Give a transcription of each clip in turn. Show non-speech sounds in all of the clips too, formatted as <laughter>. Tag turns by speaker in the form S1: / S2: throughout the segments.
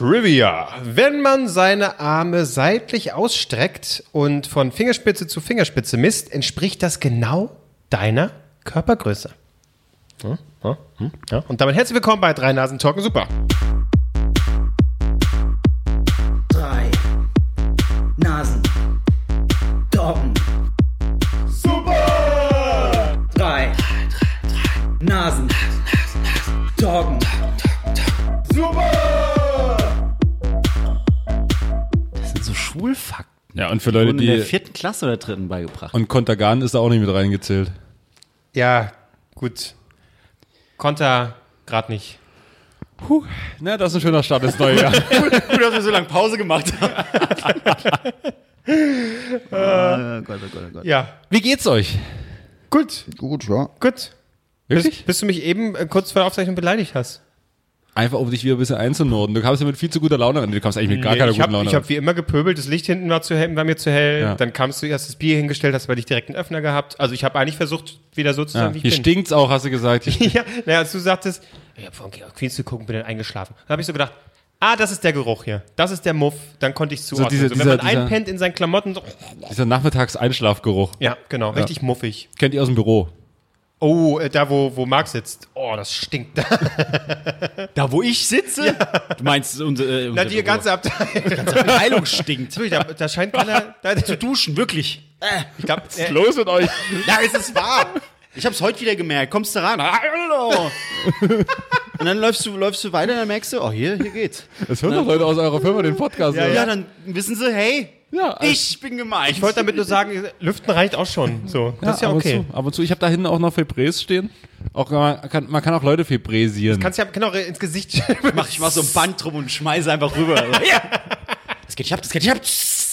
S1: Trivia. Wenn man seine Arme seitlich ausstreckt und von Fingerspitze zu Fingerspitze misst, entspricht das genau deiner Körpergröße. Hm, hm, hm, ja. Und damit herzlich willkommen bei Drei Nasen Talken Super.
S2: Drei Nasen. Doggen. Super! Drei Nasen. Doggen.
S3: Das sind so Schulfakten.
S4: Ja, und für Leute,
S3: Wurden in der
S4: die.
S3: vierten Klasse oder dritten beigebracht.
S4: Und Kontergan ist da auch nicht mit reingezählt.
S1: Ja, gut. Konter gerade nicht.
S4: Na, das ist ein schöner Start ins neue Jahr.
S3: Gut, dass wir so lange Pause gemacht haben.
S1: Ja,
S4: <laughs> Wie geht's euch?
S1: gut,
S5: Gut, ja.
S1: gut. Bis,
S4: Wirklich?
S1: bis du mich eben äh, kurz vor der Aufzeichnung beleidigt hast.
S4: Einfach, um dich wieder ein bisschen einzunorden. Du kamst ja mit viel zu guter Laune an. Du kamst eigentlich mit gar keiner
S1: ich
S4: guten
S1: habe
S4: Laune
S1: hab wie immer gepöbelt, das Licht hinten war, zu hell, war mir zu hell.
S4: Ja.
S1: Dann kamst du erst das Bier hingestellt, hast bei dich direkt einen Öffner gehabt. Also ich habe eigentlich versucht, wieder so zu sein,
S4: an.
S1: wie
S4: Ja.
S1: ich
S4: Hier
S1: bin.
S4: stinkt's auch, hast du gesagt. <laughs> Hier
S1: <laughs> Ja, naja, als du sagtest, ich habe vorhin auf Queens geguckt, und bin dann eingeschlafen. Dann habe ich so gedacht, ah, das ist der Geruch hier. Das ist der Muff. Dann konnte ich zuordnen. So
S4: diese-
S1: wenn
S4: dieser-
S1: man
S4: dieser-
S1: einpennt in seinen Klamotten, so,
S4: Dieser Nachmittagseinschlafgeruch.
S1: ja, genau, richtig muffig.
S4: Kennt ihr aus dem Büro?
S1: Oh, äh, da wo, wo Marc sitzt. Oh, das
S4: <laughs>
S1: stinkt. Da
S3: <laughs> Da, wo ich sitze? Du meinst, unser, äh,
S1: Na,
S3: unsere
S1: die ganze Abteilung.
S3: Heilung stinkt.
S1: <laughs> Natürlich, da, da scheint keiner. Da, also
S3: Zu duschen, wirklich.
S1: ich glaub, äh,
S4: Los mit euch!
S3: Ja, es ist wahr. Ich hab's heute wieder gemerkt. Kommst du ran? Hallo. Und dann läufst du, läufst du weiter, dann merkst du, oh, hier, hier geht's.
S4: <laughs> Das hören doch Leute aus eurer Firma den Podcast.
S3: Ja,
S4: oder?
S3: dann wissen sie, hey,
S4: Ja, also-
S3: ich bin gemeint.
S1: ich wollte damit nur sagen, Lüften reicht auch schon.
S4: <laughs>
S1: So, das ist ja
S4: ab und
S1: okay.
S4: Zu, ab und zu. Ich habe da hinten auch noch Febres stehen. Auch, man, kann, man kann auch Leute febresieren.
S1: Kannst ja kann auch ins Gesicht.
S4: <laughs>
S3: mach, ich mach so ein Band drum und schmeiße einfach <laughs> rüber. So, ja. Das geht, ich hab, das geht, ich hab. Psst.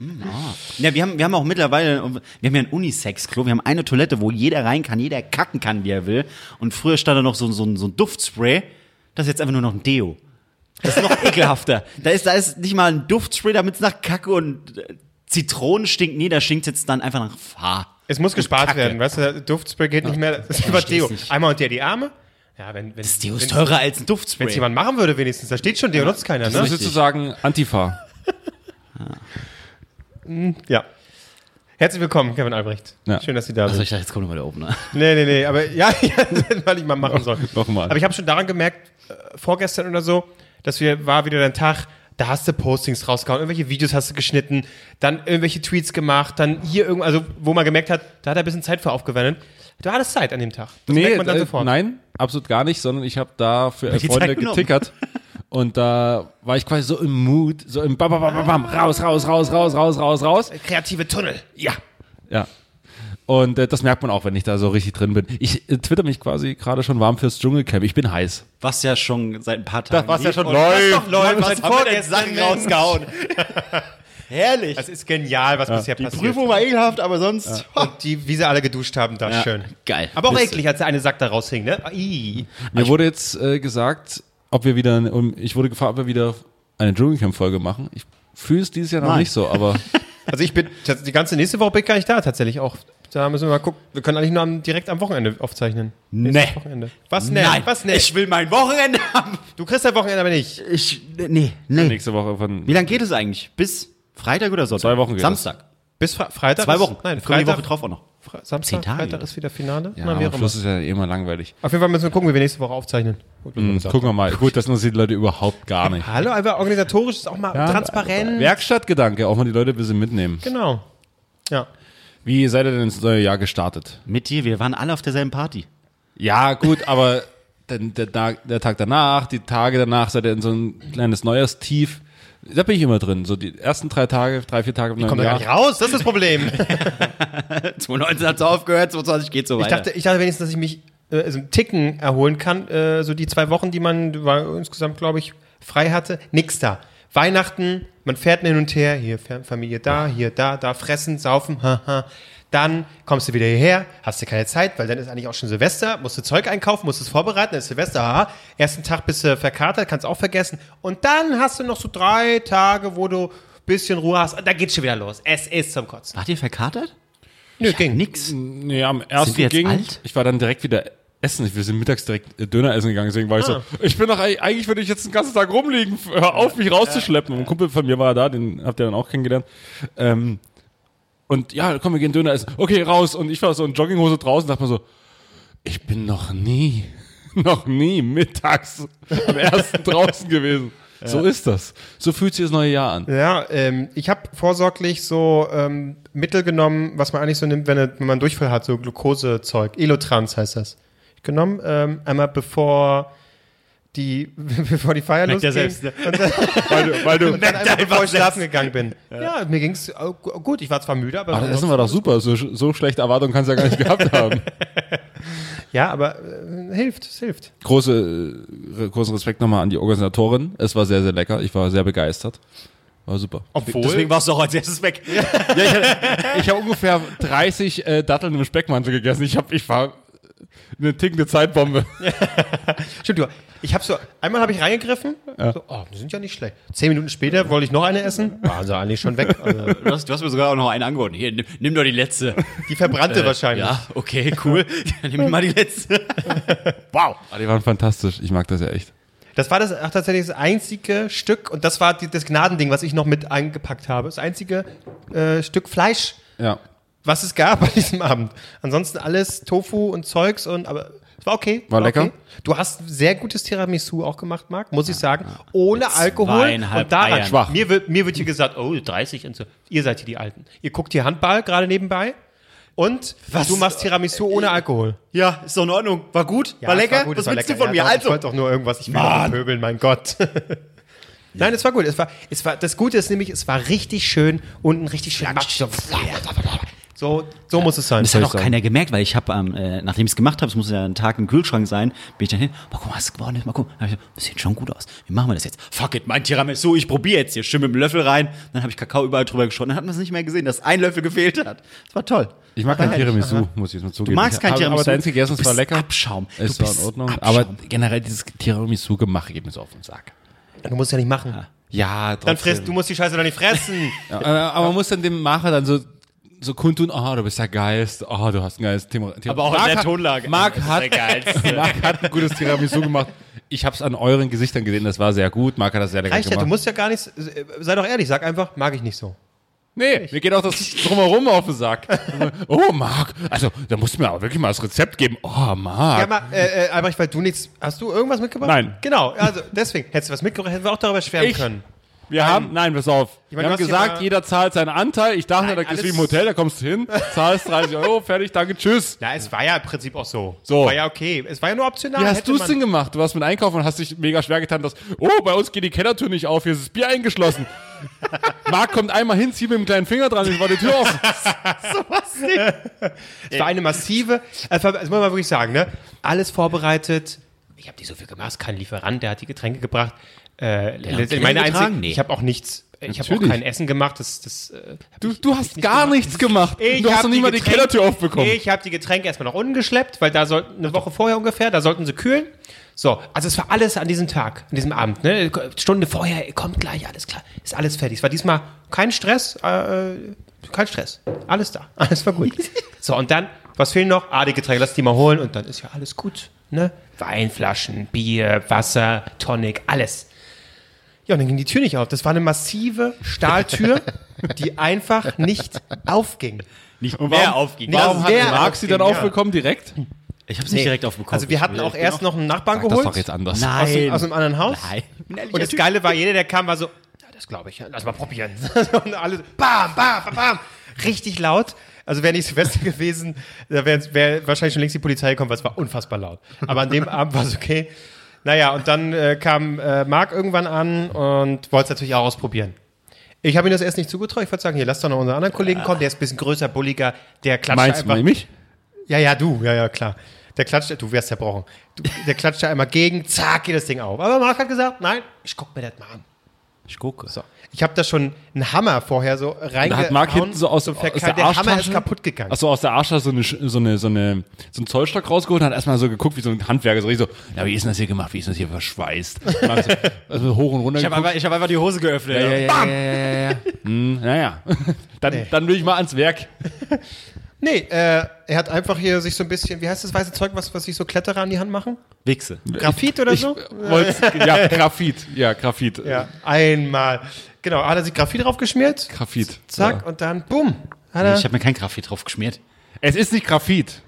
S3: Hm, ah. <laughs> Ja, wir haben, wir haben auch mittlerweile, wir haben ja ein Unisex-Klo, wir haben eine Toilette, wo jeder rein kann, jeder kacken kann, wie er will. Und früher stand da noch so, ein- so, ein- so ein Duftspray, das ist jetzt einfach nur noch ein Deo. Das ist <laughs> noch ekelhafter. Da ist, da ist nicht mal ein Duftspray, damit es nach Kacke und äh, Zitronen stinkt. Nee, da stinkt jetzt dann einfach nach Fahr.
S1: Es muss gespart
S3: Kacke.
S1: werden, weißt du, Duftspray geht nicht mehr. Das ist über
S3: versteh's
S1: Deo.
S3: nicht.
S1: Einmal unter die Arme. Ja, wenn, wenn,
S3: Das Deo
S1: wenn-
S3: ist teurer als ein
S1: Wenn es
S3: Duftspray.
S1: jemand machen würde, wenigstens. Da steht schon Deo, nutzt keiner,
S4: das
S1: ne?
S4: ist sozusagen Antifa.
S1: Ja. Herzlich willkommen, Kevin Albrecht.
S4: Ja.
S1: Schön, dass Sie da
S3: Also
S1: sind.
S3: ich dachte, jetzt kommt nochmal der <laughs> Opener.
S1: Nee, nee, nee, aber ja, <laughs> ja das hätte man nicht mal machen
S3: <laughs>
S1: sollen.
S4: Nochmal.
S1: Aber ich habe schon daran gemerkt, äh, vorgestern oder so, dass wir, war wieder dein Tag, da hast du Postings rausgehauen, irgendwelche Videos hast du geschnitten, dann irgendwelche Tweets gemacht, dann hier irgendwo, also wo man gemerkt hat, da hat er ein bisschen Zeit für aufgewendet. Du hattest Zeit an dem Tag. Das merkt man dann
S4: äh,
S1: sofort.
S4: Nein, absolut gar nicht, sondern ich habe da für äh,
S3: Die
S4: Freunde
S3: Zeit genommen.
S4: getickert. Und da war ich quasi so im Mood, so im Bam, Bam, Bam, Bam, Bam, raus, raus, raus, raus, raus, raus, raus.
S1: Kreative Tunnel. Ja.
S4: Ja. Und äh, das merkt man auch, wenn ich da so richtig drin bin. Ich äh, twitter mich quasi gerade schon warm fürs Dschungelcamp. Ich bin heiß.
S3: Was ja schon seit ein paar Tagen.
S4: was ja
S3: lief.
S4: schon
S3: Und
S4: läuft.
S3: Was, doch läuft,
S1: Was
S3: was, haben wir denn
S1: vorgestern
S3: Sachen
S1: Mensch.
S3: rausgehauen? Herrlich.
S1: Das ist genial, was bisher passiert.
S3: war ekelhaft, aber sonst.
S1: Und die, wie sie alle geduscht haben, das
S3: Ja,
S1: schön.
S3: geil.
S1: Aber auch
S3: Bist du.
S1: eklig, als der eine Sack da raushing, ne? Ii.
S4: Mir wurde jetzt äh, gesagt, ob wir wieder, um, ich wurde gefragt, ob wir wieder eine Dschungelcamp-Folge machen. Ich fühle es dieses Jahr noch
S3: Nein.
S4: nicht so,
S1: <laughs>
S4: aber
S1: Also ich bin tats- die ganze nächste Woche bin ich gar nicht da tatsächlich auch. Da müssen wir mal gucken. Wir können eigentlich nur am, direkt am Wochenende aufzeichnen. Nächstes
S3: Nee.
S1: Wochenende. Was ne?
S3: Nein,
S1: Was ne?
S3: Ich will mein Wochenende haben.
S1: Du kriegst dein Wochenende aber nicht.
S3: Ich, nee, nee.
S4: nächste Woche von
S3: Wie lange geht es eigentlich? Bis Freitag oder Sonntag?
S4: Zwei Wochen geht
S3: Samstag.
S1: Bis Fre Freitag.
S3: Zwei
S1: ist-
S3: Wochen.
S1: Nein,
S3: Kommt die
S1: Freitag.
S3: Woche drauf auch noch.
S1: Fre Samstag,
S3: Zehn Tage.
S1: Freitag ist wieder Finale.
S4: ja,
S1: Na, wie
S4: am
S1: auch immer.
S4: Schluss ist ja eh immer langweilig.
S1: Auf jeden Fall müssen wir gucken, wie wir nächste Woche aufzeichnen.
S4: Mhm, gucken wir mal. Gut, das interessiert die Leute überhaupt gar nicht.
S1: Hallo, aber organisatorisch ist auch mal transparent.
S4: Mhm. Werkstattgedanke, auch mal die Leute ein bisschen mitnehmen.
S1: Genau. Ja.
S4: Wie seid ihr denn ins neue Jahr gestartet?
S3: Mit dir, wir waren alle auf derselben Party.
S4: Ja, gut, aber der, der, Tag- der Tag danach, die Tage danach, seid ihr in so ein kleines Neujahrstief. Da bin ich immer drin. So die ersten drei Tage, drei, vier Tage im neuen
S1: Kommt da gar
S4: Jahr.
S1: nicht raus, das ist das <laughs> Problem.
S3: 2019 hat's aufgehört, 2020 geht so
S1: Ich dachte, ich dachte wenigstens, dass ich mich äh, also im Ticken erholen kann. Äh, so die zwei Wochen, die man war insgesamt, glaube ich, frei hatte. Nix da. Weihnachten, man fährt hin und her, hier Fa- Familie da, hier da, da fressen, saufen, haha. Dann kommst du wieder hierher, hast du keine Zeit, weil dann ist eigentlich auch schon Silvester, musst du Zeug einkaufen, musst es vorbereiten, dann ist Silvester, haha. Ersten Tag bist du verkatert, kannst auch vergessen. Und dann hast du noch so drei Tage, wo du bisschen Ruhe hast. Und Da geht's schon wieder los. Es ist zum Kotzen.
S3: Wart ihr verkatert?
S1: Nö, ging.
S3: Nix.
S4: Nee, am ersten
S3: wir jetzt
S4: ging.
S3: alt?
S4: Ich war dann direkt wieder essen. Wir sind mittags direkt äh, Döner essen gegangen, deswegen war ich so, ich bin doch eigentlich, eigentlich würde ich jetzt den ganzen Tag rumliegen, hör auf mich rauszuschleppen. Und ein Kumpel von mir war da, den habt ihr dann auch kennengelernt. Ähm, und ja, komm, wir gehen Döner essen. Okay, raus. Und ich war so in Jogginghose draußen, dachte mir so, ich bin noch nie, <laughs> noch nie mittags am ersten draußen gewesen. So ist das. So fühlt sich das neue Jahr an.
S1: Ja, ähm, ich habe vorsorglich so ähm, Mittel genommen, was man eigentlich so nimmt, wenn, wenn man Durchfall hat, so Glukosezeug. Elotrans heißt das. Ich genommen, ähm, einmal bevor die, <laughs> bevor die Feier
S3: Merkt ihr
S1: losging.
S3: selbst, ne?
S1: Und
S3: <laughs>
S1: dann,
S4: Weil du, weil du,
S1: dann einmal,
S3: einfach
S1: bevor ich
S3: selbst.
S1: schlafen gegangen bin. Ja, mir ging's äh, gu- gut. Ich war zwar müde, aber
S4: Ach, Ah, das Essen war doch super. So, so schlechte Erwartungen kannst du ja gar nicht gehabt haben.
S1: ja, aber äh, hilft, es hilft.
S4: Große, äh, re- großen Respekt nochmal an die Organisatorin. Es war sehr, sehr lecker. Ich war sehr begeistert. War super.
S1: Obwohl,
S3: Deswegen warst du auch als erstes weg.
S4: Ja, ich habe hab ungefähr 30 äh, Datteln im Speckmantel gegessen. Ich, hab, ich war eine tickende Zeitbombe.
S1: stimmt, du, ich habe so einmal habe ich reingegriffen. So, oh, die sind ja nicht schlecht. Zehn Minuten später wollte ich noch eine essen. War sie eigentlich schon weg. Also,
S3: Du hast, du hast mir sogar auch noch einen angeboten. Hier, nimm, nimm doch die letzte.
S1: die verbrannte wahrscheinlich.
S3: Äh, Ja, okay, cool. Dann nimm mal die letzte. Wow.
S4: Aber Ah, die waren fantastisch. Ich mag das ja echt.
S1: Das war das ach, tatsächlich das einzige Stück, und das war die, das Gnadending, was ich noch mit eingepackt habe. Das einzige äh, Stück Fleisch,
S4: Ja.
S1: was es gab <laughs> an diesem Abend. Ansonsten alles Tofu und Zeugs und aber es war okay.
S4: War lecker.
S1: Okay. Du hast sehr gutes Tiramisu auch gemacht, Marc, muss ich sagen. Ohne Alkohol.
S3: zweieinhalb
S1: Und daran,
S3: Eiern.
S4: Schwach.
S1: Mir wird, mir wird hier gesagt, oh, 30 und so. Ihr seid hier die Alten. Ihr guckt hier Handball gerade nebenbei. Und
S3: Was?
S1: du machst Tiramisu ohne Alkohol.
S3: Ja, ist doch in Ordnung. War gut,
S1: Ja,
S3: war
S1: es
S3: lecker.
S1: gut, es
S3: Was
S1: war
S3: willst
S1: lecker.
S3: du von
S1: Ja,
S3: mir?
S1: doch, Ich
S3: Also,
S1: wollte doch nur irgendwas, ich will
S3: Mann.
S1: doch pöbeln, mein Gott. <laughs> Nein, es war gut. Es war, es war, das Gute ist nämlich, es war richtig schön und ein richtig schön matschig. So, so, so muss es sein.
S3: Das hat
S1: würde ich
S3: auch
S1: sagen.
S3: keiner gemerkt, weil ich habe, ähm, äh, nachdem ich es gemacht habe, es muss ja ein Tag im Kühlschrank sein, bin ich dann hin, mal gucken, was geworden ist, mal gucken. Da hab ich gesagt, Das sieht schon gut aus. Wie machen wir das jetzt? Fuck it, mein Tiramisu, ich probiere jetzt hier. Schön mit dem Löffel rein. Dann habe ich Kakao überall drüber geschossen. Dann hat man es nicht mehr gesehen, dass ein Löffel gefehlt hat. Das war toll.
S4: Ich mag kein Tiramisu, muss ich jetzt mal zugeben.
S3: Du magst kein
S4: Ich hab
S3: Tiramisu.
S4: Aber deins gegessen, es
S3: Du
S4: war
S3: bist
S4: lecker.
S3: Abschaum.
S4: Es
S3: Du
S4: war in
S3: bist
S4: Ordnung.
S3: Abschaum.
S4: Aber generell dieses Tiramisu-Gemache geht mir so auf den Sack.
S1: Du musst ja nicht machen.
S4: Ja,
S1: Dann frisst, du musst die Scheiße doch nicht fressen.
S4: Ja, aber- aber man muss dann dem Macher dann so, so kundtun, oh, du bist der Geist, oh, du hast ein geiles Thema. Thema. Marc hat- Marc hat, Marc hat ein gutes Tiramisu gemacht. Ich habe es an euren Gesichtern gesehen, das war sehr gut. Marc hat das sehr lecker
S1: Reicht ja,
S4: gemacht.
S1: du musst ja gar nichts, äh, sei doch ehrlich, sag einfach, mag ich nicht so.
S4: nee, mir geht auch das Drumherum auf
S1: <laughs>
S4: den Sack. oh, Marc, also da musst du mir aber wirklich mal das Rezept geben. Oh, Marc.
S1: Ja, mal, äh, äh, Albrecht, weil du nichts, hast du irgendwas mitgebracht?
S4: Nein.
S1: Genau, also deswegen, hättest du was mitgebracht, hätten wir auch darüber schwärmen
S4: Ich-
S1: können.
S4: Wir haben, nein, pass auf.
S1: meine,
S4: wir
S1: du
S4: haben
S1: hast hier
S4: gesagt,
S1: mal-
S4: jeder zahlt seinen Anteil. Ich dachte,
S1: Nein,
S4: da ist wie
S1: alles-
S4: im Hotel, da kommst du
S1: <laughs>
S4: hin, zahlst 30 Euro, fertig, danke, tschüss.
S1: Na, es war ja im Prinzip auch so.
S4: So.
S1: War ja okay. Es war ja nur optional.
S4: Wie hast
S1: hätte
S4: du es
S1: man-
S4: denn gemacht? Du warst mit einkaufen und hast dich mega schwer getan, dass, oh, bei uns geht die Kellertür nicht auf, hier ist das Bier eingeschlossen.
S1: <laughs>
S4: Marc kommt einmal hin, zieht mit dem kleinen Finger dran, ich war die Tür offen.
S1: <laughs> Es war eine massive, also das muss man wirklich sagen, ne? Alles vorbereitet. Ich habe die so viel gemacht, es ist kein Lieferant, der hat die Getränke gebracht. Äh, letztendlich meine
S3: Getränke
S1: einzige,
S3: getragen? Nee.
S1: Ich habe auch nichts, äh, ich habe auch
S4: Natürlich.
S1: kein Essen gemacht. Das, das, äh,
S4: Du, du hast <laughs> gar nichts gemacht.
S1: ich
S4: du hast
S1: hab
S4: noch nie mal die
S1: Getränke-
S4: Kellertür aufbekommen.
S1: Ich habe die Getränke erstmal nach unten geschleppt, weil da sollten, eine Woche vorher ungefähr, da sollten sie kühlen. So, also es war alles an diesem Tag, an diesem Abend, ne? Stunde vorher, kommt gleich, alles klar, ist alles fertig. Es war diesmal kein Stress, äh, äh, kein Stress. Alles da, <laughs> alles war
S4: <laughs>
S1: gut. so, und dann, was fehlen noch? Ah, die Getränke, lass die mal holen und dann ist ja alles gut, ne? Weinflaschen, Bier, Wasser, Tonic, alles. Ja, und dann ging die Tür nicht auf. Das war eine massive
S4: <laughs>
S1: Stahltür, die einfach nicht aufging.
S3: Nicht
S4: warum-
S3: mehr aufgegeben.
S1: Nicht
S4: Warum hat
S1: sehr
S4: Marc Also sie dann
S1: aufgegeben, ja.
S4: aufbekommen direkt?
S3: Ich habe es nicht direkt aufbekommen.
S1: Also wir hatten auch erst noch einen Nachbarn
S4: genau- Das ist
S1: geholt
S4: doch jetzt anders.
S1: aus, dem-
S3: Nein.
S1: aus einem anderen Haus.
S3: Nein.
S1: Und das Geile war, jeder, der kam, war so, ja, das glaube ich, ja, lass mal probieren. <laughs> Und alle, so, bam, bam, bam, bam. Richtig laut. Also wäre nicht Silvester <laughs> gewesen, da wäre wär wahrscheinlich schon längst die Polizei gekommen, weil es war unfassbar laut. Aber an
S4: <laughs>
S1: dem Abend war es okay. Naja, und dann äh, kam äh, Marc irgendwann an und wollte es natürlich auch ausprobieren. Ich habe ihm das erst nicht zugetraut. Ich wollte sagen, hier, lass doch noch unseren anderen Kollegen kommen. Der ist ein bisschen größer, bulliger. Der klatscht
S4: Meinst du
S1: einfach.
S4: mich?
S1: Ja, ja, du, ja, ja, klar. Der klatscht, du wärst zerbrochen. Du, der klatscht da einmal gegen, zack, geht das Ding auf. Aber Marc hat gesagt, nein, ich guck mir das mal an.
S3: Ich gucke.
S1: So. Ich habe da schon einen Hammer vorher so reingehauen.
S4: Da hat Marc hinten so aus,
S1: zum
S4: aus
S1: Verkehr-
S4: der
S1: Der Hammer
S4: Arschtasche
S1: ist kaputt gegangen.
S4: Achso, aus der Arschtasche so, eine, Sch- so, eine, so, eine, so einen Zollstock rausgeholt und hat erstmal so geguckt, wie so ein Handwerker. So, richtig so, ja, wie ist denn das hier gemacht? Wie ist denn das
S1: <laughs>
S4: hier verschweißt? Und dann so, also hoch und runter
S3: Ich habe einfach, ich hab einfach die Hose geöffnet.
S4: ja, ja, ja, ja, ja, ja. Hm, naja, <laughs> dann,
S1: Nee.
S4: dann will ich mal ans Werk.
S1: Nee, äh, er hat einfach hier sich so ein bisschen, wie heißt das weiße Zeug, was, was sich so Kletterer an die Hand machen?
S3: Wichse.
S1: Graphit oder so?
S4: Wollt's- ja, Graphit. Ja, Graphit.
S1: Ja, einmal. Genau, hat er sich Graphit draufgeschmiert,
S4: Graphit.
S1: zack,
S4: Ja.
S1: und dann bumm. Hat
S3: Ich
S1: er,
S3: habe mir kein Graphit drauf geschmiert.
S4: Es ist nicht Graphit.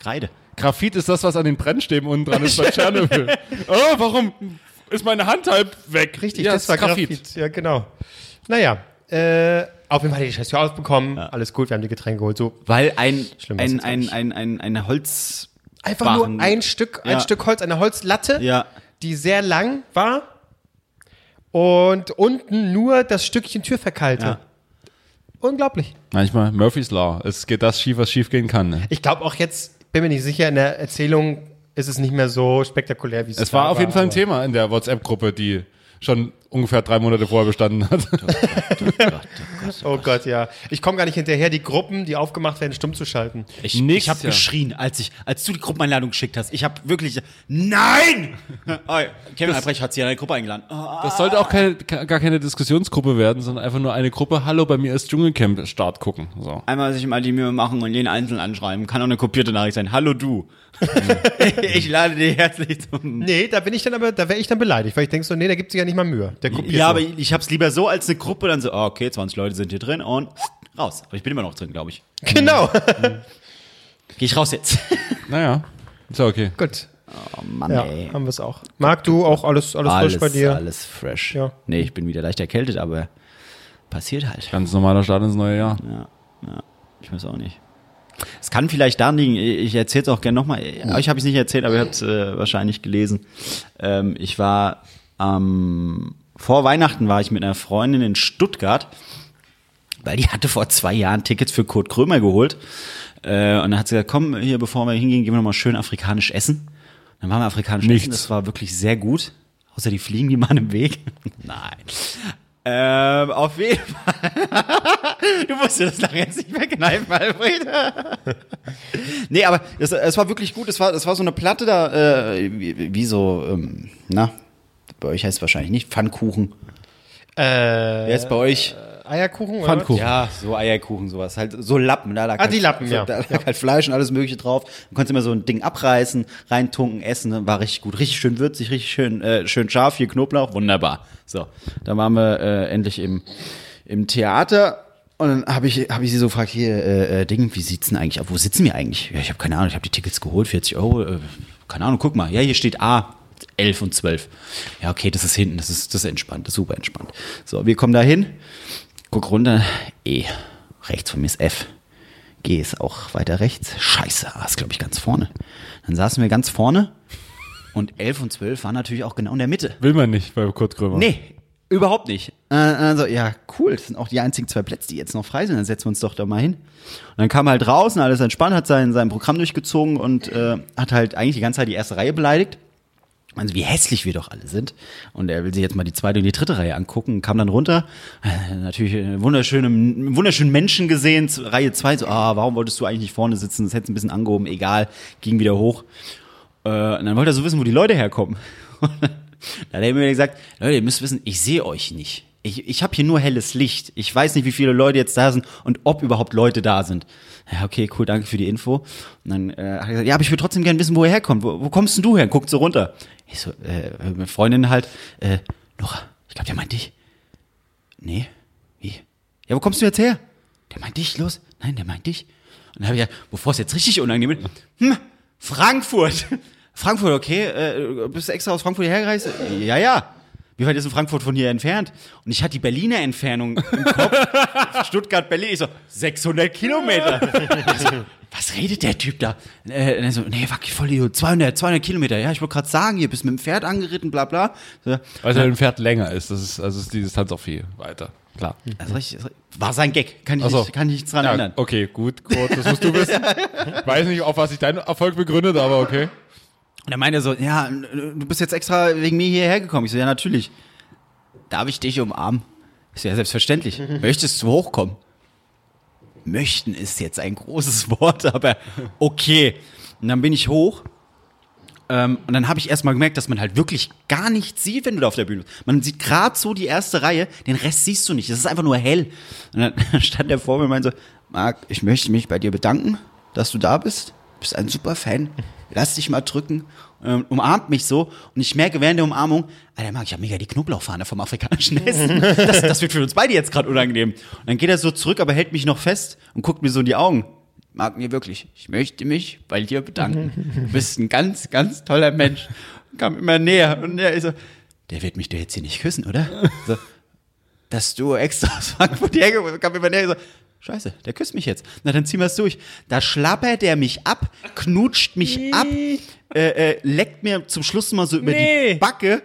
S3: Kreide.
S4: Graphit ist das, was an den Brennstäben unten dran
S1: <laughs>
S4: ist bei Tschernobyl. Oh, warum ist meine Hand halb weg?
S1: richtig,
S4: ja,
S1: das
S4: es
S1: war
S4: ist
S1: Graphit. Ja, genau. Naja, äh, auf jeden Fall hat er die Scheiße aufbekommen. Alles gut, wir haben die Getränke geholt. So
S3: Weil ein,
S1: Schlimm, was
S3: ein,
S1: jetzt
S3: ein,
S1: nicht.
S3: ein, ein, ein Holz.
S1: einfach
S3: Barren.
S1: nur ein Stück, ein
S3: Ja.
S1: Stück Holz, eine Holzlatte,
S3: Ja.
S1: die sehr lang war und unten nur das Stückchen Tür verkeilte.
S3: Ja.
S1: Unglaublich.
S4: Manchmal Murphy's Law. Es geht das schief, was schief gehen kann. Ne?
S1: Ich glaube auch jetzt, bin mir nicht sicher, in der Erzählung ist es nicht mehr so spektakulär, wie es
S4: Es war
S1: da
S4: auf jeden Fall ein
S1: aber-
S4: Thema in der WhatsApp-Gruppe, die schon ungefähr drei Monate vorher bestanden hat.
S1: Oh Gott, ja. Ich komme gar nicht hinterher, die Gruppen, die aufgemacht werden, stumm zu schalten.
S3: Ich,
S4: Nix,
S3: ich habe
S4: ja.
S3: geschrien, als, ich, als du die Gruppeneinladung geschickt hast. Ich habe wirklich. Nein! <laughs> oh, Kevin Albrecht hat sie in eine Gruppe eingeladen. Oh,
S4: <laughs> Das sollte auch keine, gar keine Diskussionsgruppe werden, sondern einfach nur eine Gruppe. Hallo, bei mir ist Dschungelcamp Start gucken. So.
S3: einmal sich mal die Mühe machen und jeden einzeln anschreiben. Kann auch eine kopierte Nachricht sein. Hallo du. Mhm. <laughs> ich lade dir herzlich zum.
S1: Nee, da bin ich dann aber, da wäre ich dann beleidigt, weil ich denke so, nee, da gibt es ja nicht mal Mühe. Der kopiert
S3: Ja, aber
S1: nur.
S3: ich hab's lieber so als eine Gruppe, dann so, ah, okay, 20 Leute sind hier drin und raus. Aber ich bin immer noch drin, glaube ich.
S1: Genau.
S3: Geh ich raus jetzt.
S4: Naja, ist ja okay.
S1: <laughs> Gut.
S3: Mann,
S1: Ja, haben wir es auch. Mag du auch alles, alles,
S3: Alles,
S1: frisch bei dir?
S3: alles fresh.
S1: Ja.
S3: Nee, ich bin wieder leicht erkältet, aber passiert halt.
S4: Ganz normaler Start ins neue Jahr.
S3: Ich weiß auch nicht. Es kann vielleicht daran liegen, ich erzähle es auch gerne nochmal. Euch habe ich es nicht erzählt, aber ihr habt es äh, wahrscheinlich gelesen. Ähm, ich war am vor Weihnachten war ich mit einer Freundin in Stuttgart, weil die hatte vor zwei Jahren Tickets für Kurt Krömer geholt. Äh, und dann hat sie gesagt, komm, hier, bevor wir hingehen, gehen wir nochmal schön afrikanisch essen. Dann waren wir afrikanisch
S4: Nichts.
S3: essen, das war wirklich sehr gut. Außer die fliegen die Mann im Weg. <laughs> Nein. Ähm, auf jeden Fall. du musst dir das nachher jetzt nicht wegkneifen, Alfred. <laughs> Nee, aber es, es war wirklich gut. Es war, es war so eine Platte da, äh, wie, wie so, ähm, na, bei euch heißt es wahrscheinlich nicht Pfannkuchen. Wer
S1: Äh,
S3: ist bei euch?
S1: Eierkuchen? oder
S4: Pfannkuchen.
S3: Ja, so Eierkuchen, sowas. Halt so Lappen. Da lag
S1: Ah, die Lappen,
S3: so,
S1: ja.
S3: Da lag halt Fleisch und alles Mögliche drauf. Du konntest immer so ein Ding abreißen, reintunken, essen. ne, War richtig gut. Richtig schön würzig, richtig schön, äh, schön scharf. Hier Knoblauch. Wunderbar. So, dann waren wir äh, endlich im, im Theater. Und dann habe ich, hab ich sie so gefragt, hier, äh, äh, Ding, wie sieht's denn eigentlich aus? Wo sitzen wir eigentlich? Ja, ich habe keine Ahnung, ich habe die Tickets geholt, 40 Euro. Äh, keine Ahnung, guck mal. Ja, hier steht A. 11 und 12. Ja, okay, das ist hinten, das ist, das ist entspannt, das ist super entspannt. So, wir kommen da hin. Guck runter. E. Rechts von mir ist F. G ist auch weiter rechts. Scheiße, A ist, glaube ich, ganz vorne. Dann saßen wir ganz vorne und 11 und 12 waren natürlich auch genau in der Mitte.
S4: Will man nicht bei Kurt Krömer.
S3: Nee, überhaupt nicht. Äh, also, ja, cool. Das sind auch die einzigen zwei Plätze, die jetzt noch frei sind. Dann setzen wir uns doch da mal hin. Und dann kam er halt raus und alles entspannt, hat sein, sein Programm durchgezogen und äh, hat halt eigentlich die ganze Zeit die erste Reihe beleidigt. Also wie hässlich wir doch alle sind. Und er will sich jetzt mal die zweite und die dritte Reihe angucken, kam dann runter. Äh, Natürlich einen wunderschönen, einen wunderschönen Menschen gesehen, z- Reihe zwei So, ah, warum wolltest du eigentlich nicht vorne sitzen? Das hättest du ein bisschen angehoben, egal, ging wieder hoch. Äh, und dann wollte er so wissen, wo die Leute herkommen. <laughs> Und dann hat er mir gesagt, Leute, ihr müsst wissen, ich sehe euch nicht. Ich, ich habe hier nur helles Licht. Ich weiß nicht, wie viele Leute jetzt da sind und ob überhaupt Leute da sind. Ja, okay, cool, danke für die Info. Und dann äh, hat er gesagt, ja, aber ich würde trotzdem gerne wissen, wo er herkommt. Wo, wo kommst denn du her? Und Guckt so runter. Ich so, äh, meine Freundin halt, äh, Nora, ich glaube, der meint dich. Nee. Wie? Ja, wo kommst du jetzt her? Der meint dich, los. Nein, der meint dich. Und dann habe ich ja, bevor es jetzt richtig unangenehm wird, hm, Frankfurt. <laughs> Frankfurt, okay. Äh, bist du extra aus Frankfurt hergereist? Ja, ja. Wie weit ist denn Frankfurt von hier entfernt? Und ich hatte die Berliner Entfernung im Kopf. <laughs> Stuttgart, Berlin. Ich so, 600 Kilometer. <laughs> Also, was redet der Typ da? Äh, und er so, nee, wack, voll Idiot. 200, 200 Kilometer. Ja, ich wollte gerade sagen, hier bist mit dem Pferd angeritten, bla, bla. So,
S4: Weil es halt ein Pferd länger ist. Das ist, also ist die Distanz auch viel weiter. Klar.
S3: also richtig, war sein Gag. Kann ich,
S4: Ach so.
S3: nicht, kann ich nichts dran
S4: Ja,
S3: ändern.
S4: Okay, gut, Kurt, das musst du wissen. Ich weiß nicht, auf was ich deinen Erfolg begründet, aber okay.
S3: Und dann meinte er so, ja, du bist jetzt extra wegen mir hierher gekommen. Ich so, ja, natürlich. Darf ich dich umarmen? Ich so, ja,
S4: <laughs>
S3: selbstverständlich. Möchtest du hochkommen? Möchten ist jetzt ein großes <laughs> Wort, aber okay. Und dann bin ich hoch. Ähm, und dann habe ich erstmal gemerkt, dass man halt wirklich gar nichts sieht, wenn du da auf der Bühne bist. Man sieht gerade so die erste Reihe, den Rest siehst du nicht. Es ist einfach nur hell. Und dann <laughs> stand er vor mir und meinte so, Marc, ich möchte mich bei dir bedanken, dass du da bist. Du bist ein super Fan. Lass dich mal drücken. Ähm, umarmt mich so. Und ich merke während der Umarmung, Alter, Marc, ich habe mega die Knoblauchfahne vom afrikanischen Essen. Das, das wird für uns beide jetzt gerade unangenehm. Und dann geht er so zurück, aber hält mich noch fest und guckt mir so in die Augen. Marc, mir wirklich. Ich möchte mich bei dir bedanken. Du bist ein ganz, ganz toller Mensch. Kam immer näher. Und er ist so, der wird mich doch jetzt hier nicht küssen, oder? So, dass du extra aus Frankfurt hergekommen kam immer näher so, Scheiße, der küsst mich jetzt. Na, dann ziehen wir es durch. Da schlappert der mich ab, knutscht mich ab, äh, äh, leckt mir zum Schluss mal so über
S1: Nee.
S3: die Backe.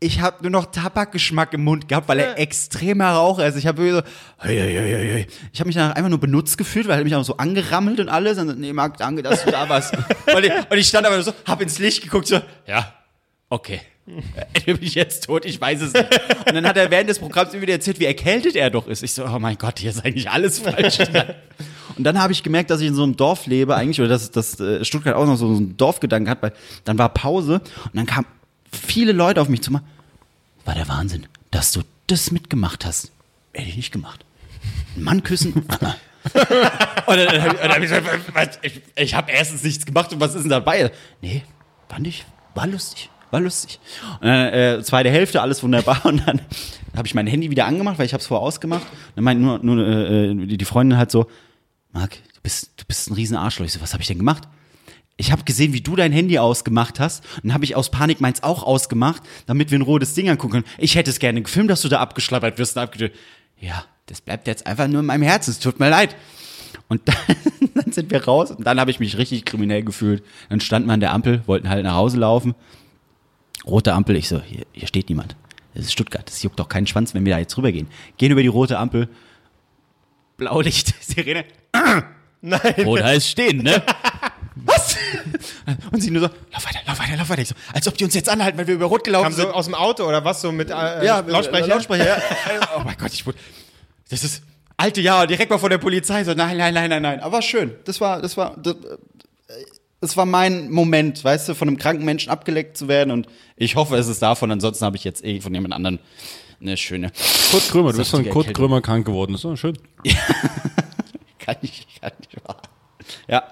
S3: Ich habe nur noch Tabakgeschmack im Mund gehabt, weil er extremer Raucher ist. Ich habe so, hei, hei, hei, hei, hei. ich habe mich danach einfach nur benutzt gefühlt, weil er hat mich auch so angerammelt und alles. Und so, nee, Marc, danke, dass du da warst. und, ich, und ich stand aber so, hab ins Licht geguckt, so, ja, okay. <laughs> Entweder bin ich jetzt tot, ich weiß es nicht. Und dann hat er während des Programms immer wieder erzählt, wie erkältet er doch ist. Ich so, oh mein Gott, hier ist eigentlich alles falsch. <laughs> Und dann habe ich gemerkt, dass ich in so einem Dorf lebe eigentlich, oder dass, dass äh, Stuttgart auch noch so einen Dorfgedanken hat, weil dann war Pause und dann kamen viele Leute auf mich zu. War der Wahnsinn, dass du das mitgemacht hast. Hätte ich nicht gemacht. Einen Mann küssen? <laughs> Ah. und dann, dann, hab ich- dann hab ich gesagt, was, ich, ich habe erstens nichts gemacht und was ist denn dabei? Nee, fand ich, war lustig, war lustig. Und dann, äh, zweite Hälfte, alles wunderbar und dann habe ich mein Handy wieder angemacht, weil ich habe es vorher ausgemacht. Und dann meint nur, nur äh, die die Freundin halt so, Marc, du bist, du bist ein riesen Arschloch. Ich so, was habe ich denn gemacht? Ich habe gesehen, wie du dein Handy ausgemacht hast. Und dann habe ich aus Panik meins auch ausgemacht, damit wir in Ruhe das Ding angucken können. Ich hätte es gerne gefilmt, dass du da abgeschlappert wirst und abgedreht. Ja, das bleibt jetzt einfach nur in meinem Herzen. Es tut mir leid. Und dann, <laughs> dann sind wir raus und dann habe ich mich richtig kriminell gefühlt. Dann standen wir an der Ampel, wollten halt nach Hause laufen. Rote Ampel, ich so, hier, hier steht niemand. Das ist Stuttgart, das juckt doch keinen Schwanz, wenn wir da jetzt rübergehen. Gehen über die rote Ampel, Blaulicht, <laughs> Sirene,
S1: Nein.
S3: Rot heißt stehen, ne? <laughs> Was? Und sie nur so, lauf weiter, lauf weiter, lauf weiter. Ich so, als ob die uns jetzt anhalten, weil wir über Rot
S1: <laughs>
S3: gelaufen
S1: Kam
S3: sind.
S1: so aus dem Auto oder was so mit äh,
S3: ja,
S1: Lautsprecher?
S3: Lautsprecher, ja.
S1: <laughs>
S3: Oh mein Gott, ich wurde. Das ist alte Jahr, direkt mal vor der Polizei. So, nein, nein, nein, nein, nein. Aber schön. Das war, das war. Das, äh, das war mein Moment, weißt du, von einem kranken Menschen abgeleckt zu werden. Und ich hoffe, es ist davon. Ansonsten habe ich jetzt eh von jemand anderem eine schöne. <laughs>
S4: Kurt Krömer, du bist von
S3: Saftige
S4: Kurt
S3: Erkältung.
S4: Krömer krank geworden. Ist doch schön.
S3: Kann ich, kann ich wahr. Ja.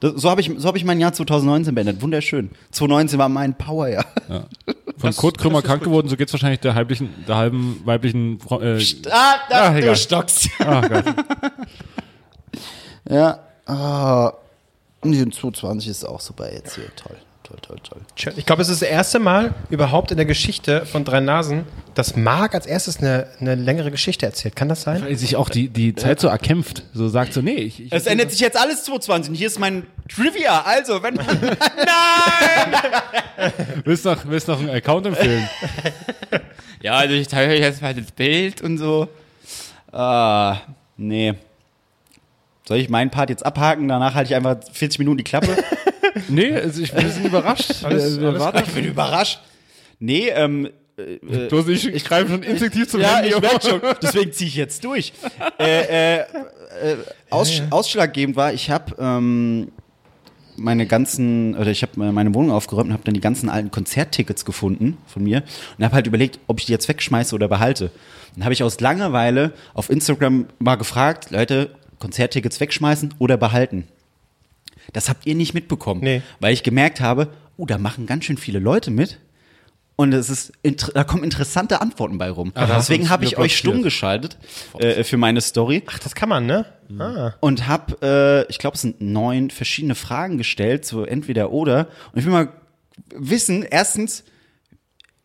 S3: Das, so habe ich, so hab ich mein Jahr 2019 beendet. Wunderschön. 2019 war mein Powerjahr.
S4: Von Kurt Krömer krank geworden, so geht's wahrscheinlich der, halblichen, der halben weiblichen. Frau- Äh,
S3: Ah, da,
S4: Ah, egal.
S3: du stockst.
S4: ah, Gott.
S3: <laughs> Ja. Ah, und die 220 ist auch super jetzt hier. Toll, toll, toll, toll.
S1: Tja, Ich glaube, es ist das erste Mal überhaupt in der Geschichte von Drei Nasen, dass Marc als erstes eine, eine längere Geschichte erzählt. Kann das sein?
S4: Weil sich auch die, die Zeit so erkämpft. So sagt so, nee, ich. ich
S3: Es ändert sich jetzt alles 220. Hier ist mein Trivia. Also, wenn man.
S4: willst noch, willst noch einen Account empfehlen?
S3: <laughs> <laughs> ja, also ich zeige euch jetzt mal das Bild und so. Ah, nee. Soll ich meinen Part jetzt abhaken? Danach halte ich einfach 40 Minuten die Klappe.
S4: nee, also ich, wir sind überrascht. Also,
S1: Alles-
S4: wir
S1: alles
S4: warten.
S3: ich bin überrascht. Nee, ähm. äh, äh,
S4: Bloß ich, ich greife schon instinktiv zum
S3: Ja,
S4: Handy.
S3: ich
S4: um.
S3: merke
S4: <laughs>
S3: schon. Deswegen ziehe ich jetzt durch. Äh, äh, äh, aus, Ausschlaggebend war, ich habe ähm, meine ganzen, oder ich habe meine Wohnung aufgeräumt und habe dann die ganzen alten Konzerttickets gefunden von mir und habe halt überlegt, ob ich die jetzt wegschmeiße oder behalte. Dann habe ich aus Langeweile auf Instagram mal gefragt, Leute, Konzerttickets wegschmeißen oder behalten. Das habt ihr nicht mitbekommen,
S1: Nee.
S3: weil ich gemerkt habe, oh, da machen ganz schön viele Leute mit. Und es ist, inter- da kommen interessante Antworten bei rum. Also Deswegen habe ich
S4: Wir
S3: euch stumm
S4: blockiert.
S3: geschaltet äh, für meine Story
S1: Ach, das kann man, ne?
S3: Mhm.
S1: Ah.
S3: und habe, äh, ich glaube, es sind neun verschiedene Fragen gestellt, so entweder oder. Und ich will mal wissen, erstens,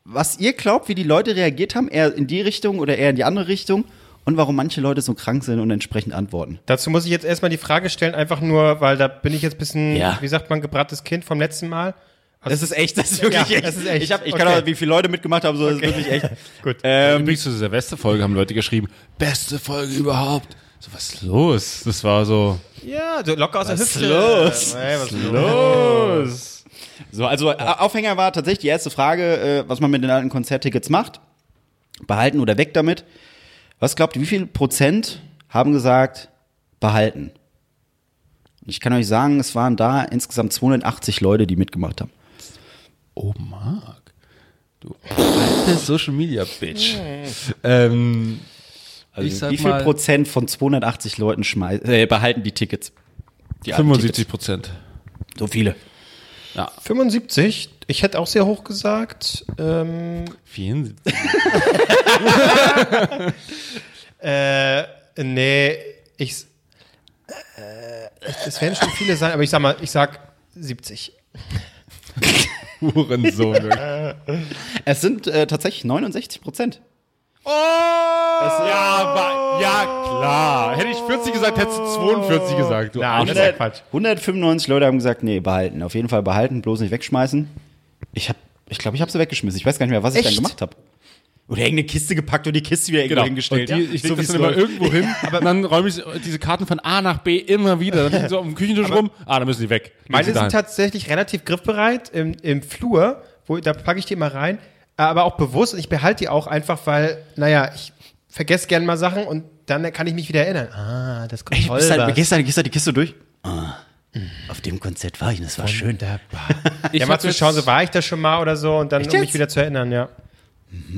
S3: was ihr glaubt, wie die Leute reagiert haben, eher in die Richtung oder eher in die andere Richtung und warum manche Leute so krank sind und entsprechend antworten.
S1: Dazu muss ich jetzt erstmal die Frage stellen, einfach nur, weil da bin ich jetzt ein bisschen,
S3: Ja.
S1: wie sagt man, gebranntes Kind vom letzten Mal.
S3: Das ist echt, das ist
S1: wirklich
S3: wirklich
S1: echt.
S3: echt. Also Das ist echt.
S1: Ich hab- ich
S3: okay.
S1: kann aber,
S3: wie viele Leute mitgemacht haben, so das ist wirklich echt.
S1: Gut.
S4: Ähm,
S3: Ähm,
S4: Übrigens zur Silvesterfolge haben Leute geschrieben, beste Folge überhaupt. So, was ist los? Das war so.
S1: ja, so locker aus
S3: Was
S1: der Hüfte.
S3: los?
S1: Äh, was ist los?
S4: Los!
S3: So, also äh, Aufhänger war tatsächlich die erste Frage, äh, was man mit den alten Konzerttickets macht. Behalten oder weg damit. Was glaubt ihr, wie viel Prozent haben gesagt, behalten? Und ich kann euch sagen, es waren da insgesamt 280 Leute, die mitgemacht haben.
S4: Oh, Marc. Du alte Social Media Bitch. ähm,
S3: Also
S5: Ich sag
S3: wie viel
S5: mal-
S3: Prozent von 280 Leuten schmeiß, äh, behalten die Tickets? Die alten
S4: 75 Prozent.
S3: Tickets. So viele.
S1: 75. Ich hätte auch sehr hoch gesagt. Ähm,
S4: 74.
S1: äh, nee, ich. s- Äh, es werden schon viele sein, aber ich sag mal, ich sag 70.
S4: Hurensohn. wirklich.
S3: Es sind äh, tatsächlich 69 Prozent.
S5: Oh!
S4: Aber- <laughs> ja, klar. Hätte ich 40 gesagt, hättest du 42 gesagt. Du
S1: Nein, das ist ja Quatsch.
S3: 195 Leute haben gesagt, nee, behalten. Auf jeden Fall behalten, bloß nicht wegschmeißen. Ich habe, ich glaube, ich habe sie weggeschmissen. Ich weiß gar nicht mehr, was ich dann
S1: Echt?
S3: gemacht habe. Oder irgendeine Kiste gepackt und die Kiste wieder irgendwo
S4: Genau.
S3: hingestellt.
S4: Und die, ich
S3: So
S4: lege
S3: wie's
S4: das dann immer
S3: läuft.
S4: irgendwo hin. <laughs> Aber dann räume ich diese Karten von A nach B immer wieder. Dann liegen sie auf dem Küchentisch rum. Ah, dann müssen die weg. Legen
S1: Meine
S4: sie
S1: sind
S4: dahin.
S1: tatsächlich relativ griffbereit im, im Flur, wo, da packe ich die immer rein, aber auch bewusst und ich behalte die auch einfach, weil, naja, ich vergesse gerne mal Sachen und dann kann ich mich wieder erinnern. Ah, das kommt
S3: Ich
S1: toll.
S3: bist
S4: halt
S3: dann,
S1: was.
S3: gehst dann, gehst dann die Kiste durch. Ah, auf dem Konzert war ich, und das war schön.
S4: Ich
S1: Ja, mal
S4: hab
S1: zu
S4: jetzt-
S1: schauen, so war ich da schon mal oder so und dann, um mich
S3: jetzt?
S1: wieder zu erinnern, ja.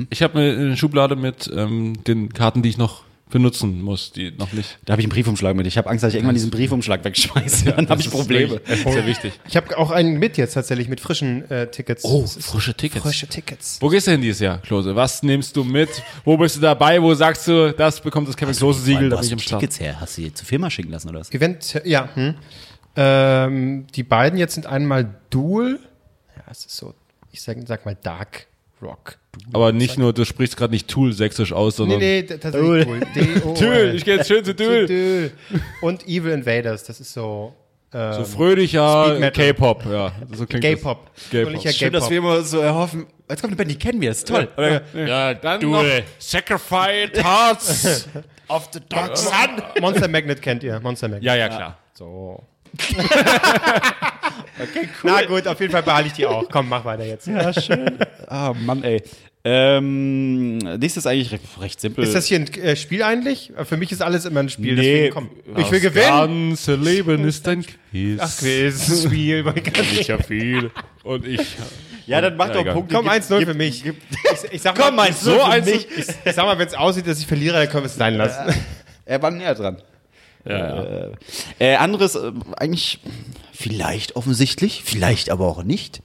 S4: Ich habe eine, eine Schublade mit ähm, den Karten, die ich noch benutzen muss, die noch nicht.
S3: Da habe ich einen Briefumschlag mit. Ich habe Angst, dass ich irgendwann diesen Briefumschlag wegschmeiße. <laughs> dann habe ich Probleme.
S4: Das ist sehr wichtig.
S1: Ich habe auch einen mit jetzt tatsächlich mit frischen äh, Tickets.
S4: Oh,
S1: Es ist-
S4: frische Tickets.
S1: frische Tickets.
S4: Wo gehst du denn dieses Jahr, Klose? Was nimmst du mit? Wo bist du dabei? Wo sagst du, das bekommt das Kevin Klose Siegel,
S3: Du
S4: da bin
S3: hast
S4: ich am
S3: die
S4: Start.
S3: Tickets her. Hast du die zur Firma schicken lassen oder was?
S1: Event, ja. Hm. Ähm, die beiden jetzt sind einmal Duel. Ja, es ist so, ich sag, sag mal Dark Rock.
S4: Aber nicht nur, du sprichst gerade nicht Tool sächsisch aus,
S1: Nee,
S4: sondern
S1: nee, t- tatsächlich Duel. D-O-L.
S4: Tül, ich gehe jetzt schön zu Tül.
S1: Duel. Und Evil Invaders, das ist so ähm,
S4: So fröhlicher
S1: Speed Metal.
S4: K-Pop, ja. So klingt
S1: Gay-Pop.
S4: das. Gay-Pop.
S1: Fröhlicher Gay-Pop.
S3: immer so erhoffen. Jetzt kommt eine Band, die kennen wir, ist toll.
S4: Ja, ja, dann noch
S3: <laughs>
S4: Sacrificed Hearts of the Dark Sun.
S1: Monster Magnet kennt ihr, Monster Magnet.
S4: Ja, ja, klar.
S1: So. okay, cool. Na gut, auf jeden Fall behalte ich die auch. Komm, mach weiter jetzt.
S3: Ah, Mann, ey. Ähm, nächstes ist eigentlich recht, recht simpel.
S1: Ist das hier ein äh, Spiel eigentlich? Für mich ist alles immer ein Spiel.
S3: Nee,
S1: deswegen komm. Ich will gewinnen.
S4: Das ganze Leben ist ein Quiz.
S1: Ach, Quiz, Spiel. man kann nicht- <laughs>
S4: Ich hab viel. Und ich.
S3: ja, dann mach
S4: Ja,
S3: doch
S4: egal.
S3: Punkte.
S1: Komm,
S3: Gib-
S1: 1-0
S3: gib-
S1: für mich.
S3: gib-
S1: Ich, ich sag
S3: Komm,
S1: mal,
S3: 1-0
S1: so
S3: für
S1: eins-
S3: mich.
S1: Ich, ich sag mal, wenn es aussieht, dass ich verliere, dann können wir es sein lassen.
S3: Er war näher dran.
S4: Ja, ja.
S3: Äh, äh, anderes, äh, eigentlich vielleicht offensichtlich, vielleicht aber auch nicht.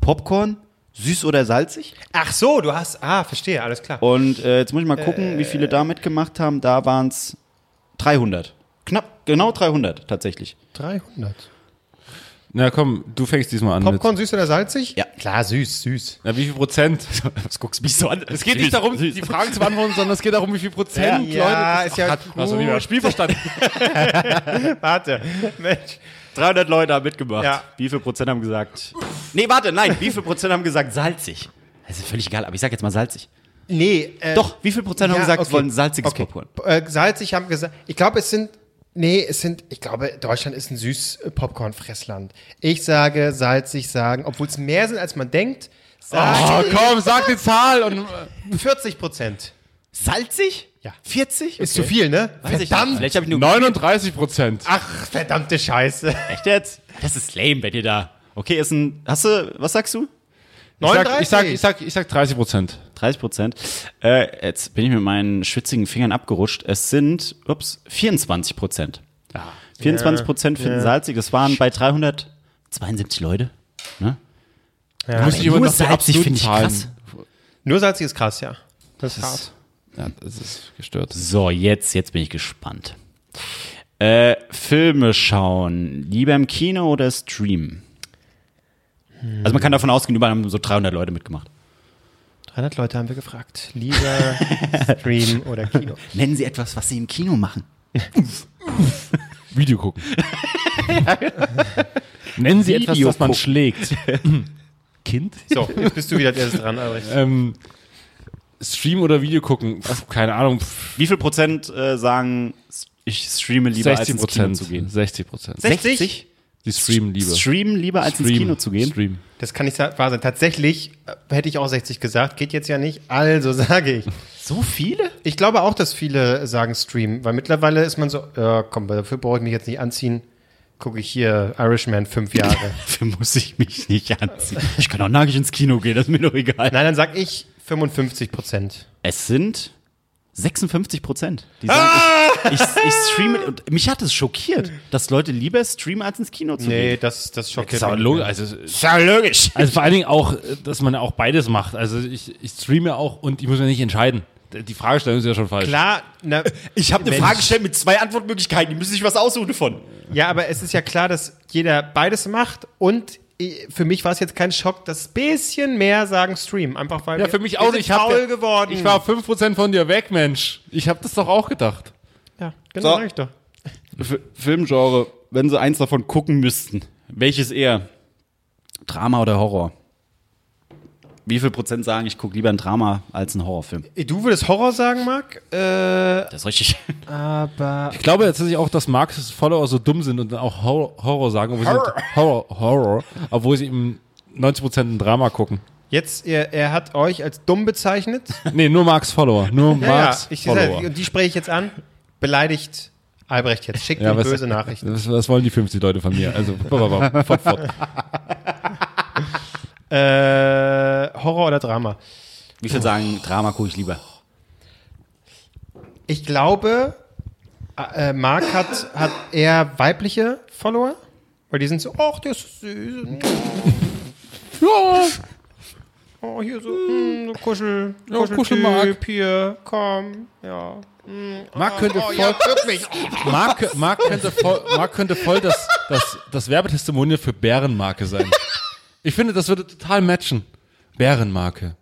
S3: Popcorn, süß oder salzig?
S1: Ach so, du hast. Ah, verstehe, alles klar.
S3: Und äh, jetzt muss ich mal gucken, wie viele da mitgemacht haben. Da waren es 300. Knapp, genau 300 tatsächlich.
S1: 300.
S4: Na komm, du fängst diesmal an.
S1: Popcorn süß oder salzig?
S3: Ja.
S1: Klar, süß, süß.
S4: Mit. Na, wie viel Prozent?
S3: <laughs> Was guckst du mich so an?
S4: Es geht nicht darum, die Fragen zu beantworten, sondern es geht darum, wie viel Prozent
S1: Ja, Oh.
S4: Leute.
S1: ist ja
S4: hat, hast du wieder das Spiel verstanden?
S1: Warte. <laughs> Mensch.
S3: 300 Leute haben mitgemacht.
S1: Ja.
S3: Wie viel Prozent haben gesagt? Nee, warte, nein. Wie viel Prozent haben gesagt salzig? Das ist völlig egal, aber ich sag jetzt mal salzig.
S1: Nee, äh,
S3: Doch, wie viel Prozent haben
S1: ja,
S3: gesagt,
S1: okay.
S3: sie wollen salziges
S1: Okay.
S3: Popcorn?
S1: Äh, salzig haben gesagt. Ich glaube, es sind. Nee, es sind. Ich glaube, Deutschland ist ein süß äh, Popcorn-Fressland. Ich sage salzig sagen, obwohl es mehr sind, als man denkt.
S4: Oh,
S1: Sag
S4: komm, sag die Zahl und.
S1: 40 Prozent.
S3: Salzig?
S1: Ja.
S3: 40?
S1: Ist zu viel, ne?
S3: Weiß ich nicht.
S1: Verdammt.
S3: Vielleicht habe ich nur
S4: 39 Prozent.
S1: Ach, verdammte Scheiße.
S3: Echt jetzt? Das ist lame, wenn ihr da. Okay, ist ein. Hast du. Was sagst du?
S4: Ich sag, ich sag, ich sag, ich sag 30 Prozent.
S3: 30 Prozent. Äh, jetzt bin ich mit meinen schwitzigen Fingern abgerutscht. Es sind. Ups, 24 Prozent. 24 Prozent finden salzig. Das waren bei 372 Leute. Ne?
S4: Ja. Muss ich immer
S3: Nur
S4: noch die
S3: salzig
S4: absoluten
S3: finde ich
S4: Zahlen.
S3: krass.
S1: Nur salzig ist krass, ja.
S3: Das ist.
S4: Ja, das ist gestört.
S3: So, jetzt, jetzt bin ich gespannt. Äh, Filme schauen, lieber im Kino oder Stream? Also man kann davon ausgehen, überall haben so 300 Leute mitgemacht.
S1: 300 Leute haben wir gefragt. <laughs> Lieber Stream oder Kino.
S3: Nennen Sie etwas, was Sie im Kino machen.
S4: Video
S3: <laughs>
S4: gucken. Nennen Sie etwas,
S3: Video
S4: das man
S3: gucken. <laughs>
S4: schlägt. kind?
S1: So, jetzt bist du wieder der dran, Albrecht.
S4: Ähm, Stream oder Video gucken? Pff, keine Ahnung. Pff,
S3: Wie viel Prozent äh, sagen, ich streame lieber als
S4: 60
S3: ins Kino
S4: Prozent.
S3: zu gehen?
S4: 60 Prozent.
S1: 60?
S4: Die streamen lieber.
S3: Streamen lieber als ins
S4: Stream.
S3: Kino zu gehen?
S4: Stream.
S1: Das kann nicht sa- wahr sein. Tatsächlich äh, hätte ich auch 60 gesagt, geht jetzt ja nicht. Also sage ich.
S3: So viele?
S1: Ich glaube auch, dass viele sagen Stream, weil mittlerweile ist man so, ja, komm, dafür brauche ich mich jetzt nicht anziehen. Gucke ich hier Irishman
S4: <laughs>
S1: fünf Jahre.
S3: <laughs> Dafür muss ich mich nicht anziehen. Ich kann auch nackig ins Kino gehen, das ist mir doch egal.
S1: Nein, dann sag ich 55 Prozent.
S3: Es sind 56 Prozent. Die sagen, ich, ich, ich streame, und mich hat es schockiert, dass Leute lieber streamen, als ins Kino zu
S1: Nee,
S3: gehen.
S1: das, das schockiert
S4: Ist ja
S1: mich.
S4: logisch. Also,
S3: Ist ja logisch.
S4: also vor allen Dingen auch, dass man ja auch beides macht. Also ich, ich streame auch und ich muss ja nicht entscheiden. Die Fragestellung ist ja schon falsch.
S1: Klar, na,
S3: Ich habe eine
S1: Mensch.
S3: Frage gestellt mit zwei Antwortmöglichkeiten. Die müssen sich was aussuchen davon.
S1: ja, aber es ist ja klar, dass jeder beides macht und äh, für mich war es jetzt kein Schock, dass ein bisschen mehr sagen Stream. Einfach weil
S4: Ja,
S1: wir-
S4: für mich
S1: wir
S4: auch.
S1: sind
S4: Ich hab
S1: faul
S4: ja-
S1: geworden.
S4: Ich war 5% von dir weg, Mensch. Ich habe das doch auch gedacht.
S1: ja, genau,
S3: So.
S1: sag ich doch.
S3: F Filmgenre, wenn sie eins davon gucken müssten, welches eher? Drama oder Horror? Wie viel Prozent sagen, ich gucke lieber ein Drama als einen Horrorfilm?
S1: Äh, Du würdest Horror sagen, Marc, äh,
S3: Das ist richtig.
S1: aber
S4: Ich glaube tatsächlich auch, dass Marx' Follower so dumm sind und dann auch Horror, Horror sagen, obwohl Horror. sie Horror, Horror, obwohl sie im 90% ein Drama gucken.
S1: jetzt, er, er hat euch als dumm bezeichnet.
S4: Nee, nur Marx Follower. Nur
S1: ja,
S4: Marx
S1: ich,
S4: Follower.
S1: und die spreche ich jetzt an. Beleidigt Albrecht jetzt. Schickt ihm
S4: was-
S1: böse Nachrichten.
S4: Was, was wollen die 50 Leute von mir? Also, <laughs> fort, fort, fort.
S1: Äh, Horror oder Drama?
S3: Wie viel sagen, Drama gucke ich lieber?
S1: Ich glaube, äh, Marc hat, hat eher weibliche Follower, weil die sind so, ach, der ist süß.
S4: Ja,
S1: Oh, hier so, mm, so Kuschel,
S4: Ja,
S1: Kuscheltyp,
S4: Kuschelmark.
S1: hier, komm, ja.
S4: Marc könnte
S1: Oh
S4: voll,
S1: ja, wirklich.
S4: Marc, Marc könnte voll, Marc könnte voll das, das, das Werbetestimonial für Bärenmarke sein. Ich finde, das würde total matchen. Bärenmarke.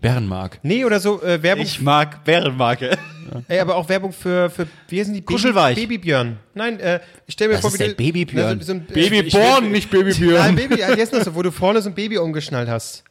S4: Bärenmark.
S1: Nee, oder so äh, Werbung,
S3: mag Bärenmarke.
S1: ey, aber auch Werbung für, für wie heißen die? Baby-
S3: Kuschelweich.
S1: Babybjörn. Nein, äh, ich stell mir
S3: Was
S1: vor,
S3: ist
S1: wie
S3: denn Babybjörn?
S1: Na, so, so ein, äh,
S4: Babyborn, nicht
S1: Nein,
S4: Babybjörn.
S1: Baby, jetzt noch so, wo du vorne so ein Baby umgeschnallt hast.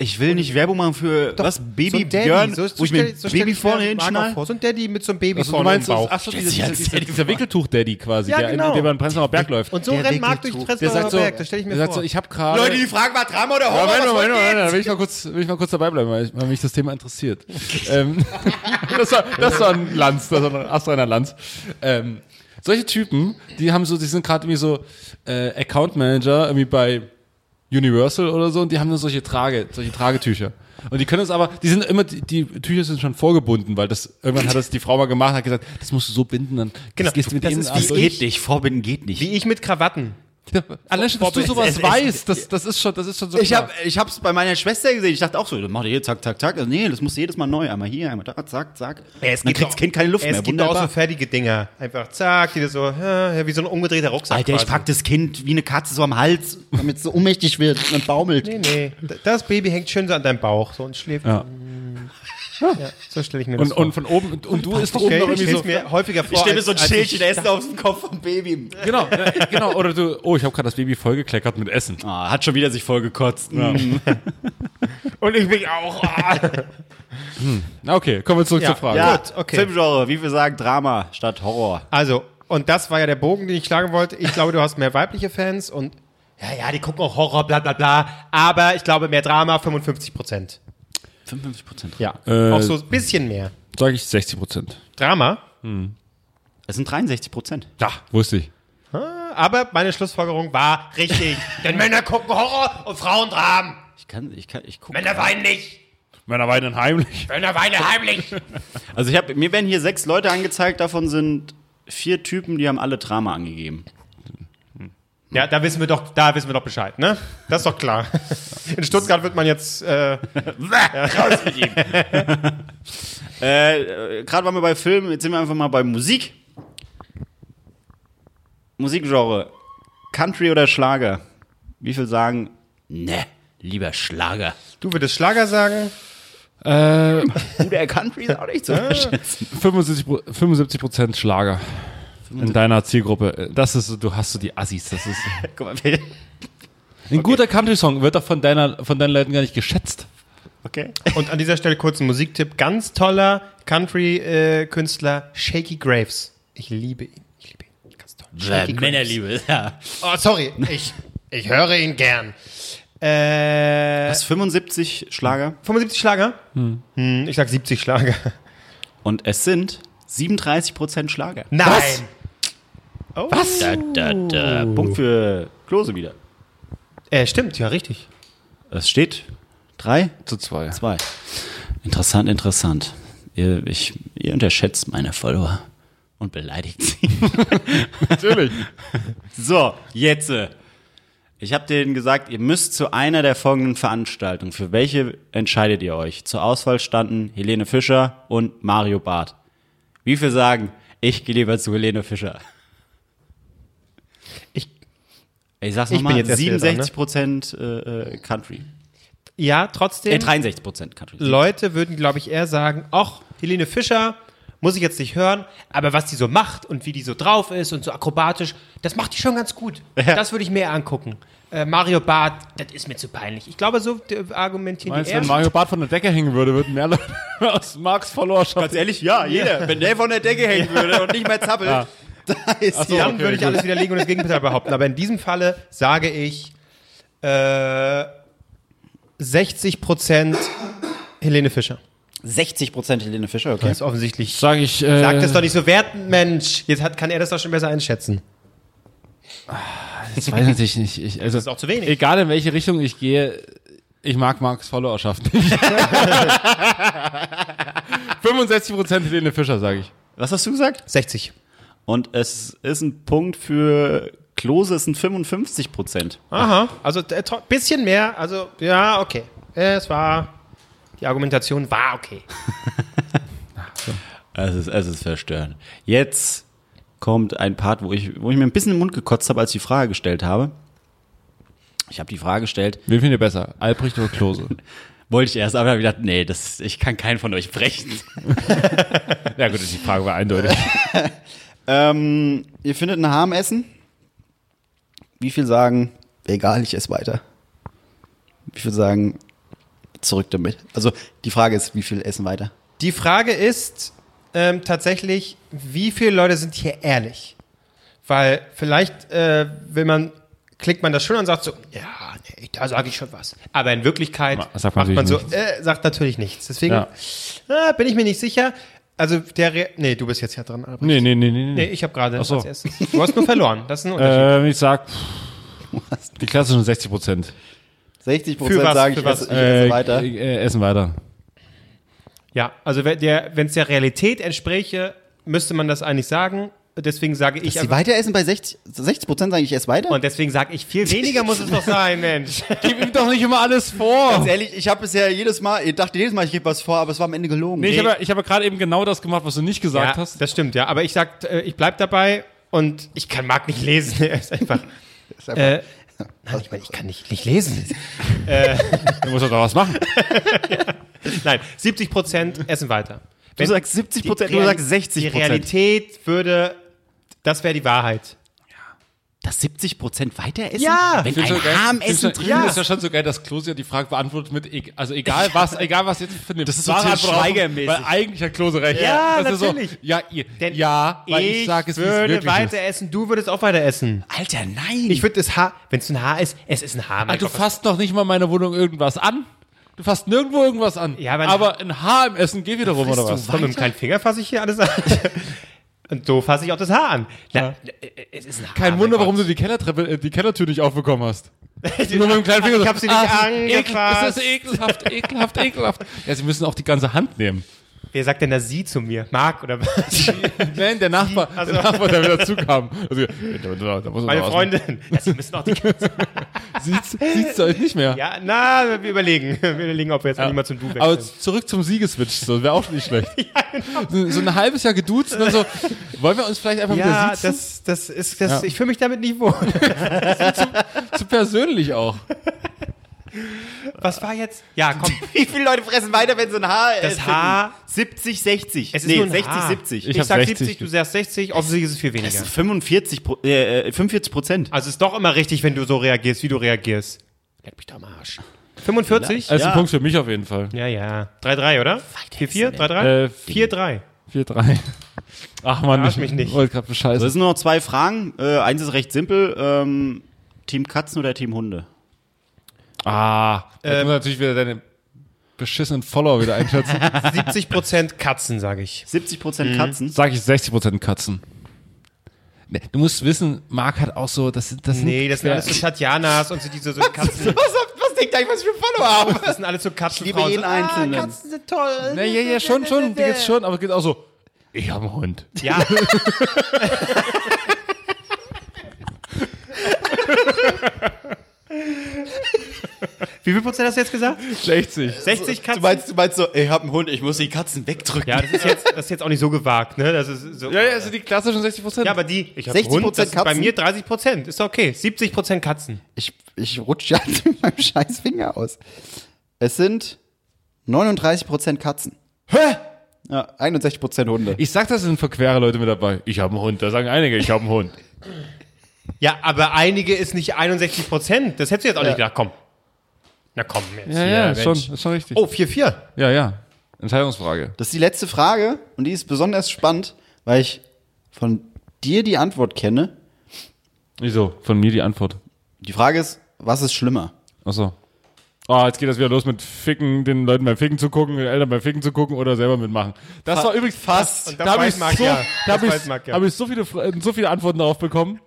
S3: Ich will nicht Werbung machen für was?
S1: so
S3: Baby
S1: ein Daddy,
S3: Björn,
S1: so, so
S3: wo ich mir
S1: stell- so stell
S3: Baby
S1: ich mir
S3: vorne
S1: Marc auch
S3: hinschnall?
S1: vor, So ein Daddy mit so einem Baby
S4: Also, du
S1: vorne im
S4: meinst,
S1: Bauch.
S4: ach so, dieser,
S3: Ja,
S4: dieser, dieser, dieser Wickeltuch-Daddy quasi,
S1: Ja,
S4: der,
S1: genau.
S4: der über den Prenzlauer Berg läuft.
S1: Und so
S3: Der
S1: rennt Marc durch
S3: regnet
S1: den
S3: hoch.
S4: der
S1: Prenzlauer
S4: sagt so,
S1: Berg, das stelle ich mir
S4: der sagt
S1: vor.
S4: so, ich habe gerade...
S3: Leute, die fragen mal Drama oder Horror,
S4: Ja, Moment,
S3: was
S4: Moment,
S3: wollt ihr?
S4: Moment, da will ich mal kurz, will ich mal kurz dabei bleiben, weil, ich, weil mich das
S1: <laughs>
S4: Thema interessiert. ähm, <laughs> das, war, das war ein Lanz, das war ein astreiner Lanz. Ähm, solche Typen, die haben so, die sind gerade irgendwie so äh, Account Manager irgendwie bei Universal oder so und die haben nur solche Trage, solche Tragetücher. Und die können es aber, die sind immer, die, die Tücher sind schon vorgebunden, weil das irgendwann hat das die Frau mal gemacht, hat gesagt, das musst du so binden, dann
S1: Genau,
S4: das gehst du mit
S1: das
S4: ihm
S1: ist
S4: an.
S1: wie
S3: Das geht nicht, vorbinden geht nicht.
S1: Wie ich mit Krawatten.
S4: Allein schon, dass du
S3: Vorbild. Es-
S4: sowas
S3: es-
S4: weißt, das, das ist schon, das ist schon so
S3: Ich
S4: klar.
S3: habe ich hab's bei meiner Schwester gesehen. Ich dachte auch so, das macht ihr hier zack, zack, zack. Also nee, das musst du jedes Mal neu. Einmal hier, einmal da, zack, zack. Dann kriegt's Kind keine Luft
S1: es
S3: mehr.
S1: Es gibt auch so
S3: Wunderbar.
S1: fertige Dinger. Einfach zack, die so, ja, wie so ein umgedrehter Rucksack.
S3: Alter, ich pack das Kind wie eine Katze so am Hals, damit es so ohnmächtig wird und baumelt.
S1: Nee, nee. D- Das Baby hängt schön so an deinem Bauch so und schläft.
S4: Ja.
S1: Ja, so stelle ich mir das
S4: Und, und von oben, und, und du isst
S1: vor.
S4: oben
S1: Okay,
S4: noch
S1: ich
S4: irgendwie
S1: stelle
S4: so.
S1: es mir häufiger vor.
S3: Ich stell mir so ein
S1: als- als
S3: Schälchen
S1: ich-
S3: Essen auf den Kopf vom Baby.
S4: Genau, äh, genau. Oder du, oh, ich habe gerade das Baby vollgekleckert mit Essen.
S3: Ah, hat schon wieder sich voll gekotzt. ne?
S1: Mhm. Und ich mich auch. Ah.
S4: Na, okay, kommen wir zurück
S1: Ja,
S4: zur Frage.
S3: Ja,
S1: Gut, okay.
S3: Also, Filmgenre, wie wir sagen, Drama statt Horror.
S1: Also, und das war ja der Bogen, den ich schlagen wollte. Ich glaube, du hast mehr weibliche Fans und ja, ja, die gucken auch Horror, bla bla bla. Aber ich glaube, mehr Drama, 55 Prozent.
S3: 55 Prozent.
S1: Ja.
S4: Äh,
S1: auch so ein bisschen mehr.
S4: Sag ich 60 Prozent.
S1: Drama.
S3: Es sind 63 Prozent.
S4: Ja, wusste ich.
S1: Aber meine Schlussfolgerung war richtig. <laughs> Denn Männer gucken Horror und Frauen Dramen.
S3: Ich kann, ich kann, ich gucke.
S1: Männer weinen nicht.
S4: Männer weinen heimlich.
S1: Männer weinen heimlich.
S3: Also ich hab, mir werden hier sechs Leute angezeigt, davon sind vier Typen, die haben alle Drama angegeben.
S1: Ja, da wissen wir doch, da wissen wir doch Bescheid, ne? Das ist doch <laughs> klar. In Stuttgart wird man jetzt. Äh,
S3: <laughs> Raus mit ihm. <laughs> äh, äh, Gerade waren wir bei Filmen, jetzt sind wir einfach mal bei Musik. Musikgenre. Country oder Schlager? Wie viel sagen, ne, lieber Schlager.
S1: du würdest Schlager sagen.
S4: Äh,
S3: Oder Country ist auch nicht so
S4: 75 Prozent Schlager. In deiner Zielgruppe. Äh, Das ist, so- du hast so die Assis.
S1: <laughs>
S4: Das ist.
S3: <laughs> Guck mal, wer-
S4: Ein guter Country-Song wird doch von deiner, von deinen Leuten gar nicht geschätzt.
S3: okay.
S1: Und an dieser Stelle kurz ein Musiktipp. Ganz toller Country-Künstler, Shaky Graves. Ich liebe ihn. Ich liebe ihn. Ganz toll. Shaky Graves.
S3: Äh, Männerliebe, ja.
S1: Oh, sorry. Ich, ich höre ihn gern. Äh,
S3: Das 75 Schlager
S1: 75 Schlager? Hm, ich sag 70 Schlager.
S3: und es sind 37% Schlager.
S1: Nein.
S3: Was? Da, da, da. Punkt für Klose wieder.
S1: Äh, stimmt, ja, richtig.
S3: Es steht 3,
S4: Zu zwei.
S3: 2. Interessant, interessant. ihr, ich, ihr unterschätzt meine Follower und beleidigt sie. <laughs>
S4: <laughs> Natürlich.
S3: So, jetzt. äh, Ich habe denen gesagt, ihr müsst zu einer der folgenden Veranstaltungen. Für welche entscheidet ihr euch? Zur Auswahl standen Helene Fischer und Mario Barth. Wie viel sagen, ich gehe lieber zu Helene Fischer?
S1: Ich-
S3: ich sag's
S1: Ich bin
S3: nochmal,
S1: jetzt erst wieder dran, ne?
S3: 67% Prozent, äh, äh, Country.
S1: Ja,
S3: Äh,
S1: trotzdem,
S3: 63% Prozent Country.
S1: Leute würden, glaube ich, eher sagen, ach, Helene Fischer, muss ich jetzt nicht hören, aber was die so macht und wie die so drauf ist und so akrobatisch, das macht die schon ganz gut. Das würde ich mehr angucken. Äh, Mario Barth, das ist mir zu peinlich. Ich glaube, so äh, argumentieren
S4: Meinst
S1: die
S4: du, wenn
S1: eher.
S4: Mario Barth von der Decke hängen würde, würden mehr Leute <laughs> aus Marx Follower schaffen?
S3: ehrlich, ja, jeder. Wenn der von der Decke hängen würde und nicht mehr zappelt, da ist
S4: so,
S1: Dann
S4: Okay,
S1: würde ich
S4: gut.
S1: alles widerlegen und das Gegenteil behaupten. Aber in diesem Falle sage ich äh, 60 Prozent Helene Fischer.
S3: 60 Prozent Helene Fischer, okay.
S1: Das ist offensichtlich.
S4: Sag ich, äh,
S1: Sag das doch nicht so Wertmensch. Jetzt hat, kann er das doch schon besser einschätzen.
S4: das weiß ich natürlich nicht. Ich, also,
S1: Das ist auch zu wenig.
S4: Egal in welche Richtung ich gehe, ich mag Marx Followerschaft nicht. 65% Helene Fischer, sage ich.
S3: Was hast du gesagt?
S1: 60.
S3: Und es ist ein Punkt für Klose, es sind 55 Prozent.
S1: Aha. Also äh, tro- bisschen mehr. Also ja, okay. Es war die Argumentation war okay.
S3: Es ist, es ist verstörend. Jetzt kommt ein Part, wo ich, wo ich mir ein bisschen den Mund gekotzt habe, als ich die Frage gestellt habe. Ich habe die Frage gestellt,
S4: Wen findet ihr besser? Albrecht oder Klose?
S3: wollte ich erst, aber habe gedacht, nee, das, ich kann keinen von euch brechen.
S4: ja gut, die Frage war eindeutig.
S3: Ähm, ihr findet ein Harm essen? Wie viel sagen, egal, ich esse weiter? Wie viel sagen, zurück damit? Also die Frage ist, wie viel essen weiter?
S1: Die Frage ist ähm, tatsächlich, wie viele Leute sind hier ehrlich? Weil vielleicht äh, will man, klickt man das schon und sagt so, ja, nee, da sage ich schon was. Aber in Wirklichkeit
S4: Ma- sagt man
S1: macht man so,
S4: natürlich
S1: äh, sagt natürlich nichts. Deswegen
S4: Ja.
S1: ah, bin ich mir nicht sicher. Also der, Re nee, du bist jetzt ja dran. Albrecht.
S4: <laughs> Nee, nee, nee, nee.
S1: Nee, ich habe gerade
S4: Ach so.
S1: als erstes. Du hast nur verloren. Das ist
S4: <laughs>
S1: ein Unterschied.
S4: Ähm,
S3: <laughs>
S4: ich sag pff, die klassischen 60 Prozent.
S3: 60
S1: Für was,
S3: Prozent sagen,
S1: für
S3: ich
S1: was?
S3: esse, ich esse weiter.
S4: Äh, äh, essen weiter.
S1: Ja, also wenn es der Realität entspräche, müsste man das eigentlich sagen. Deswegen sage ich
S3: Dass sie weiter essen bei 60 60 Prozent sagen, ich esse weiter?
S1: und deswegen sage ich, viel weniger muss es doch sein, Mensch.
S4: Gib ihm doch nicht immer alles vor.
S3: Ganz ehrlich, ich habe bisher jedes Mal, ich dachte jedes Mal, ich gebe was vor, aber es war am Ende gelogen.
S4: Nee, ich habe ich habe gerade eben genau das gemacht, was du nicht gesagt
S1: Ja,
S4: hast.
S1: das stimmt, ja. Aber ich sag, äh, ich bleib dabei und ich kann mag nicht lesen. <laughs> Er ist einfach.
S3: Ist einfach-
S1: Äh, nein, ich, mein, ich kann nicht, nicht lesen.
S4: Du musst doch was machen.
S1: Nein, 70 Prozent essen weiter.
S3: du sagst 70 Prozent, du sagst 60
S1: Die
S3: Prozent.
S1: Realität würde, das wäre die Wahrheit.
S3: Dass 70 Prozent weiter essen?
S1: Ja.
S3: Wenn
S4: Ich find's
S3: ein
S4: so geil- find's
S3: Harmessen
S4: so-
S3: drin
S4: ja.
S3: ist.
S4: ist ja schon so geil, dass Klose ja die Frage beantwortet mit, e- also egal was, egal was jetzt für eine
S3: Das ist so
S4: wahre
S3: Till
S4: Antwort rauskommt,
S3: Schweiger-mäßig.
S4: Weil eigentlich hat Klose recht.
S1: Ja,
S4: das Ist so,
S1: natürlich.
S4: ja, ihr,
S1: Denn
S4: ja, weil ich, sage es wie es
S1: würde
S4: wirklich
S1: weiter
S4: ist.
S1: essen, du würdest auch weiter essen.
S3: Alter, nein.
S1: Ich würde das Haar, wenn es ein Haar ist, es ist ein Haar. mein
S4: Ah, du
S1: Gott, was-
S4: fasst noch nicht mal meine Wohnung irgendwas an. Du fasst nirgendwo irgendwas an.
S1: Ja, aber-
S4: aber ein Haar im Essen geht wieder rum, oder
S1: Bist du
S4: was?
S1: Von meinem kleinen Finger fasse ich hier alles
S4: <laughs>
S1: an. Und so fasse ich auch das Haar an. Na, äh, Es ist ein Haar,
S4: Kein
S1: mein
S4: Wunder,
S1: Gott. <laughs>
S4: warum du die Kellertreppe, äh, die Kellertür nicht aufbekommen hast. Nur mit dem kleinen Finger. so, "Ah,
S1: Ich hab sie nicht
S4: ekel-
S1: angefasst.
S4: Ist das e- ekelhaft, ekelhaft, ekelhaft. Ja, sie müssen auch die ganze Hand nehmen.
S1: Wer sagt denn da sie zu mir? Marc oder was?
S4: Nein, der Nachbar,
S1: also-
S4: der Nachbar, der wieder zukam. Also, da, da, da muss er
S1: Meine
S4: raus.
S1: Freundin. Ja, sie müssen auch die
S4: <laughs> Sieht's, sieht's euch nicht mehr.
S1: Ja, na, wir überlegen. Wir überlegen, ob wir jetzt
S4: Ja.
S1: ja. mal zum Du wechseln.
S4: Aber zurück zum Siegeswitch, so wäre auch nicht
S1: <laughs>
S4: schlecht.
S1: genau.
S4: so, so ein halbes Jahr geduzt und dann so, wollen wir uns vielleicht einfach wieder
S1: ja,
S4: siezen?
S1: das, das ist, das,
S4: Ja.
S1: ich fühle mich damit nicht wohl. <laughs>
S4: Zu persönlich auch.
S1: Was war jetzt? Ja, komm.
S3: <laughs> Wie viele Leute fressen weiter, wenn sie ein Haar
S1: Das
S3: essen?
S1: Haar-
S3: 70, 60.
S1: Es ist
S3: nee,
S1: nur ein
S3: 60,
S1: Haar.
S3: 70.
S4: Ich
S1: Ich,
S4: hab
S1: sag
S4: 60.
S1: 70, du sagst 60. Offensichtlich ist es viel weniger.
S3: 45, Pro- äh, äh, 45 Prozent.
S1: Also es ist doch immer richtig, wenn du so reagierst, wie du reagierst. Leck mich doch am Arsch. 45?
S4: Also
S3: Ja.
S4: ein Punkt für mich auf jeden Fall.
S1: Ja, ja. 3-3, oder? 4-4? 3-3?
S4: Äh,
S1: 4-3.
S4: 4-3. Ach man,
S1: Verarsch mich nicht.
S4: wollte gerade
S3: So,
S4: bescheißen.
S3: es sind nur noch zwei Fragen. Äh, eins ist recht simpel. Ähm, Team Katzen oder Team Hunde?
S4: Ah,
S1: Ähm.
S4: jetzt muss natürlich wieder deine beschissenen Follower wieder einschätzen.
S1: 70% Katzen, sage ich.
S3: 70
S1: Mhm.
S3: Prozent Katzen.
S4: <laughs> Sag ich 60% Katzen. Nee, Ne, Du musst wissen, Marc hat auch so, das, sind- das sind-
S1: Nee, das sind alles so Tatjanas und so diese so Katzen.
S3: <laughs> Was, was denkt eigentlich, was ich für Follower habe. Ah,
S1: Das sind alle so Katzen.
S3: liebe jeden Einzelnen.
S1: Katzen sind toll.
S4: Nee, ja, ja, <laughs> schon, schon. Die geht's schon, aber geht auch so. Ich habe einen <laughs> Hund.
S1: Ja. <laughs> Wie viel Prozent hast du jetzt gesagt?
S4: 60.
S1: 60 Katzen?
S3: Du meinst, du meinst so, ey, ich hab einen Hund, ich muss die Katzen wegdrücken.
S1: ja, das ist, jetzt, das ist jetzt auch nicht so gewagt, ne? Das ist so,
S4: Ja, ja, also die klassischen 60 Prozent.
S1: Ja, aber die, ich hab
S3: 60%
S1: Hund, das ist bei
S3: Katzen.
S1: mir 30 Prozent, ist okay. 70 Prozent Katzen.
S3: Ich, ich rutsche ja <laughs> mit meinem scheiß Finger aus. Es sind 39% Katzen. Hä? Ja, 61% Hunde.
S4: ich sag, das sind verquere Leute mit dabei. Ich habe einen Hund. Da sagen einige, ich habe einen Hund.
S1: Ja, aber einige ist nicht 61 Prozent. Das hättest du jetzt auch nicht gedacht, komm. Na komm, jetzt. hier, Mensch.
S4: schon richtig.
S1: Oh, 4-4.
S4: Ja, ja. Entscheidungsfrage.
S3: Das ist die letzte Frage und die ist besonders spannend, weil ich von dir die Antwort kenne.
S4: Wieso? Von mir die Antwort.
S3: Die Frage ist, was ist schlimmer?
S4: Achso. Ah, jetzt geht das wieder los mit Ficken, den Leuten beim Ficken zu gucken, den Eltern beim Ficken zu gucken oder selber mitmachen. Das war übrigens
S3: fast.
S1: Und
S4: Da habe ich, so,
S1: ja.
S4: da
S1: Das
S4: hab ich,
S1: weiß Marc, ja.
S4: hab ich so, viele, Fra- äh, so viele Antworten darauf bekommen.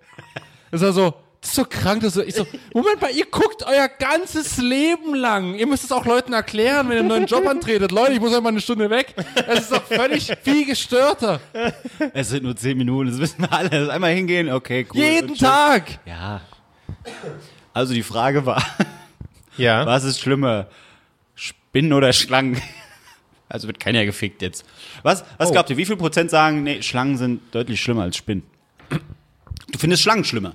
S4: Das war so, das ist so krank. Das ist so, ich so, Moment mal, ihr guckt euer ganzes Leben lang. Ihr müsst es auch Leuten erklären, wenn ihr einen neuen Job antretet. Leute, ich muss einfach eine Stunde weg. Das ist doch völlig viel gestörter.
S3: Es sind nur 10 Minuten, das wissen wir alle. Das einmal hingehen, okay, cool.
S4: Jeden Tag.
S3: Ja. Also die Frage war, <laughs>
S1: Ja.
S3: was ist schlimmer? Spinnen oder Schlangen? <laughs> Also wird keiner gefickt jetzt. Was, was glaubt ihr, wie viel Prozent sagen, nee, Schlangen sind deutlich schlimmer als Spinnen? Du findest Schlangen schlimmer.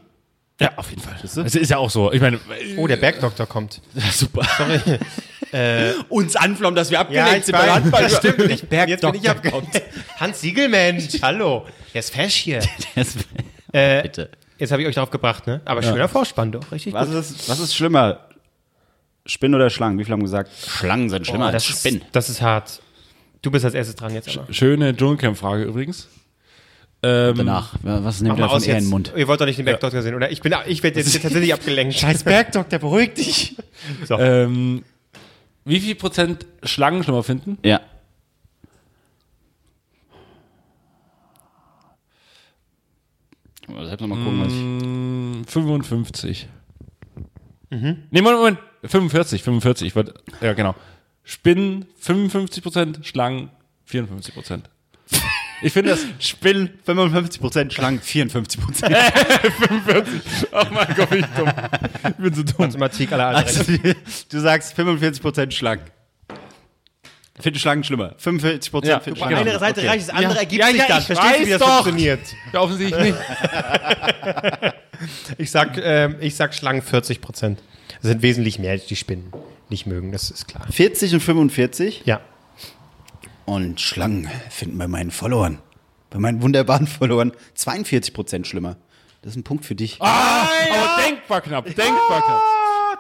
S4: Ja, auf jeden Fall.
S3: du?
S4: Es ist ja auch so. Ich meine, äh,
S1: Oh, der Bergdoktor kommt.
S3: Super. <laughs> Uns anflammen, dass wir abgelenkt
S1: Ja, ich
S3: sind beim
S1: weiß.
S3: Handball.
S1: Das stimmt.
S3: Ich
S1: <laughs>
S3: merk,
S1: Jetzt bin ich
S3: Doktor
S1: abgelenkt. <laughs> Hans Siegelmensch, hallo. Der ist fesch hier.
S3: <laughs> Das-
S1: Äh,
S3: Bitte.
S1: Jetzt habe ich euch drauf gebracht, ne? Aber schöner Vorspann doch, richtig
S3: Was
S1: gut.
S3: ist, was ist schlimmer? Spinnen oder Schlangen? Wie viele haben gesagt, Schlangen sind schlimmer
S1: Oh,
S3: als
S1: das, ist,
S3: Spinnen?
S1: das ist hart. Du bist als erstes dran jetzt. Aber.
S4: schöne Dschungelcamp-Frage übrigens. Ähm,
S3: Danach. Was nimmt er
S1: Mach mal
S3: von
S1: aus
S3: eher in
S1: jetzt.
S3: den Mund?
S1: Ihr wollt doch nicht den Bergdoktor sehen, oder? Ich bin, ich werde <laughs> jetzt tatsächlich abgelenkt.
S3: Scheiß Bergdoktor, beruhig dich.
S4: Ähm, wie viel Prozent Schlangen schon mal finden?
S3: Ja. Ich muss Selbst noch mal gucken, was ich.
S4: 55.
S3: Mhm.
S4: Nee, Moment, Moment. 45, 45. Ich wollte, ja, genau. Spinnen 55 Prozent, Schlangen 54 Prozent. Ich finde das.
S3: Spinnen 55%, Schlangen <laughs> 54%.
S4: Oh mein Gott, bin ich dumm. Ich bin so dumm.
S1: Mathematik aller Art.
S3: Also, du sagst 45% Schlangen. Finden Schlangen schlimmer. 45%
S4: Ja,
S3: finden
S4: du-
S3: Schlangen.
S4: eine
S1: Seite reicht, das andere ergibt
S4: ja, ich
S1: Verstehst du, wie
S4: weiß
S1: das
S4: doch.
S1: funktioniert?
S4: Ja, offensichtlich nicht.
S1: Ich sag, ähm, ich sag Schlangen 40 Prozent. Das sind wesentlich mehr, als die Spinnen nicht mögen, das ist klar.
S3: 40 und 45.
S1: Ja.
S3: Und Schlangen finden bei meinen Followern, bei meinen wunderbaren Followern 42% schlimmer. Das ist ein Punkt für dich.
S4: Aber denkbar knapp, denkbar knapp.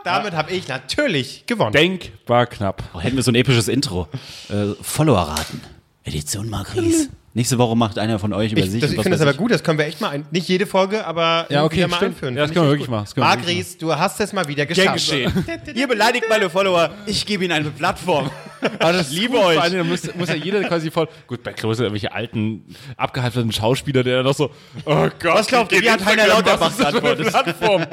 S1: Damit habe ich natürlich gewonnen.
S4: Denkbar knapp.
S3: Oh, hätten wir so ein episches Intro. Äh, Followerraten. Edition Marc Ries. Nächste Woche macht einer von euch über
S1: Ich,
S3: sich.
S1: das,
S3: und
S1: ich
S3: was
S1: finde das
S3: weiß
S1: aber gut, das können wir echt mal, ein, nicht jede Folge, aber
S4: Ja,
S1: irgendwie
S4: okay,
S1: wieder mal
S4: stimmt.
S1: einführen.
S4: Ja, das
S1: Finde
S4: können wir
S1: ich
S4: wirklich
S1: echt
S4: machen,
S1: gut.
S4: das können wir
S1: Marc
S4: wirklich
S1: Ries, du hast es mal wieder
S3: Gern
S1: geschafft.
S3: geschehen. Ihr beleidigt meine Follower. Ich gebe ihnen eine Plattform.
S4: Aber das
S3: Ich liebe
S4: ist gut,
S3: euch.
S4: vor allen Dingen, Da muss, muss ja jeder quasi voll. Gut, bei Klose irgendwelche alten, abgehaltenen Schauspieler, der noch so, oh Gott, was
S3: glaubt ihr, wie hat Heiner Lauterbach geantwortet?
S4: Plattform?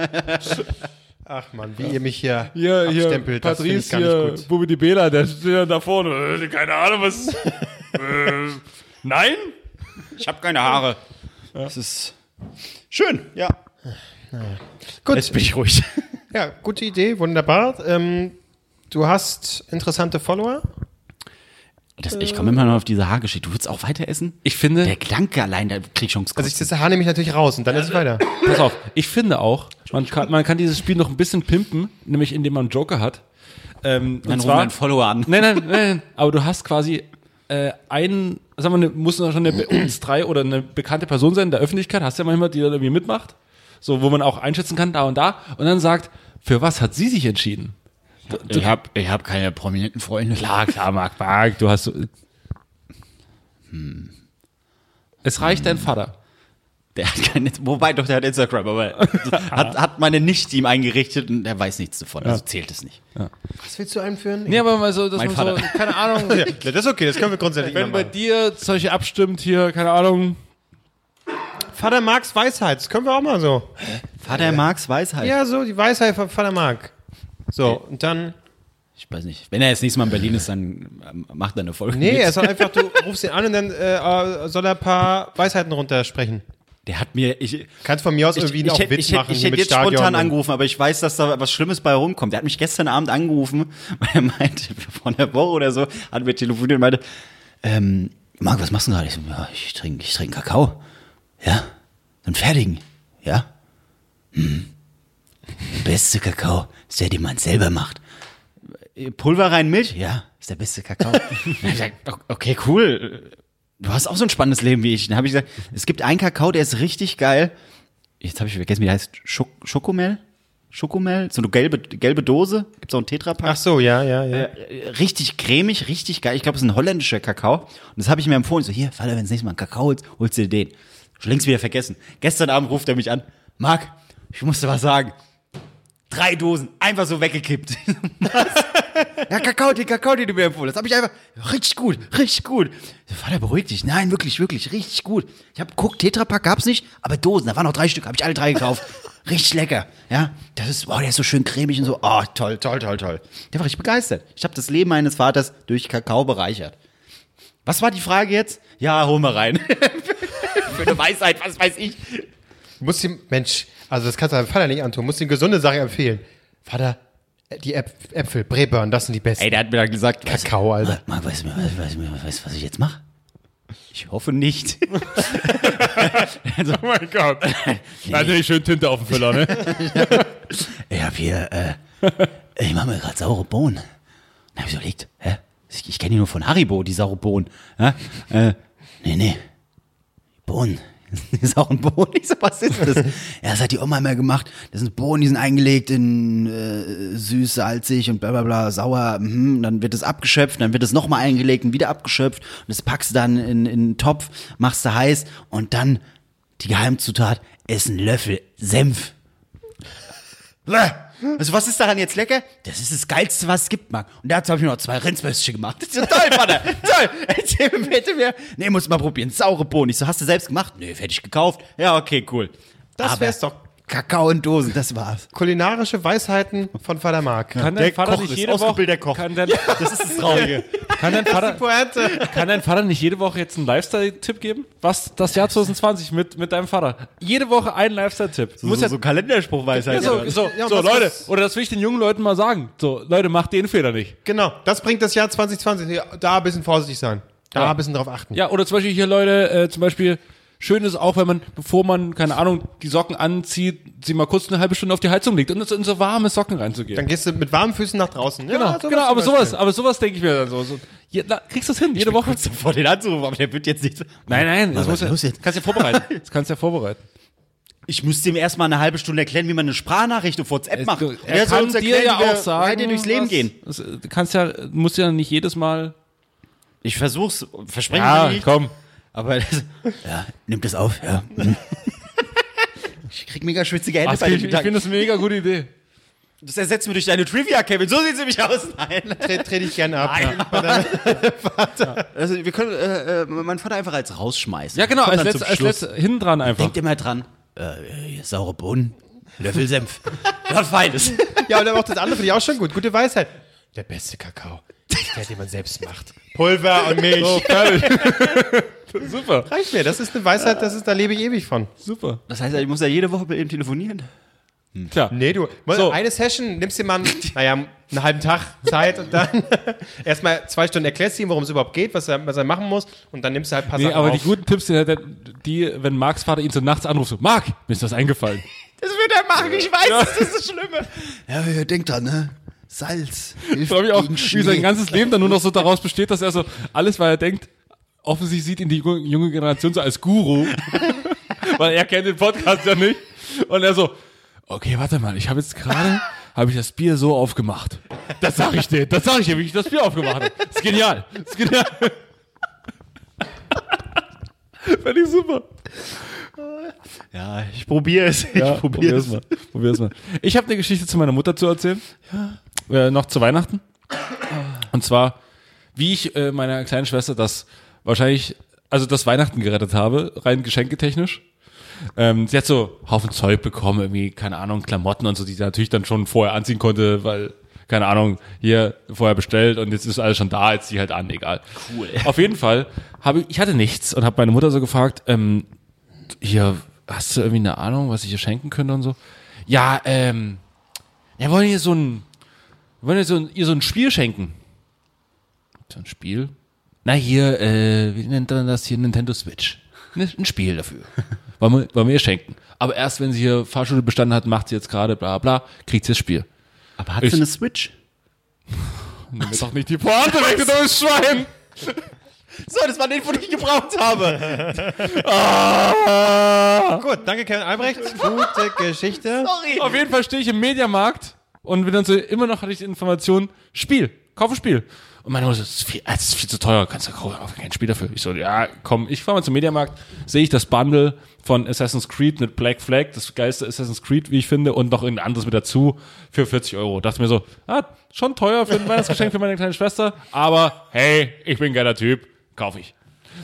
S1: Ach man, wie ihr mich hier,
S4: Hier, hier,
S1: abstempelt, das finde ich
S4: Patrice,
S1: gar nicht
S4: hier,
S1: gut.
S4: Bubi die Bela, der steht ja da vorne. Äh, Keine Ahnung, was.
S1: <laughs>
S4: äh, nein?
S3: Ich habe keine Haare. Das ist schön, ja.
S1: Gut.
S3: Jetzt bin ich ruhig.
S1: Ja, gute Idee, wunderbar. Ähm, du hast interessante Follower.
S3: Das, ich komme immer noch auf diese Haargeschichte. Du willst auch weiter essen?
S4: Ich finde,
S3: Der Gedanke allein, da krieg ich schon
S1: Also ich das hane mich natürlich raus und dann ist es weiter.
S4: Pass auf, ich finde auch, man kann, man kann dieses Spiel noch ein bisschen pimpen, nämlich indem man einen Joker hat. Ähm,
S3: Dann
S4: und
S3: rufen wir einen Follower an.
S4: Nein, nein, nein, nein. Aber du hast quasi äh, einen, sagen wir, eine- muss doch schon eine Be- uns drei oder eine bekannte Person sein in der Öffentlichkeit, hast ja manchmal, die da irgendwie mitmacht, so wo man auch einschätzen kann, da und da, und dann sagt, für was hat sie sich entschieden?
S3: Ich habe ich hab keine prominenten <laughs> Freunde.
S4: Klar, Ah, klar, Marc, Marc, du hast so. Hm. Es reicht dein Vater.
S3: Der hat keine, wobei doch, der hat Instagram, <laughs> aber hat, hat meine Nichte ihm eingerichtet und er weiß nichts davon. Also zählt es nicht.
S1: Was willst du einführen?
S4: Nee, aber mal so, dass
S3: Mein
S4: man so,
S3: Vater.
S4: keine Ahnung,
S1: <laughs> Ja, das ist okay, das können wir grundsätzlich
S4: wenn
S1: immer
S4: bei
S1: machen.
S4: dir solche abstimmt hier, keine Ahnung.
S1: Vater Marx Weisheit, das können wir auch mal so.
S3: Äh, Vater Marx Weisheit.
S1: Ja, so die Weisheit von Vater Marx. So, und dann.
S3: Ich weiß nicht. Wenn er jetzt nächstes Mal in Berlin ist, dann ähm, macht er eine Folge.
S1: Nee,
S3: mit.
S1: er soll einfach, du rufst ihn an und dann äh, äh, soll er ein paar Weisheiten runtersprechen.
S3: Der hat mir. Ich,
S1: Kannst von mir aus irgendwie noch einen
S3: hätte-
S1: Witz
S3: ich, hätte-
S1: machen.
S3: Ich
S1: hier
S3: hätte
S1: mit
S3: jetzt
S1: Stadion
S3: spontan
S1: und-
S3: angerufen, aber ich weiß, dass da was Schlimmes bei rumkommt. Der hat mich gestern Abend angerufen, <laughs> weil er meinte, <laughs> vor einer Woche oder so, hatten wir telefoniert und meinte, ähm, Marc, was machst du gerade? Ich so, ja, ich trinke ich trinke Kakao. Ja, dann fertigen. Ja. Hm. Beste Kakao ist der, den man selber macht. Äh, Pulver rein, Milch? Ja, ist der beste <laughs> Kakao. Dann hab ich gesagt, "O- okay, cool. Du hast auch so ein spannendes Leben wie ich. Dann habe ich gesagt, es gibt einen Kakao, der ist richtig geil jetzt habe ich vergessen, wie der heißt, Schok Schokomel? Schokomel, so eine gelbe, gelbe Dose, gibt's auch einen Tetrapack.
S1: Ach so, ja, ja, ja.
S3: äh, Richtig cremig, richtig geil. Ich glaube, es ist ein holländischer Kakao. Und das habe ich mir empfohlen. So, hier, Vater, wenn es nächstes Mal einen Kakao holst, holst du dir den. Schon längst wieder vergessen. Gestern Abend ruft er mich an. Marc, ich muss dir was sagen. Drei Dosen, einfach so weggekippt. Was? ja, Kakao, den Kakao, den du mir empfohlen hast. Hab ich einfach, richtig gut, richtig gut. So, Vater, beruhig dich. Nein, wirklich, wirklich, richtig gut. Ich hab geguckt, Tetrapack gab's nicht, aber Dosen, da waren noch drei Stück, hab ich alle
S1: <laughs>
S3: drei gekauft. richtig lecker. Ja, das ist, wow, der ist so schön cremig und so. Oh, toll, toll, toll, toll. Der war richtig begeistert. Ich habe das Leben meines Vaters durch Kakao bereichert. Was war die Frage jetzt? Ja, hol mal rein. <laughs> Für eine Weisheit, was weiß ich.
S1: Du musst ihm, Mensch, also das kannst du deinem Vater nicht antun. Du musst ihm gesunde Sachen empfehlen. Vater, äh, die Äpf- Äpfel, Breburn, das sind die besten.
S3: Ey, Ah, der hat mir dann gesagt, weißt du,
S1: Kakao, Alter.
S3: Marc, weißt du, weißt, du- weißt, du- weißt, du, was ich jetzt mache? Ich hoffe nicht.
S4: Oh mein Gott. Da hat er schön Tinte auf dem Füller, ne?
S3: Ich hab hier, äh, <laughs> ich mache mir gerade saure Bohnen. Dann hab ich so überlegt, hä? Ich, ich kenne die nur von Haribo, die saure Bohnen. Ja? Äh, nee, nee. Bohnen. <laughs> Die sauren Bohnen. Ich so, was ist das? ja, das hat die Oma immer gemacht. Das sind Bohnen, die sind eingelegt in äh, süß, salzig und bla bla bla, sauer. Mhm. Dann wird es abgeschöpft, dann wird es nochmal eingelegt und wieder abgeschöpft. Und das packst du dann in, in einen Topf, machst du heiß und dann die Geheimzutat ist ein Löffel Senf. Bäh. Also was ist daran jetzt lecker? Das ist das Geilste, was es gibt, Marc. Und dazu habe ich mir noch zwei Rindswürstchen gemacht. Das ist <laughs> ja toll, Vater. toll. Erzähl mir bitte mehr. Nee, muss mal probieren. Saure Bohnen. Ich so, hast du selbst gemacht? Nee, fertig gekauft. Ja, okay, cool.
S1: Das
S3: Aber
S1: wär's doch.
S3: Kakao in Dosen, das war's.
S1: Kulinarische Weisheiten von Vater Mark.
S4: Kann
S3: Der
S4: dein Vater
S3: Koch
S4: nicht
S3: ist
S4: jede Woche.
S3: ausgebildeter Koch.
S4: Kann dein,
S3: Das ist das <laughs> Traurige.
S4: kann, dein Vater,
S1: Pointe.
S4: kann dein Vater nicht jede Woche jetzt einen Lifestyle-Tipp geben? Was? Das Jahr 2020 mit, mit deinem Vater. Jede Woche einen Lifestyle-Tipp.
S3: Muss ja so Kalenderspruch weiß halt.
S4: ja, so, so,
S1: Ja, und
S4: so
S1: was-
S4: Leute,
S1: was-
S4: oder das will ich den jungen Leuten mal sagen. So, Leute, macht den Fehler nicht.
S1: Genau, das bringt das Jahr 2020. Ja, Da ein bisschen vorsichtig sein. Da
S4: Ja.
S1: ein bisschen drauf achten.
S4: Ja, oder zum Beispiel hier, Leute, äh, zum Beispiel, schön ist auch, wenn man, bevor man, keine Ahnung, die Socken anzieht, sie mal kurz eine halbe Stunde auf die Heizung legt und es in so warme Socken reinzugehen.
S1: Dann gehst du mit warmen Füßen nach draußen. ne?
S4: Genau,
S1: ja, sowas
S4: genau,
S1: zum
S4: aber
S1: Beispiel.
S4: sowas, aber sowas denke ich mir dann so. so je, na, kriegst du das hin, jede Woche?
S3: Vor den anzurufen, aber der wird jetzt nicht so.
S4: Nein, nein, das
S3: was
S4: musst du,
S3: los jetzt?
S4: kannst du ja vorbereiten. Das kannst du ja vorbereiten.
S3: Ich müsste ihm erstmal eine halbe Stunde erklären, wie man eine Sprachnachricht auf WhatsApp macht. Und
S4: Äh, Er kann dir ja
S3: wie wir
S4: auch sagen,
S3: weiter durchs Leben
S4: was-
S3: gehen.
S4: Das, äh, du kannst ja, musst ja nicht jedes Mal.
S3: Ich versuch's, versprechen
S4: Ja,
S3: nicht.
S4: komm.
S3: Aber das, ja, nimmt das auf, ja. <laughs> ich krieg mega schwitzige Hände
S4: Mhm. Ach,
S3: bei
S4: ich
S3: dem
S4: ich finde
S3: Gedanken.
S4: das eine mega gute Idee.
S3: Das ersetzen wir durch deine Trivia, Kevin. So sieht sie mich aus. Nein.
S1: Tre- Dreh dich gerne ab.
S3: Nein.
S1: Ja. Verdammt.
S3: Also, wir können äh, äh, meinen Vater einfach als rausschmeißen.
S4: Ja, genau,
S3: Kommt
S4: als
S3: dann
S4: letztes,
S3: zum
S4: als
S3: Schluss.
S4: letztes, hinten
S3: <laughs>
S4: dran einfach.
S3: Denkt immer dran. Äh, äh, saure Bohnen, Löffel <laughs> Senf. Was Feines.
S1: Ja, und aber auch das andere finde ich auch schon gut. Gute Weisheit. Der beste Kakao, der den man selbst macht. Pulver und Milch.
S4: So, fertig. Super,
S1: Reicht mir. Das ist eine Weisheit, das ist, da lebe ich ewig von.
S4: super.
S3: Das heißt, ich muss ja jede Woche mit ihm telefonieren.
S4: Tja.
S1: Nee, du, mal
S4: So.
S1: eine Session, nimmst dir mal, einen- naja, einen halben Tag Zeit und dann <laughs> erstmal zwei Stunden erklärst du ihm, worum es überhaupt geht, was er, was er machen muss und dann nimmst du halt ein paar
S4: Nee,
S1: Sachen
S4: aber
S1: auf.
S4: die guten Tipps, die, die, wenn Marks Vater ihn so nachts anruft, so, Mark, mir ist was eingefallen.
S3: Das wird er machen, ich weiß, <laughs>
S4: Ja.
S3: das ist das Schlimme. Ja, ja, denkt dran, ne? Salz.
S4: Ich freue mich auch, wie sein ganzes Leben dann nur noch so daraus besteht, dass er so alles, weil er denkt, offensichtlich sieht ihn die ju- junge Generation so als Guru, <laughs> weil er kennt den Podcast ja nicht. Und er so, okay, warte mal, ich habe jetzt gerade, habe ich das Bier so aufgemacht. Das sage ich dir, das sage ich dir, wie ich das Bier aufgemacht habe. Ist genial, ist genial. <laughs> Fand ich super.
S3: Ja, ich probiere es. Ich
S4: Ja,
S3: probiere
S4: probier's
S3: es.
S4: mal. Probier's mal. Ich habe eine Geschichte zu meiner Mutter zu erzählen. Äh, noch zu Weihnachten. Und zwar, wie ich äh, meiner kleinen Schwester das wahrscheinlich, also das Weihnachten gerettet habe, rein geschenketechnisch. Ähm, sie hat so Haufen Zeug bekommen, irgendwie, keine Ahnung, Klamotten und so, die sie natürlich dann schon vorher anziehen konnte, weil keine Ahnung, hier vorher bestellt und jetzt ist alles schon da, jetzt zieh halt an, egal. Cool. Auf jeden Fall habe ich, ich hatte nichts und habe meine Mutter so gefragt, ähm, hier, hast du irgendwie eine Ahnung, was ich hier schenken könnte und so? Ja, ähm, ja, wollen ihr so ein, wollen ihr so ein, ihr so ein Spiel schenken? So ein Spiel? Na hier, äh, wie nennt man das hier? Nintendo Switch. Ne, Ein Spiel dafür. <laughs> Wollen wir, wollen wir ihr schenken. Aber erst wenn sie hier Fahrschule bestanden hat, macht sie jetzt gerade bla bla, kriegt sie das Spiel.
S3: Aber hat
S4: Ich-
S3: sie eine Switch?
S4: Nimm doch nicht die Pointe weg, du dummes <laughs> Schwein!
S3: So, das war den, den ich gebraucht habe.
S1: Gut, danke Kevin Albrecht. Gute Geschichte.
S3: Sorry.
S4: Auf jeden Fall stehe ich im Mediamarkt und bin dann so, immer noch hatte ich die Information, Spiel, kauf ein Spiel. Und meine Mutter so, das ist viel, das ist viel zu teuer, kannst du kaufen, kein Spiel dafür. Ich so, ja, komm, ich fahre mal zum Mediamarkt, sehe ich das Bundle von Assassin's Creed mit Black Flag, das geilste Assassin's Creed, wie ich finde, und noch irgendein anderes mit dazu für 40 Euro. Dachte mir so, ah, schon teuer für ein Weihnachtsgeschenk für meine kleine Schwester, aber hey, ich bin ein geiler Typ, kaufe ich.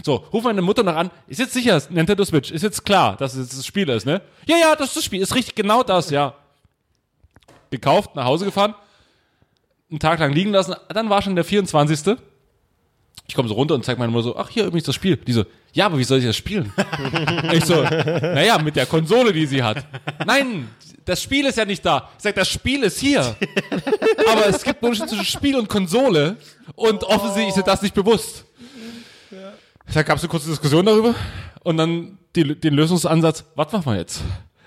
S4: So, ruf meine Mutter noch an. Ist jetzt sicher, Nintendo Switch. Ist jetzt klar, dass es jetzt das Spiel ist, ne? Ja, ja, das ist das Spiel. Ist richtig, genau das, ja. Gekauft, nach Hause gefahren, einen Tag lang liegen lassen. Dann war schon der 24. Ich komme so runter und zeig meine Mutter so, ach, hier übrigens das Spiel. Die so, ja, aber wie soll ich das spielen? ich so, naja, mit der Konsole, die sie hat. Nein, das Spiel ist ja nicht da. Ich sag, das Spiel ist hier. aber es gibt einen Unterschied zwischen Spiel und Konsole. Und offensichtlich ist ihr das nicht bewusst. Da gab es eine kurze Diskussion darüber und dann die, den Lösungsansatz, was machen wir jetzt?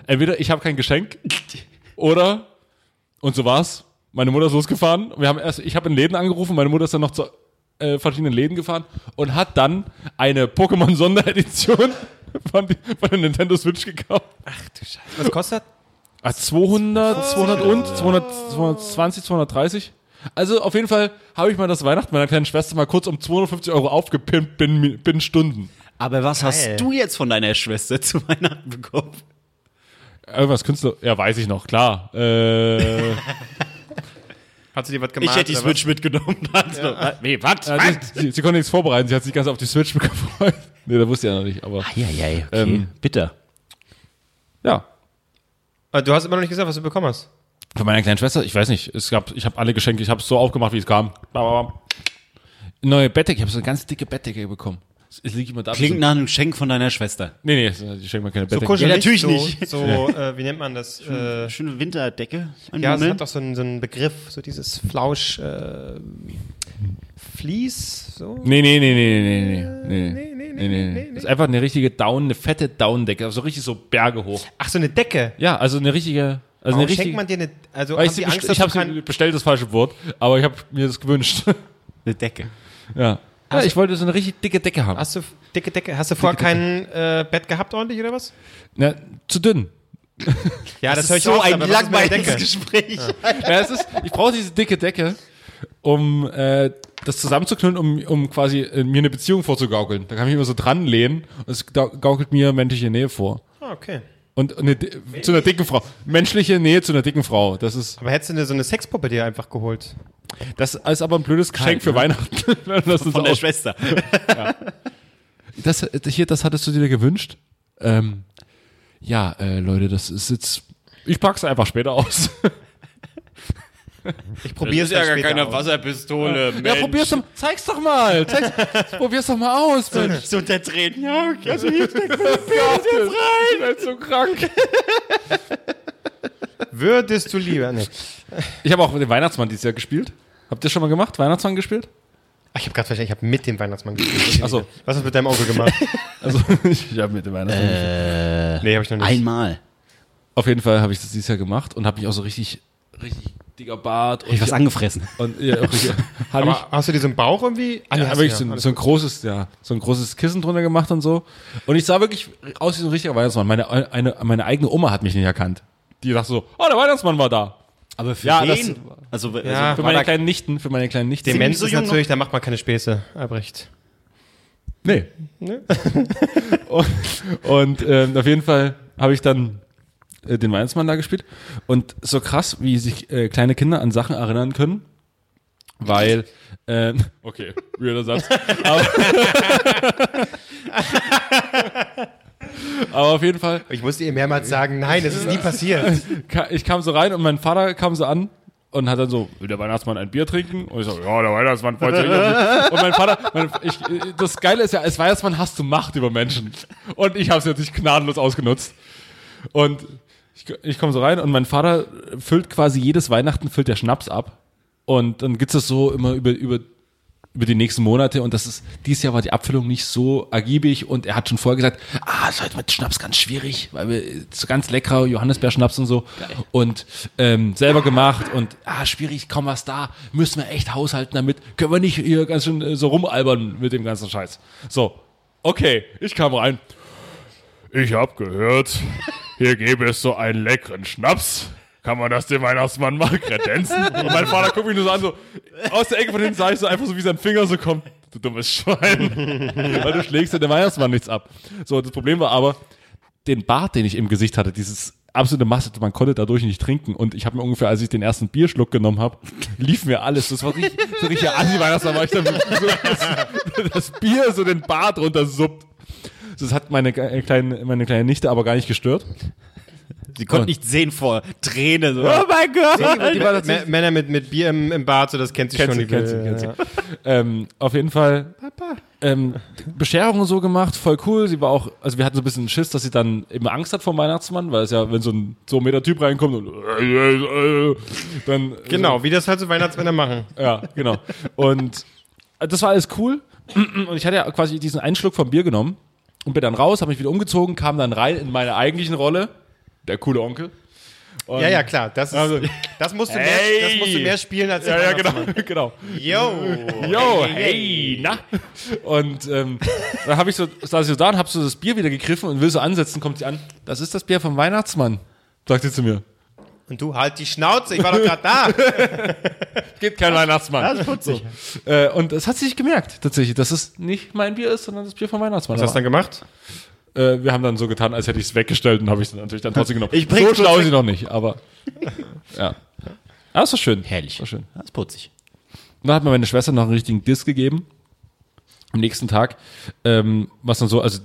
S4: Entweder ich habe kein Geschenk oder, und so war's, meine Mutter ist losgefahren. Wir haben erst, ich habe in Läden angerufen, meine Mutter ist dann noch zu äh, verschiedenen Läden gefahren und hat dann eine Pokémon-Sonderedition <laughs> von, die- von der Nintendo Switch gekauft.
S1: Was kostet?
S4: Ah, 200, 200 und? 200, 220, 230? Also auf jeden Fall habe ich mal das Weihnachten meiner kleinen Schwester mal kurz um 250 Euro aufgepimpt binnen, binnen Stunden.
S3: Aber was
S1: Geil.
S3: hast du jetzt von deiner Schwester zu Weihnachten bekommen?
S4: Irgendwas Künstler. Ja, weiß ich noch, klar. Äh,
S1: <laughs>
S4: äh,
S1: Hat sie dir was gemacht? oder was?
S3: mitgenommen. Also, ja. Nee, was?
S4: sie, sie, sie konnte nichts vorbereiten, sie hat sich ganz auf die Switch <laughs> gefreut. Nee, da wusste ich ja noch nicht, aber.
S3: Ja, ja, ja, okay.
S4: Ähm,
S3: Bitter.
S4: Ja.
S1: Aber Du hast immer noch nicht gesagt, was du bekommen hast.
S4: Von meiner kleinen Schwester, ich weiß nicht, es gab, ich habe alle Geschenke, ich habe es so aufgemacht, wie es kam. Bam, bam, bam. Neue Bettdecke, ich habe so eine ganz dicke Bettdecke bekommen. Es- Es liegt immer da.
S3: Klingt nach einem Geschenk von deiner Schwester.
S4: Nee, nee, ich schenke mal keine Bettdecke.
S1: kuschelig,
S3: Ja, natürlich
S1: so,
S3: nicht.
S1: So, äh, wie nennt man das? Äh,
S3: Schöne Winterdecke. Ein
S1: ja, es
S3: Mummel.
S1: hat doch so einen, so einen Begriff, so dieses Flausch, äh, Fließ, so.
S4: Nee, nee, nee, nee,
S1: Äh,
S4: nee, nee, nee. Nee, nee, nee, nee. Das ist einfach eine richtige Down, eine fette Down-Decke, also richtig so Berge hoch.
S1: Ach, so eine Decke.
S4: Ja, also eine richtige, also eine
S1: Warum schenkt
S4: richtige.
S1: man dir eine, also
S4: Weil
S1: haben
S4: ich sie
S1: die
S4: best-
S1: Angst, dass
S4: ich
S1: du
S4: habe
S1: kein,
S4: sie bestellt, das falsche Wort, aber ich habe mir das gewünscht.
S3: Eine Decke.
S4: ja. ja,
S3: Also
S4: ich wollte so eine richtig dicke Decke haben.
S1: hast du, dicke Decke, hast du vorher kein äh, Bett gehabt ordentlich oder was?
S4: Na, zu dünn.
S1: Ja,
S3: Das,
S1: hör
S3: ist so
S1: oft,
S3: ein
S1: aber was ist mit der
S3: langweiliges
S1: Decke?
S3: Gespräch.
S4: Ja, es ist, ich brauche diese dicke Decke, um äh, das zusammenzuknüllen, um, um quasi äh, mir eine Beziehung vorzugaukeln. Da kann ich immer so dran lehnen und es gau- gaukelt mir menschliche Nähe vor.
S1: Ah, okay.
S4: Und eine, di- zu einer dicken Frau. Menschliche Nähe zu einer dicken Frau. Das ist,
S1: Aber hättest du dir so eine Sexpuppe dir einfach geholt?
S4: das ist aber ein blödes Geschenk für Weihnachten. <laughs> das ist
S3: ne? Von der
S4: auch-
S3: Schwester.
S4: das, äh, hier, das hattest du dir gewünscht. Ähm, ja, äh, Leute, das ist jetzt. Ich pack's einfach später aus.
S1: Ich probiere es ja gar keine aus.
S3: Wasserpistole.
S4: Ja, probier's doch. Zeig's doch mal. <laughs> Zeig's, probier's doch mal aus, Mensch.
S3: So unter Tränen. Ja, okay.
S4: jetzt rein. Ich so krank.
S1: Würdest du lieber, nee.
S4: Ich habe auch den Weihnachtsmann dieses Jahr gespielt. Habt ihr schon mal gemacht? Weihnachtsmann gespielt?
S1: Ach, ich habe gerade verstanden, ich habe mit dem Weihnachtsmann gespielt.
S4: Achso.
S1: Was hast du mit deinem Onkel gemacht?
S4: <laughs> Also, ich habe mit dem Weihnachtsmann gespielt.
S1: nee, habe ich noch nicht.
S3: Äh, Einmal.
S4: Auf jeden Fall habe ich das dieses Jahr gemacht und habe mich auch so richtig, richtig dicker Bart und,
S3: Ich was angefressen.
S4: und <laughs> ja, auch richtig, hab ich,
S1: Aber hast du diesen Bauch irgendwie? Ah, nee,
S4: ja,
S1: hast
S4: wirklich
S1: du
S4: so, ein-
S1: Alles
S4: so ein großes, ja, so ein großes Kissen drunter gemacht und so. Und ich sah wirklich aus wie so ein richtiger Weihnachtsmann. Meine, äh, eine, meine eigene Oma hat mich nicht erkannt. Die dachte so, oh, der Weihnachtsmann war da.
S3: Aber für
S4: Ja,
S3: wen? also, also
S1: Ja. War
S4: Für meine
S1: da-
S4: kleinen Nichten, für meine kleinen Nichten.
S1: Demenz
S3: so
S1: ist
S3: jung noch?
S1: natürlich, da macht man keine Späße, Albrecht.
S4: Nee. <laughs> und und ähm, auf jeden Fall habe ich dann äh, den Weihnachtsmann da gespielt. Und so krass, wie sich äh, kleine Kinder an Sachen erinnern können. Weil, ähm, okay, weirder Satz. <laughs> Aber, aber auf jeden Fall
S1: Ich musste ihr mehrmals sagen, nein, das ist nie passiert.
S4: Ka- ich kam so rein und mein Vater kam so an und hat dann so, will der Weihnachtsmann ein Bier trinken? Und ich so, ja, der Weihnachtsmann freut sich. und mein Vater, mein, ich, das Geile ist ja, als Weihnachtsmann hast du Macht über Menschen. Und ich habe es natürlich gnadenlos ausgenutzt. Und ich, ich komme so rein und mein Vater füllt quasi jedes Weihnachten, füllt der Schnaps ab. Und dann gibt's das so immer über, über, über die nächsten Monate. Und das ist, dieses Jahr war die Abfüllung nicht so ergiebig. Und er hat schon vorher gesagt, ah, ist heute mit Schnaps ganz schwierig, weil wir so ganz leckerer Johannisbeerschnaps und so. Und ähm, selber gemacht und ah, schwierig, kaum was da, müssen wir echt haushalten damit. Können wir nicht hier ganz schön äh, so rumalbern mit dem ganzen Scheiß. So, okay, ich kam rein. Ich hab gehört, hier gäbe es so einen leckeren Schnaps. Kann man das dem Weihnachtsmann mal kredenzen? <laughs> Und mein Vater guckt mich nur so an, so aus der Ecke von hinten sah ich so einfach so, wie sein Finger so kommt. Du dummes <laughs> Schwein. Weil du schlägst ja dem Weihnachtsmann nichts ab. So, das Problem war aber, den Bart, den ich im Gesicht hatte, dieses absolute Masse, man konnte dadurch nicht trinken. Und ich habe mir ungefähr, als ich den ersten Bierschluck genommen habe, lief mir alles. Das war richtig, so richtig Anti-Weihnachtsmann, weil ich dann so, das, das Bier so den Bart runtersuppt. Das hat meine, ge- äh, kleine, meine kleine Nichte aber gar nicht gestört.
S3: Sie konnte nicht sehen vor Träne. So. Oh mein Gott.
S1: Mä- Männer mit, mit Bier im, im Bart, so das kennt sich
S4: Kennst
S1: schon.
S4: du, kennst du,
S1: Ja,
S4: kennst du.
S1: ja.
S4: Ähm, auf jeden Fall ähm, Bescherung und so gemacht, voll cool. Sie war auch, also wir hatten so ein bisschen Schiss, dass sie dann eben Angst hat vor dem Weihnachtsmann, weil es ja, wenn so ein so ein Meter Typ reinkommt und äh, äh, äh, dann
S1: Genau, wie das halt so Weihnachtsmänner machen.
S4: ja, genau. Und äh, das war alles cool. Und ich hatte ja quasi diesen Einschluck vom Bier genommen und bin dann raus, habe mich wieder umgezogen, kam dann rein in meine eigentlichen Rolle, der coole Onkel. Und-
S1: Ja, ja, klar. Das, ist,
S4: Also-
S1: das, musst du
S4: Hey!
S1: mehr, das musst du mehr spielen als
S4: Ja,
S1: der
S4: ja, genau, <laughs> genau.
S1: Weihnachtsmann. Yo!
S4: Yo, hey, na. Und ähm, dann habe ich so, saß ich so da und habe so das Bier wieder gegriffen und will so ansetzen, kommt sie an. Das ist das Bier vom Weihnachtsmann, sagt sie zu mir.
S1: Und du halt die Schnauze, ich war doch gerade da.
S4: Geht kein Weihnachtsmann.
S3: Das putzig.
S4: Äh, und das hat sie sich gemerkt, tatsächlich, dass es nicht mein Bier ist, sondern das Bier vom Weihnachtsmann.
S1: Was hast du dann gemacht?
S4: äh, wir haben dann so getan, als hätte ich es weggestellt und habe ich es natürlich dann trotzdem genommen.
S3: Ich bring's
S4: so schlau
S3: kurz
S4: ist sie noch nicht, aber ja. Ah, ist doch schön.
S3: Herrlich.
S4: War schön.
S3: Das ist putzig.
S4: Und dann hat mir meine Schwester noch einen richtigen Diss gegeben. Am nächsten Tag. Ähm, was dann so, also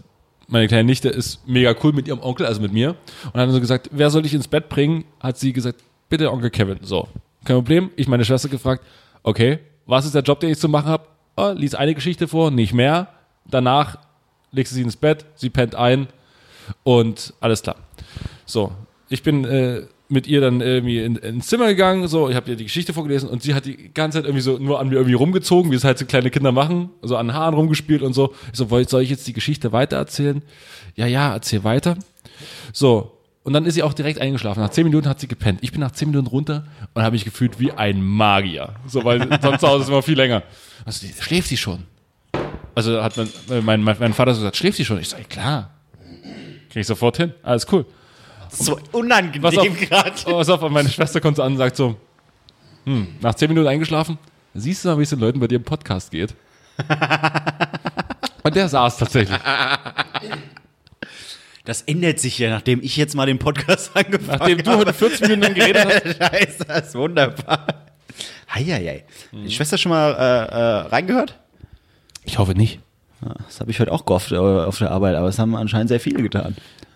S4: meine kleine Nichte ist mega cool mit ihrem Onkel, also mit mir. Und hat dann so gesagt, wer soll ich ins Bett bringen? Hat sie gesagt, bitte Onkel Kevin. So, kein Problem. Ich meine Schwester gefragt, okay, was ist der Job, den ich zu machen habe? Oh, lies eine Geschichte vor, nicht mehr. Danach legst du sie ins Bett, sie pennt ein und alles klar. So, ich bin äh, mit ihr dann irgendwie in, ins Zimmer gegangen, so, ich habe ihr die Geschichte vorgelesen und sie hat die ganze Zeit irgendwie so nur an mir irgendwie rumgezogen, wie es halt so kleine Kinder machen, so an den Haaren rumgespielt und so. Ich so, woll- soll ich jetzt die Geschichte weitererzählen? Ja, ja, erzähl weiter. So, und dann ist sie auch direkt eingeschlafen. Nach zehn Minuten hat sie gepennt. Ich bin nach zehn Minuten runter und habe mich gefühlt wie ein Magier. So, weil <laughs> sonst zu Hause ist immer viel länger. Also, die, schläft sie schon? Also hat mein, mein, mein, mein Vater so gesagt, schläft sie schon? Ich sage, klar. Krieg ich sofort hin. Alles cool.
S3: So unangenehm
S4: Pass auf, <laughs>
S3: gerade.
S4: Oh, pass auf, und meine Schwester kommt so an und sagt so, hm, nach zehn Minuten eingeschlafen, siehst du mal, wie es den Leuten bei dir im Podcast <laughs> geht? und der saß tatsächlich.
S3: Das ändert sich ja, nachdem ich jetzt mal den Podcast <laughs> angefangen
S4: Nachdem du heute 40 Minuten geredet hast.
S3: da ist das wunderbar. Heieiei. Die Schwester schon mal äh, äh, reingehört?
S4: Ich hoffe nicht.
S3: Das habe ich heute auch gehofft äh, auf der Arbeit, aber es haben anscheinend sehr viele getan.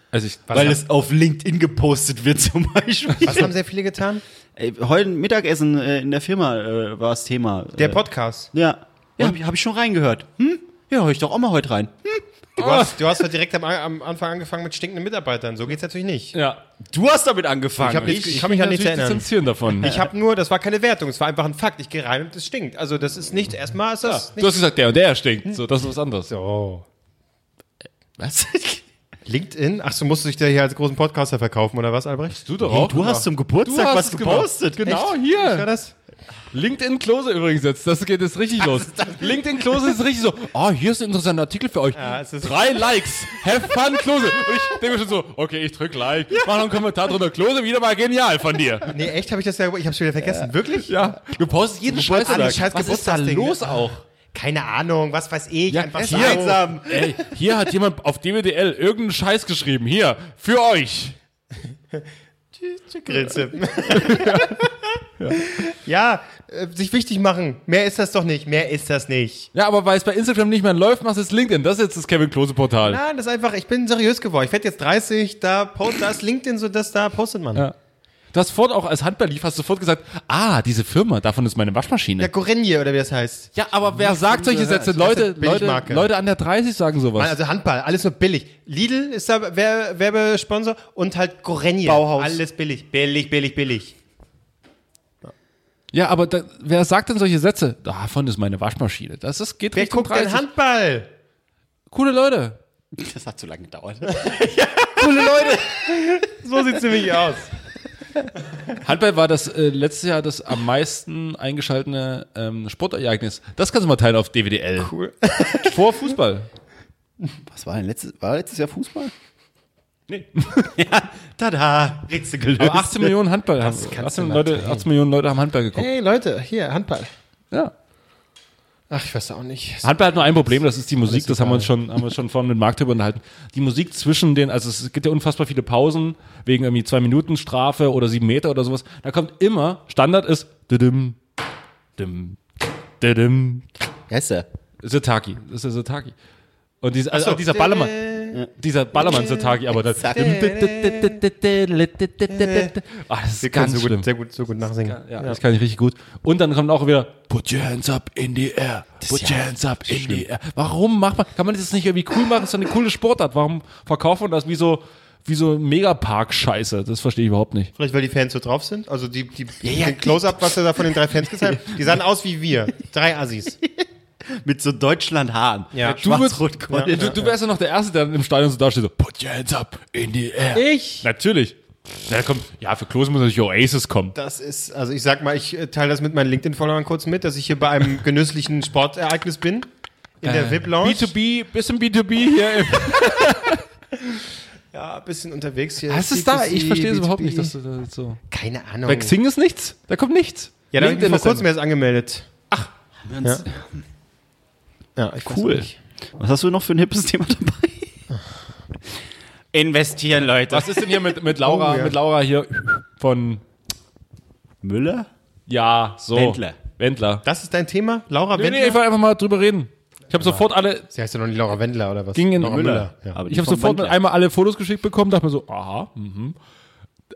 S4: Also ich,
S3: Weil es auf LinkedIn gepostet wird zum Beispiel.
S1: Was haben sehr viele getan?
S3: <laughs> Ey, heute Mittagessen äh, in der Firma äh, war das Thema.
S1: Der
S3: äh,
S1: Podcast.
S3: Ja. Ja, habe ich, hab ich schon reingehört. Hm? Ja, höre ich doch auch mal heute rein. Hm?
S1: Du hast, du hast halt direkt am, am Anfang angefangen mit stinkenden Mitarbeitern. So geht's natürlich nicht.
S4: ja,
S3: Du hast damit angefangen.
S1: Ich hab nicht- kann mich an nichts
S4: natürlich
S1: erinnern.
S4: distanzieren davon.
S1: Ich habe nur, das war keine Wertung, es war einfach ein Fakt. Ich gehe rein und es stinkt. Also das ist nicht, erstmal ist das
S4: du hast gesagt, der und der stinkt. So, das ist was anderes.
S1: So.
S3: was?
S1: LinkedIn? Ach, so musst du dich da hier als großen Podcaster verkaufen, oder was, Albrecht?
S4: Du doch
S3: Hey, du hast zum Geburtstag was
S4: es gemacht.
S3: gepostet.
S4: Genau,
S1: Was war
S4: hier.
S1: das?
S4: LinkedIn Klose übrigens jetzt. Das geht jetzt <laughs> richtig los. LinkedIn Klose ist richtig so. Ah, hier ist ein interessanter Artikel für euch.
S1: Ja, es ist-
S4: Drei Likes. Have fun, Klose. Und ich denke mir schon so, okay, ich drück Like. Mach noch einen Kommentar drunter. Klose, wieder mal genial von dir.
S1: Nee, echt, habe ich das ja, ich hab's wieder vergessen. Wirklich?
S4: Ja. Du postest jeden Scheiß.
S1: postest alles scheiß
S4: Was ist da
S1: Geburtstagsding, ne?
S4: los auch?
S1: Keine Ahnung, was weiß ich.
S4: Ja,
S1: einfach
S4: es-
S1: so.
S4: hier, ey, hier hat jemand auf DWDL irgendeinen Scheiß geschrieben. Hier, für euch.
S1: Grillzip. ja, äh, sich wichtig machen. Mehr ist das doch nicht. Mehr ist das nicht.
S4: Ja, aber weil es bei Instagram nicht mehr läuft, machst du jetzt LinkedIn. Das ist jetzt das Kevin Klose Portal.
S1: Nein, das ist einfach, ich bin seriös geworden. Ich werde jetzt 30, da post, da ist LinkedIn so, das da postet man.
S4: Ja. Du hast sofort auch als Handball-Lief hast sofort gesagt, ah, diese Firma, davon ist meine Waschmaschine.
S1: Ja, Gorenje oder wie das heißt.
S4: Ja, aber wer sagt solche
S1: gehört.
S4: Sätze? Leute,
S1: Das ist
S4: Leute,
S1: Billigmarke.
S4: Leute an der 30 sagen sowas.
S1: Mann, also Handball, alles nur billig. Lidl ist da Wer- Werbesponsor und halt Gorenje.
S3: Bauhaus.
S1: Alles billig. Billig, billig, billig.
S4: ja, aber da, wer sagt denn solche Sätze? Davon ist meine Waschmaschine. Das ist, geht
S1: Wer
S4: Richtung
S1: guckt denn
S4: 30.
S1: Handball?
S4: Coole Leute.
S3: <laughs> Das hat zu lange gedauert.
S1: Coole Leute. <laughs> so sieht's nämlich aus.
S4: Handball war das äh, letztes Jahr das am meisten eingeschaltene ähm, Sportereignis. Das kannst du mal teilen auf DWDL.
S1: Cool.
S4: Vor
S1: <laughs>
S4: Fußball.
S3: Was war denn letztes, war letztes Jahr Fußball?
S1: Nee.
S3: Tada, Rätsel gelöst.
S4: Aber 18 Millionen Handball haben.
S1: kannst du
S4: 18,
S1: mal
S4: Leute,
S1: teilen.
S4: 18 Millionen Leute haben Handball geguckt.
S1: Hey Leute, hier, Handball.
S4: Ja.
S1: Ach, ich weiß auch nicht.
S4: Handball hat nur ein Problem, das ist die Musik, das haben wir uns schon, haben wir uns schon vorhin mit Marc drüber unterhalten. Die Musik zwischen den, also es gibt ja unfassbar viele Pausen, wegen irgendwie zwei Minuten Strafe oder sieben Meter oder sowas. Da kommt immer, Standard ist, didim, dim, didim,
S3: Wie heißt der?
S4: Setaki. Das ist der Setaki. Und diese, also
S1: So,
S4: auch dieser Ballermann, dieser Ballermann Setaki, aber das, ah, das ist ganz
S1: so
S4: schlimm.
S1: gut, sehr gut, so gut nachsingen.
S4: Ja, das kann ich richtig gut. Und dann kommt auch wieder Put your hands up in the air. Put your hands up in the air. Warum macht man, kann man das nicht irgendwie cool machen? Das ist doch eine coole Sportart. Warum verkaufen wir das wie so, wie so Megapark-Scheiße? Das verstehe ich überhaupt nicht.
S1: Vielleicht, weil die Fans so drauf sind. Also die, die, den Close-Up, was er da von den drei Fans gesagt hat, die sahen aus wie wir. Drei Assis.
S3: Mit so Deutschland-Haaren.
S1: Ja.
S3: Mit Schwarz-Rot-Gold.
S4: Ja, du, du wärst ja noch der Erste, der im Stadion so dasteht, so Put your hands up in the air.
S1: Ich?
S4: Natürlich. Na, komm, ja, für Klose muss natürlich Oasis kommen.
S1: Das ist, also ich sag mal, ich äh, teile das mit meinen LinkedIn-Followern kurz mit, dass ich hier bei
S4: <laughs>
S1: einem genüsslichen Sportereignis bin. In
S4: Äh,
S1: der VIP-Lounge.
S4: B2B, bisschen B2B hier. Im
S1: Ja, ein bisschen unterwegs hier.
S4: <laughs> Was ist da?
S1: B2C,
S4: Ich verstehe es
S1: B2B.
S4: überhaupt nicht, dass du das so. Oh.
S1: Keine Ahnung.
S4: Bei Xing ist nichts. Da kommt nichts.
S1: Ja, da habe ich mich
S4: LinkedIn
S1: vor
S4: ist
S1: kurzem erst angemeldet.
S3: Ja.
S1: Ja, ich weiß
S4: Cool.
S1: auch nicht.
S3: Was hast du noch für ein hippes Thema dabei? Investieren, Leute.
S4: Was ist denn hier mit, mit Laura?
S1: Oh, ja.
S4: Mit Laura hier von
S3: Müller?
S4: ja so
S3: Wendler.
S4: Wendler.
S1: Das ist dein Thema? Laura
S4: Nee, nee,
S1: Wendler?
S4: ich will einfach mal drüber reden. Ich habe sofort alle,
S1: Sie heißt ja noch nicht Laura Wendler oder was?
S4: Ging in-
S1: Laura
S4: Müller.
S1: Ja.
S3: Aber die
S4: ich habe
S3: vom
S4: sofort
S3: Wandler.
S4: einmal alle Fotos geschickt bekommen. Dachte mir so, aha, mhm.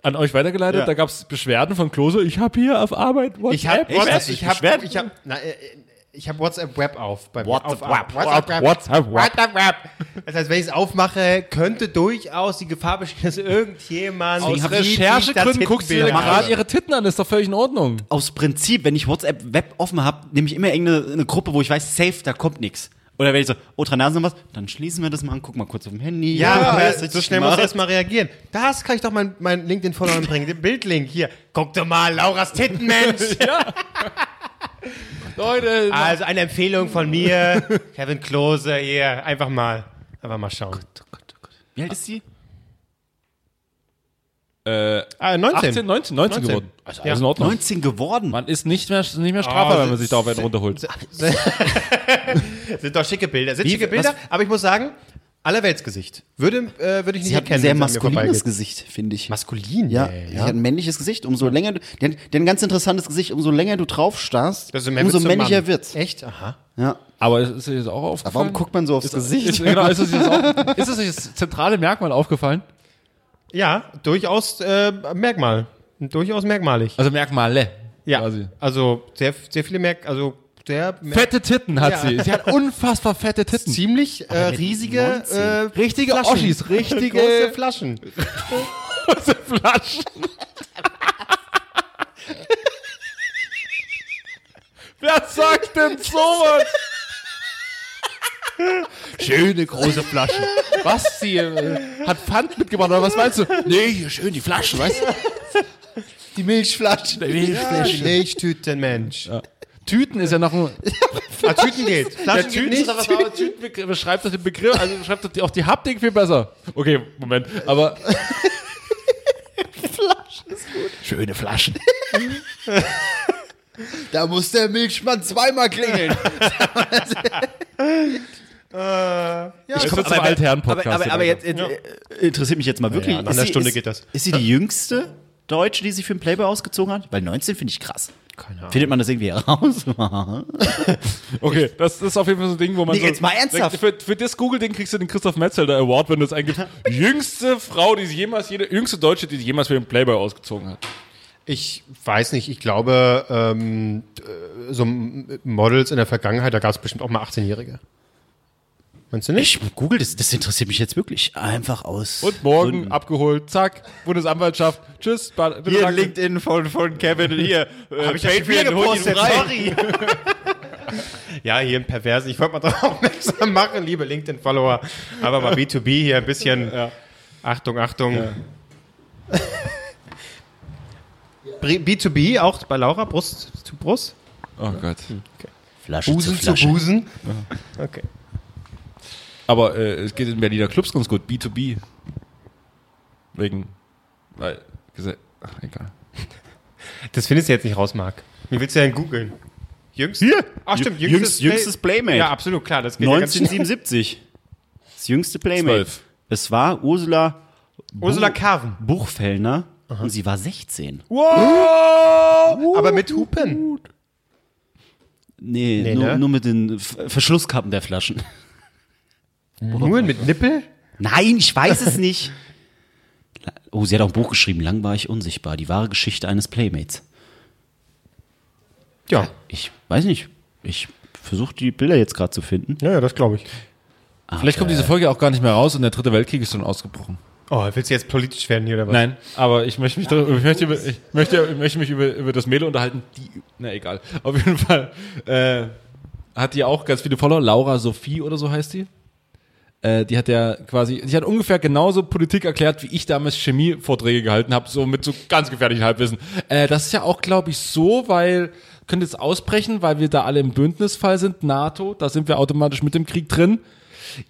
S4: An euch weitergeleitet.
S3: Ja.
S4: Da gab es Beschwerden von Klose. Ich habe hier auf Arbeit WhatsApp.
S1: Ich habe
S3: Echt? Hast
S1: Äh, WhatsApp,
S3: du dich
S1: ich habe
S3: beschwert?
S1: ich hab, na, äh, äh, ich hab WhatsApp Web auf. Bei mir.
S3: WhatsApp
S1: auf,
S3: Web.
S1: WhatsApp Web.
S4: WhatsApp Web.
S1: WhatsApp Web. Das heißt, wenn ich es aufmache, könnte durchaus die Gefahr bestehen, dass irgendjemand
S4: aus
S1: sieht, wie ich da
S4: Recherchegründen
S1: Titten
S4: guckst du dir
S1: bin.
S4: gerade ihre Titten an. Ist doch völlig in Ordnung.
S3: Aus Prinzip, wenn ich WhatsApp Web offen habe, nehme ich immer irgendeine eine Gruppe, wo ich weiß, safe, da kommt nichts. Oder wenn ich so, oh, drei Nasen was, dann schließen wir das mal an, guck mal kurz auf dem Handy.
S1: Ja, aber
S3: wer ist
S1: so
S3: richtig
S1: schnell muss
S3: gemacht?
S1: ich erstmal reagieren. Das kann ich doch mein, mein LinkedIn-Followern bringen. Den Bildlink hier. Guck doch mal, Lauras Titten, Mensch.
S4: Leute,
S3: Ah,
S1: Also eine Empfehlung von mir, Kevin Klose hier, einfach mal, einfach mal schauen.
S3: Wie alt ist sie?
S4: äh,
S1: Ah, 19.
S4: 18, 19, 19 geworden. Also alles in Ordnung.
S3: 19 geworden.
S4: Man ist nicht mehr, nicht mehr strafbar,
S1: Ah,
S4: wenn man sich da auf einen runterholt.
S1: Sind doch schicke Bilder. Sind
S3: Wie-
S1: schicke Bilder,
S3: was-
S1: aber ich muss sagen, Allerweltsgesicht. Würde, äh, würde ich nicht
S3: Sie hat ein
S1: erkennen. wenn sie
S3: sehr
S1: an mir
S3: maskulines
S1: vorbeigeht.
S3: Gesicht, finde ich.
S1: Maskulin,
S3: ja,
S1: ey,
S3: sie
S1: ja.
S3: hat ein männliches Gesicht. Umso länger du, die hat, die hat ein ganz interessantes Gesicht, umso länger du drauf starrst,
S1: Also mehr
S3: umso
S1: wird's zum
S3: männlicher
S1: Mann.
S3: wird's.
S1: Echt? Aha.
S3: Ja.
S4: Aber ist dir das auch
S3: Aber
S4: aufgefallen?
S3: warum guckt man so aufs Gesicht?
S4: Ist, genau,
S3: <laughs>
S4: ist es jetzt auch, <laughs> ist es das zentrale Merkmal aufgefallen?
S1: Ja, durchaus äh, Merkmal. Durchaus merkmalig.
S4: Also Merkmale.
S1: Ja,
S4: Quasi.
S1: also sehr, sehr viele Merk... Also sehr... Mer
S4: Fette Titten hat
S1: Ja.
S4: sie. Sie hat unfassbar <laughs> fette Titten.
S1: ziemlich äh, riesige... Äh,
S4: richtige
S1: Flaschen. <laughs>
S4: Oschis, richtige
S1: Große Flaschen.
S4: große Flaschen. <laughs> Wer sagt denn sowas? Schöne große Flaschen. Was sie äh, hat Pfand mitgebracht oder was meinst du? Nee, hier schön die Flaschen, weißt du?
S1: Die Milchflaschen. Die Milchflaschen. Milchtütenmensch.
S4: Tüten ist ja noch ein
S1: Ah, Tüten geht. Flaschen geht nicht.
S4: Tüten, Tüten beschreibt doch den Begriff, also beschreibt doch die- auch die Haptik viel besser. Okay, Moment, aber. Flaschen ist gut. Schöne
S1: <laughs>
S4: Flaschen.
S3: Da muss der Milchmann zweimal klingeln.
S4: Ich komme
S3: Aber-
S4: zum
S3: aber-
S4: Altherren-Podcast.
S3: Aber, aber, aber
S4: hier
S3: jetzt jetzt, äh, interessiert mich jetzt mal wirklich.
S1: ja, in
S3: Ist
S1: einer
S3: sie-
S1: Stunde
S3: ist,
S1: geht das.
S3: Ist sie die jüngste Deutsche, die sich für den Playboy ausgezogen hat? Weil 19 finde ich krass.
S1: Keine Ahnung.
S3: Findet man das irgendwie <laughs> raus?
S4: langsam. Okay, das ist auf jeden Fall so ein Ding, wo man.
S3: Nee,
S4: so,
S3: jetzt mal ernsthaft.
S4: Für, für das Google-Ding kriegst du den Christoph
S3: <laughs>
S4: Metzelder Award, wenn du es eingibst. jüngste Frau, die sie jemals, jede, jüngste Deutsche, die sie jemals für den Playboy ausgezogen hat.
S1: Ich weiß nicht, ich glaube, ähm, äh, so M- Models in der Vergangenheit, da gab es bestimmt auch mal 18-Jährige. Meinst du nicht?
S3: Google, das, das interessiert mich jetzt wirklich einfach aus.
S4: Und morgen
S3: Gründen.
S4: abgeholt, zack, Bundesanwaltschaft, tschüss. ba- bitte
S3: Hier
S4: danke.
S3: LinkedIn von, von Kevin und hier äh,
S1: Hab ich das schon wieder
S3: hol ihn
S1: gepostet?
S3: frei.
S1: Sorry. <laughs> Ja, hier im Perversen. Ich wollte mal darauf aufmerksam machen, liebe LinkedIn-Follower. Aber mal B2B hier ein bisschen. Achtung, Achtung. B2B auch bei Laura, Brust zu Brust?
S4: Oh Gott.
S3: Flasche zu
S1: Busen zu
S3: Flasche.
S1: Busen? Okay.
S4: Aber äh, es geht in Berliner Clubs ganz gut, B2B. Wegen, weil, gese- ach, egal.
S1: Das findest du jetzt nicht raus, Marc. Wie willst du denn googeln? Jüngst? Hier! Ach stimmt,
S3: Jüngst- jüngstes Playmate.
S1: Ja, absolut, klar. Das geht ja ganz schnell.
S3: 1977. Das jüngste Playmate.
S4: Zwölf.
S3: Es war Ursula Uh.
S1: Ursula Carven.
S3: Buchfellner und sie war 16.
S1: Aber mit Hupen.
S3: Nee,
S1: Nee,
S3: nur,
S1: ne?
S3: nur mit den F- Verschlusskappen der Flaschen.
S1: Nur mit Nippel?
S3: Nein, ich weiß <laughs> es nicht. Oh, sie hat auch ein Buch geschrieben. Lang war ich unsichtbar. Die wahre Geschichte eines Playmates.
S1: Ja.
S3: Ich weiß nicht. Ich versuche die Bilder jetzt gerade zu finden.
S1: Ja, ja, das glaube ich.
S4: Vielleicht kommt diese Folge auch gar nicht mehr raus und der dritte Weltkrieg ist schon ausgebrochen.
S1: Oh, willst du jetzt politisch werden hier oder was?
S4: Nein, aber ich möchte mich, darüber, ich möchte, über- ich möchte, ich möchte mich über, über das Mädel unterhalten. Die, na egal. Auf jeden Fall äh, hat die auch ganz viele Follower. Laura Sophie oder so heißt die. Äh, die hat ja quasi, die hat ungefähr genauso Politik erklärt, wie ich damals Chemievorträge gehalten habe, so mit so ganz gefährlichen Halbwissen. Äh, das ist ja auch, glaube ich, so, weil könnte jetzt ausbrechen, weil wir da alle im Bündnisfall sind, NATO, da sind wir automatisch mit dem Krieg drin.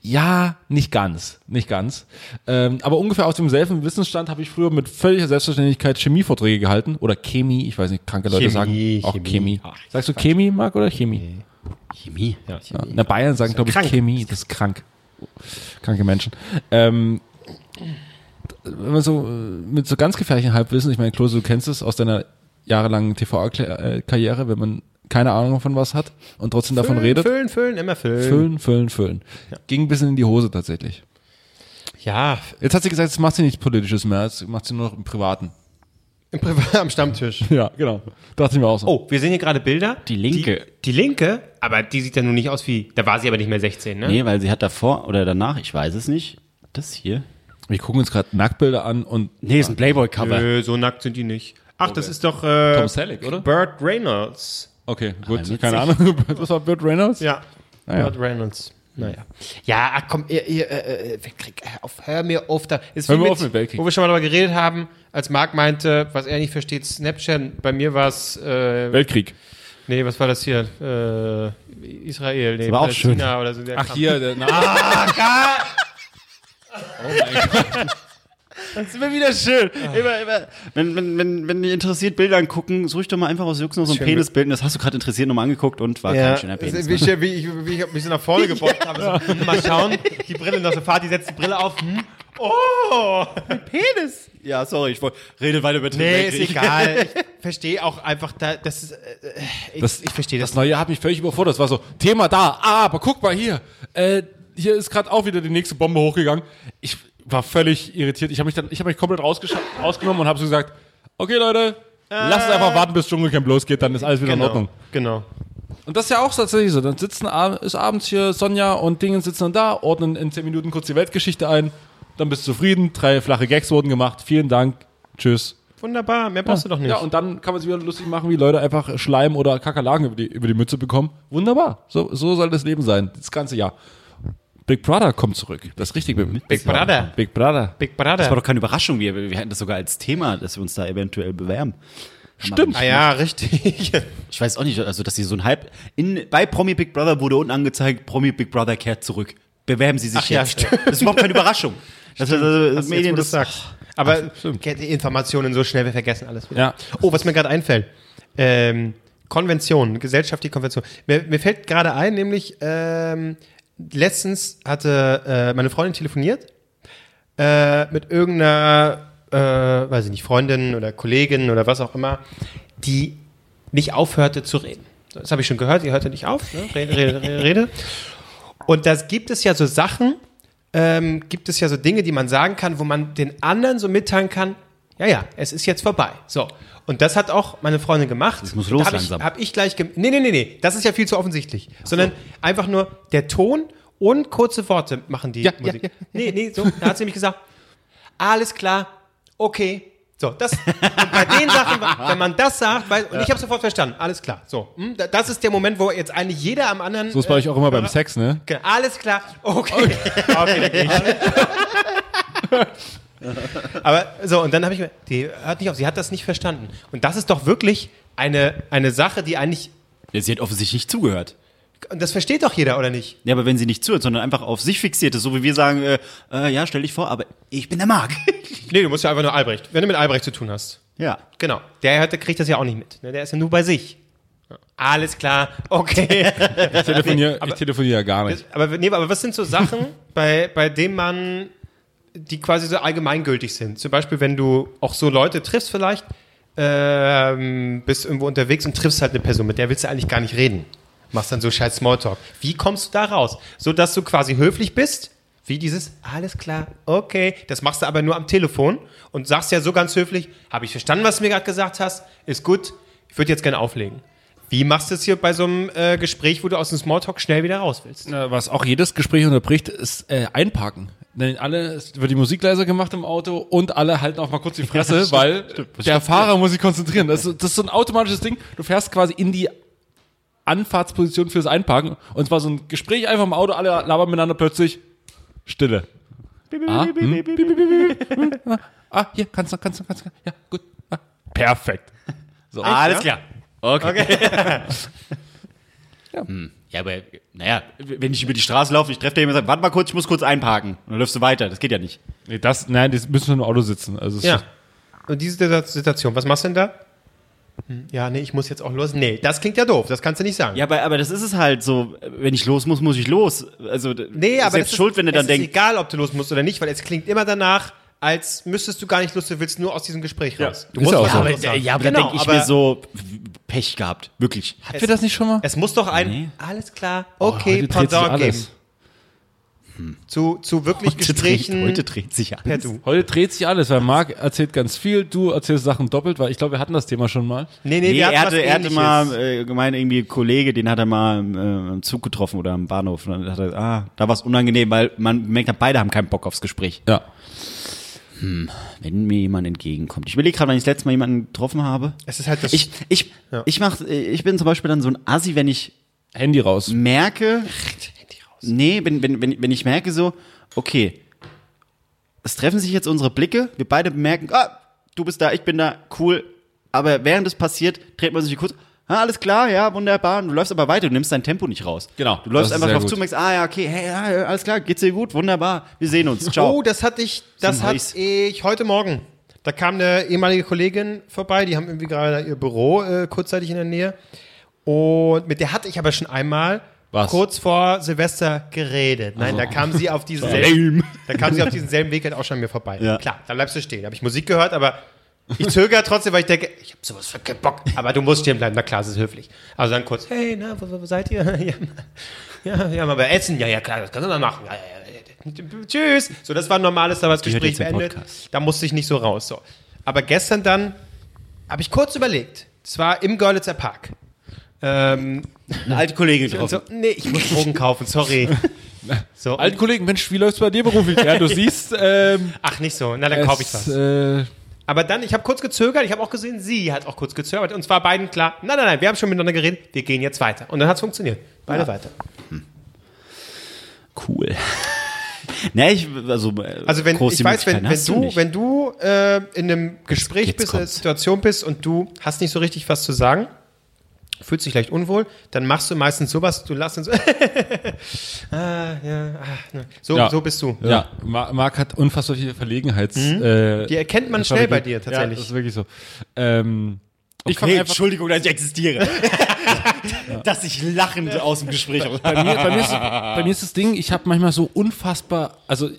S4: Ja, nicht ganz, nicht ganz. Ähm, aber ungefähr aus demselben Wissensstand habe ich früher mit völliger Selbstverständlichkeit Chemievorträge gehalten oder Chemie, ich weiß nicht, kranke Leute
S1: Chemie,
S4: sagen auch
S1: Chemie.
S4: Chemie. Sagst du Chemie, Marc, oder Chemie?
S3: Chemie.
S4: Ja. Na, Bayern sagen, glaube ich,
S1: krank.
S4: Chemie, das ist krank. Kranke Menschen. Ähm, wenn man so äh, mit so ganz gefährlichen Halbwissen, ich meine, Klose, du kennst es aus deiner jahrelangen TV-Karriere, wenn man keine Ahnung von was hat und trotzdem davon
S1: füllen,
S4: redet.
S1: Füllen, füllen, immer füllen.
S4: Füllen, füllen, füllen. Ging ein bisschen in die Hose tatsächlich.
S1: Ja,
S4: Jetzt hat sie gesagt, jetzt macht sie nichts Politisches mehr, jetzt macht sie nur noch im Privaten.
S1: im Privat am Stammtisch.
S4: Ja, genau. Dachte ich mir auch so.
S1: Oh, wir sehen hier gerade Bilder.
S3: Die Linke.
S1: Die, die Linke, aber die sieht ja nun nicht aus wie. Da war sie aber nicht mehr 16, ne?
S3: Nee, weil sie hat davor oder danach, ich weiß es nicht, das hier.
S4: Wir gucken uns gerade Nacktbilder an und
S3: Nee, ist ein Playboy-Cover.
S1: Nö, so nackt sind die nicht. Ach, das ist doch. Äh,
S4: Tom Selleck, oder?
S1: Burt Reynolds.
S4: okay,
S3: witzig.
S4: gut, keine Ahnung. <laughs> Das war Burt Reynolds?
S1: Ja.
S4: Ah, ja.
S1: Burt Reynolds. Naja. Ja, ach, komm, ihr, ihr äh, äh, Weltkrieg, äh, auf, hör mir auf da. Ist wie
S4: Hör mir auf mit Weltkrieg.
S1: Wo wir schon mal darüber geredet haben, als Marc meinte, was er nicht versteht, Snapchat, bei mir war es. Äh,
S4: Weltkrieg.
S1: Nee, was war das hier? Äh, Israel, nee,
S3: war auch
S1: Palästina oder so. der
S4: Ach
S1: Kram.
S4: hier, der Name.
S3: Das ist immer wieder schön. Immer, immer. Wenn, wenn, wenn, wenn ihr interessiert Bilder angucken, such doch mal einfach aus Jux noch so ein
S1: Schön.
S3: Penisbild. Und Das hast du gerade interessiert nochmal angeguckt und war
S1: Ja, Also
S3: kein schöner
S1: das
S3: Penis.
S1: ist wie, ich- wie, ich- wie ich mich so nach
S4: <laughs>
S1: vorne gebeugt habe. So, hm, mal schauen, die Brille noch so fahrt, die setzt die Brille auf. Hm. Oh, ein Penis.
S3: Ja, sorry, ich wollte. Rede weiter über den
S1: Nee, ist
S3: Weltkrieg.
S1: egal. Ich verstehe auch einfach, da, das ist, äh, äh, ich, ich verstehe das.
S4: Das neue Jahr hat mich völlig überfordert. Das war so, Thema da, ah, aber guck mal hier. Äh, hier ist gerade auch wieder die nächste Bombe hochgegangen. Ich war völlig irritiert. Ich habe mich dann, ich habe mich komplett rausgescha- rausgenommen und habe so gesagt, okay Leute, lasst es einfach warten, bis Dschungelcamp losgeht, dann ist alles wieder in Ordnung.
S1: Genau.
S4: Und das ist ja auch tatsächlich so. Dann sitzen ab- ist abends hier Sonja und Dingen sitzen dann da, ordnen in 10 Minuten kurz die Weltgeschichte ein, dann bist du zufrieden, drei flache Gags wurden gemacht, vielen Dank, tschüss.
S1: Wunderbar, mehr brauchst du doch nicht.
S4: Ja, und dann kann man sich wieder lustig machen, wie Leute einfach Schleim oder Kakerlaken über die, über die Mütze bekommen. Wunderbar. So, so soll das Leben sein. Das ganze Jahr. Big Brother kommt zurück. Das ist richtig.
S1: Big Brother.
S4: Big Brother.
S1: Big
S3: Das war
S1: Brother.
S3: doch keine Überraschung. Wir, wir hatten das sogar als Thema, dass wir uns da eventuell bewerben.
S4: Stimmt.
S1: Ah ja,
S3: <laughs>
S1: richtig.
S3: Ich weiß auch nicht, also dass sie so ein halb. In, bei Promi Big Brother wurde unten angezeigt, Promi Big Brother kehrt zurück. Bewerben Sie sich
S1: Ach ja,
S3: jetzt. das ist überhaupt
S1: <laughs>
S3: keine Überraschung. Das, das, das, das Medien das
S1: Aber die Informationen so schnell, wir vergessen alles wieder.
S4: Ja.
S1: Oh, was mir gerade einfällt. Ähm, Konvention, gesellschaftliche Konvention. Mir, mir fällt gerade ein, nämlich ähm, letztens hatte äh, meine Freundin telefoniert äh, mit irgendeiner, äh, weiß ich nicht, Freundin oder Kollegin oder was auch immer, die nicht aufhörte zu reden. So, Das habe ich schon gehört, die hörte nicht auf, ne? rede, rede, rede, rede. Und das gibt es ja so Sachen, ähm, gibt es ja so Dinge, die man sagen kann, wo man den anderen so mitteilen kann, ja, ja, es ist jetzt vorbei. So. Und das hat auch meine Freundin gemacht.
S3: Das muss los
S1: da hab
S3: langsam.
S1: Ich, hab ich gleich gem Nee, nee, nee, nee. Das ist ja viel zu offensichtlich. Sondern einfach nur der Ton und kurze Worte machen die
S4: Ja, ja,
S1: Musik.
S4: ja.
S1: Nee, nee, so. Da hat sie nämlich gesagt, alles klar, okay. So, das, und bei den Sachen, wenn man das sagt, weil, und ich habe sofort verstanden, alles klar, so. Hm, da- Das ist der Moment, wo jetzt eigentlich jeder am anderen.
S4: So ist bei euch auch immer beim Sex, ne?
S1: Genau, alles klar, okay. okay da geh ich. <laughs> Aber so, und dann habe ich mir, die hört nicht auf, sie hat das nicht verstanden. Und das ist doch wirklich eine, eine Sache, die eigentlich,
S3: Ja, sie hat offensichtlich nicht zugehört.
S1: und das versteht doch jeder, oder nicht?
S3: Ja, aber wenn sie nicht zuhört, sondern einfach auf sich fixiert ist, so wie wir sagen, äh, äh, ja, stell dich vor, aber ich bin der Marc. <laughs>
S1: Nee, du musst ja einfach nur Albrecht, wenn du mit Albrecht zu tun hast.
S3: ja.
S1: Genau, der hört, der kriegt das ja auch nicht mit. ne? Der ist ja nur bei sich. Alles klar, okay.
S4: Ich telefoniere, ich telefoniere ja gar nicht.
S1: aber, nee, aber was sind so
S4: <laughs>
S1: Sachen, bei, bei denen man, die quasi so allgemeingültig sind? Zum Beispiel, wenn du auch so Leute triffst vielleicht, ähm, bist irgendwo unterwegs und triffst halt eine Person, mit der willst du eigentlich gar nicht reden. Machst dann so scheiß Smalltalk. Wie kommst du da raus? So, dass du quasi höflich bist, wie dieses, alles klar, okay. Das machst du aber nur am Telefon und sagst ja so ganz höflich, habe ich verstanden, was du mir gerade gesagt hast, ist gut, ich würde jetzt gerne auflegen. Wie machst du es hier bei so einem äh, Gespräch, wo du aus dem Smalltalk schnell wieder raus willst?
S4: Na, Äh, Was auch jedes Gespräch unterbricht, ist äh, einparken. Denn alle, es wird die Musik leiser gemacht im Auto und alle halten auch mal kurz die Fresse, weil der Fahrer muss sich konzentrieren. Das, ist- das ist so ein automatisches Ding. Du fährst quasi in die Anfahrtsposition fürs Einparken und es war so ein Gespräch einfach im Auto, alle labern miteinander plötzlich Stille. Ah, hm, bip, bip, bip, bip, bip, hm, ah, ah, hier, kannst du, kannst du, kannst du, ja, gut. Ah, perfekt. So.
S3: Alles klar. Okay.
S4: Ja.
S3: <laughs> ja. Hm. ja, aber naja, wenn ich über die Straße laufe, ich treffe da jemanden und sage, warte mal kurz, ich muss kurz einparken. Und dann läufst du weiter, das geht ja nicht.
S4: Nee, das, nein, die müssen schon im Auto sitzen. Also es
S1: Ja. Und diese Sita- Situation, was machst du denn da? Hm, Ja, nee, ich muss jetzt auch los. Nee, das klingt ja doof, das kannst du nicht sagen.
S3: Ja, aber, aber das ist es halt so, wenn ich los muss, muss ich los. Also
S1: nee, aber
S3: selbst
S1: das ist-
S3: schuld, wenn du
S1: es
S3: dann
S1: ist
S3: denkst,
S1: egal, ob du los musst oder nicht, weil es klingt immer danach, als müsstest du gar nicht los, du willst nur aus diesem Gespräch raus. Du
S4: ist ja auch
S1: was
S4: so.
S1: anderes
S3: ja,
S1: sagen.
S3: ja, aber dann
S1: Genau,
S3: denke ich
S1: aber
S3: mir so, Pech gehabt, wirklich.
S4: Hatten wir das nicht schon mal?
S1: Es muss doch ein,
S3: Nee.
S1: alles klar,
S4: Oh, Heute
S1: okay,
S4: dreht sich
S1: Pendant geben.
S4: alles.
S1: Zu, zu wirklich Gesprächen
S3: dreht, heute dreht sich
S1: per
S3: alles.
S1: Du.
S4: Heute dreht sich alles, weil Marc erzählt ganz viel, du erzählst Sachen doppelt, weil ich glaube, wir hatten das Thema schon mal.
S1: Nee,
S3: Nee,
S1: wir hatten
S3: er
S1: was
S3: hatte, er hatte
S1: Ähnliches.
S3: mal äh, gemeint, irgendwie ein Kollege, den hat er mal im, äh, im Zug getroffen oder am Bahnhof. Und dann dachte er, ah, da war es unangenehm, weil man merkt, hat, beide haben keinen Bock aufs Gespräch.
S4: Ja.
S3: Wenn mir jemand entgegenkommt. Ich überlege gerade, wann ich das letzte Mal jemanden getroffen habe.
S1: Es ist halt das.
S3: Ich, ich,
S1: Ja.
S3: ich, mach, ich bin zum Beispiel dann so ein Assi, wenn ich
S4: Handy raus.
S3: merke, nee, wenn, wenn, wenn, wenn ich merke so, okay, es treffen sich jetzt unsere Blicke, wir beide bemerken, ah, du bist da, ich bin da, cool, aber während es passiert, dreht man sich kurz, ah, alles klar, ja, wunderbar, und du läufst aber weiter, du nimmst dein Tempo nicht raus.
S4: Genau,
S3: Du läufst
S4: das ist
S3: einfach
S4: sehr
S3: drauf
S4: gut.
S3: zu, merkst, ah, ja, okay, hey, ja, ja, alles klar, geht's dir gut, wunderbar, wir
S1: <laughs>
S3: sehen uns, ciao.
S1: Oh, das hatte ich, das
S3: Zum
S1: hatte
S3: Reis.
S1: ich heute Morgen. Da kam eine ehemalige Kollegin vorbei, die haben irgendwie gerade ihr Büro äh, kurzzeitig in der Nähe. Und mit der hatte ich aber schon einmal
S4: Was?
S1: kurz vor Silvester geredet. Nein, da kam sie auf diesen selben,
S4: Lame.
S1: da kam sie auf diesen selben Weg halt auch schon an mir vorbei.
S3: Ja.
S1: Klar, da bleibst du stehen. Habe ich Musik gehört, aber ich zögere trotzdem, weil ich denke, ich habe sowas für keinen Bock. Aber du musst stehen bleiben. Na klar, es ist höflich. Also dann kurz, hey, na, wo, wo wo seid ihr? <laughs> ja, ja, ja, mal bei Essen, ja, ja, klar, das kannst du mal machen. Ja, ja, ja. Tschüss. So, das war ein normales, da war das
S3: Gehört
S1: Gespräch
S3: jetzt im
S1: beendet.
S3: Podcast.
S1: Da musste ich nicht so raus. So. Aber gestern dann habe ich kurz überlegt. Es war im Görlitzer Park. Ähm,
S3: Eine alte Kollegin getroffen.
S1: so, nee, ich muss Drogen kaufen,
S3: <laughs>
S1: sorry. So,
S4: Alten Kollegen, Mensch, wie läuft's bei dir beruflich?
S1: <laughs>
S4: Ja, du siehst, ähm,
S1: ach, nicht so. Na, dann kaufe ich
S4: es,
S1: was.
S4: Äh,
S1: Aber dann, ich habe kurz gezögert, ich habe auch gesehen, sie hat auch kurz gezögert. Und zwar beiden klar, nein, nein, nein, wir haben schon miteinander geredet, wir gehen jetzt weiter. Und dann hat es funktioniert. Beide weiter.
S3: Cool. <laughs> nee, ich, also, äh,
S1: Also wenn
S3: groß
S1: ich weiß, wenn,
S3: Möglichkeiten
S1: wenn
S3: hast du
S1: du,
S3: nicht.
S1: wenn du äh, in einem Gespräch
S3: jetzt
S1: bist, in einer
S3: kommt's.
S1: Situation bist und du hast nicht so richtig was zu sagen, fühlst dich leicht unwohl, dann machst du meistens sowas, du lässt ihn so, <laughs> ah, ja, ah, ne. so,
S4: Ja.
S1: so bist du.
S4: ja, Ma- Marc hat unfassbar viele Verlegenheits. Äh,
S1: Mhm. Die erkennt man schnell bei dir
S4: Ja, das
S1: tatsächlich.
S4: ist wirklich so. Ähm, ich fang
S3: Okay,
S4: einfach-
S3: Entschuldigung, dass ich existiere. <laughs> dass ich lachend aus dem Gespräch raus.
S4: bei mir, bei, mir ist, bei mir ist das Ding, ich habe manchmal so unfassbar, also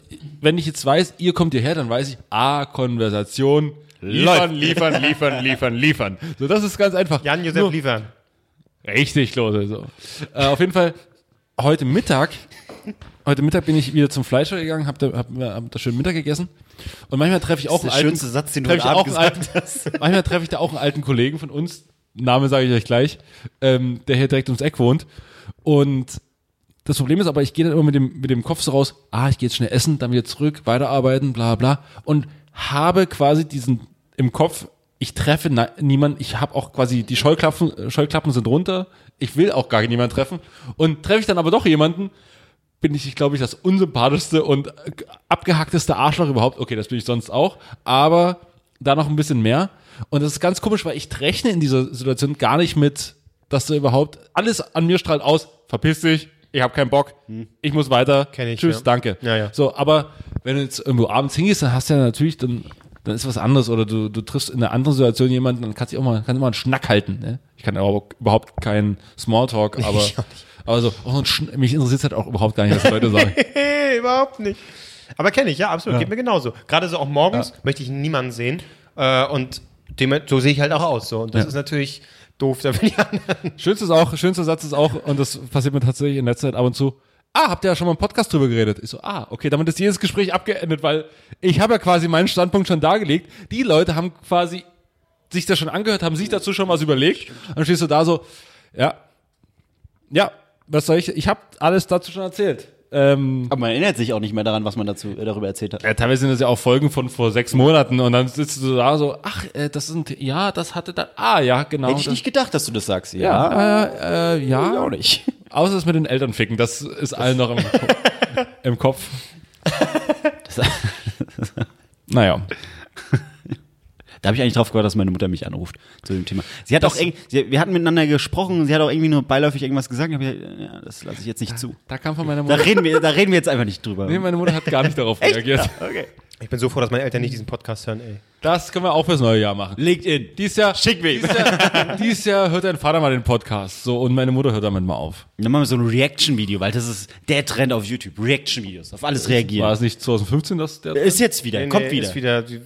S4: wenn ich jetzt weiß, ihr kommt hierher, dann weiß ich, A, Konversation, liefern, liefern, liefern, liefern, liefern. So, das ist ganz einfach.
S1: Jan Josef
S4: Nur-
S1: liefern.
S4: Richtig los. Also. Äh, auf jeden Fall, heute Mittag heute Mittag bin ich wieder zum Fleischer gegangen, hab da, hab, hab da schön Mittag gegessen. Und manchmal treffe ich auch
S3: der
S4: einen alten,
S3: schönste Satz, den du
S4: treffe ich
S3: heute
S4: auch
S3: Abend
S4: einen
S3: gesagt
S4: alten, <laughs> Manchmal treffe ich da auch einen alten Kollegen von uns, Name sage ich euch gleich, ähm, der hier direkt ums Eck wohnt. Und das Problem ist aber, ich gehe dann immer mit dem, mit dem Kopf so raus, ah, ich gehe jetzt schnell essen, dann wieder zurück, weiterarbeiten, bla bla. Und habe quasi diesen im Kopf, ich treffe na, niemanden, ich habe auch quasi, die Scheuklappen, Scheuklappen sind runter, ich will auch gar niemanden treffen. Und treffe ich dann aber doch jemanden, bin ich, glaube ich, das unsympathischste und abgehackteste Arschloch überhaupt. Okay, das bin ich sonst auch, aber da noch ein bisschen mehr. Und das ist ganz komisch, weil ich rechne in dieser Situation gar nicht mit, dass du überhaupt alles an mir strahlt aus. Verpiss dich, ich habe keinen Bock, ich muss
S1: Hm.
S4: weiter.
S1: Kenn ich,
S4: Tschüss,
S1: ja.
S4: danke.
S1: Ja, ja.
S4: So, aber wenn du jetzt irgendwo abends hingehst, dann hast du ja natürlich dann dann ist was anderes oder du, du triffst in einer anderen Situation jemanden, dann kannst du auch mal kannst immer einen Schnack halten. Ne? Ich kann aber überhaupt keinen Smalltalk,
S1: <laughs>
S4: aber
S1: Ich auch nicht.
S4: aber so, oh, so ein Schn- mich interessiert halt auch überhaupt gar nicht, was Leute sagen.
S1: Nee, <laughs> überhaupt nicht. Aber kenne ich, ja, absolut. Geht mir genauso. Gerade so auch morgens möchte ich niemanden sehen. Äh, und dem, so sehe ich halt auch aus. So. Und das
S4: Ja.
S1: ist natürlich doof dann für die anderen.
S4: Schönste ist auch, schönster Satz ist auch, und das passiert mir tatsächlich in letzter Zeit ab und zu. Ah, habt ihr ja schon mal im Podcast drüber geredet? Ich so, ah, okay, damit ist jedes Gespräch abgeendet, weil ich habe ja quasi meinen Standpunkt schon dargelegt. Die Leute haben quasi sich das schon angehört, haben sich dazu schon was überlegt. Dann stehst du da so, ja, ja, was soll ich, ich habe alles dazu schon erzählt. Ähm,
S3: Aber man erinnert sich auch nicht mehr daran, was man dazu, äh, darüber erzählt hat.
S4: ja, teilweise sind das ja auch Folgen von vor sechs Monaten und dann sitzt du da so, ach, äh, das sind, ja, das hatte da, ah, ja, genau.
S3: Hätte ich
S4: das-
S3: nicht gedacht, dass du das sagst.
S4: ja, äh, äh, ja,
S3: auch nicht.
S4: Außer das mit den Eltern ficken, das ist allen noch im,
S3: <laughs>
S4: im Kopf.
S3: <laughs>
S4: naja.
S3: Da habe ich eigentlich drauf gehört, dass meine Mutter mich anruft zu dem Thema. Sie hat auch eng, sie, wir hatten miteinander gesprochen, sie hat auch irgendwie nur beiläufig irgendwas gesagt. Und hab ich gesagt, ja, das lasse ich jetzt nicht zu.
S4: Da kam von meiner
S3: Da
S4: Mutter.
S3: reden wir, da reden wir jetzt einfach nicht drüber.
S4: Nee, meine Mutter hat gar nicht darauf reagiert.
S1: <laughs> Ich bin so froh, dass meine Eltern nicht diesen Podcast hören, ey.
S4: Das können wir auch fürs neue Jahr machen.
S3: Legt in.
S4: Dies Jahr,
S3: Schick mir.
S4: dies Jahr, dies Jahr hört dein Vater mal den Podcast. So, und meine Mutter hört damit mal auf.
S3: Dann machen wir so ein Reaction-Video, weil das ist der Trend auf YouTube. Reaction-Videos. Auf alles
S4: War
S3: reagieren.
S4: es nicht 2015, das der.
S3: Ist jetzt wieder,
S1: Nee,
S3: kommt
S1: nee,
S3: wieder.
S1: Ist wieder die,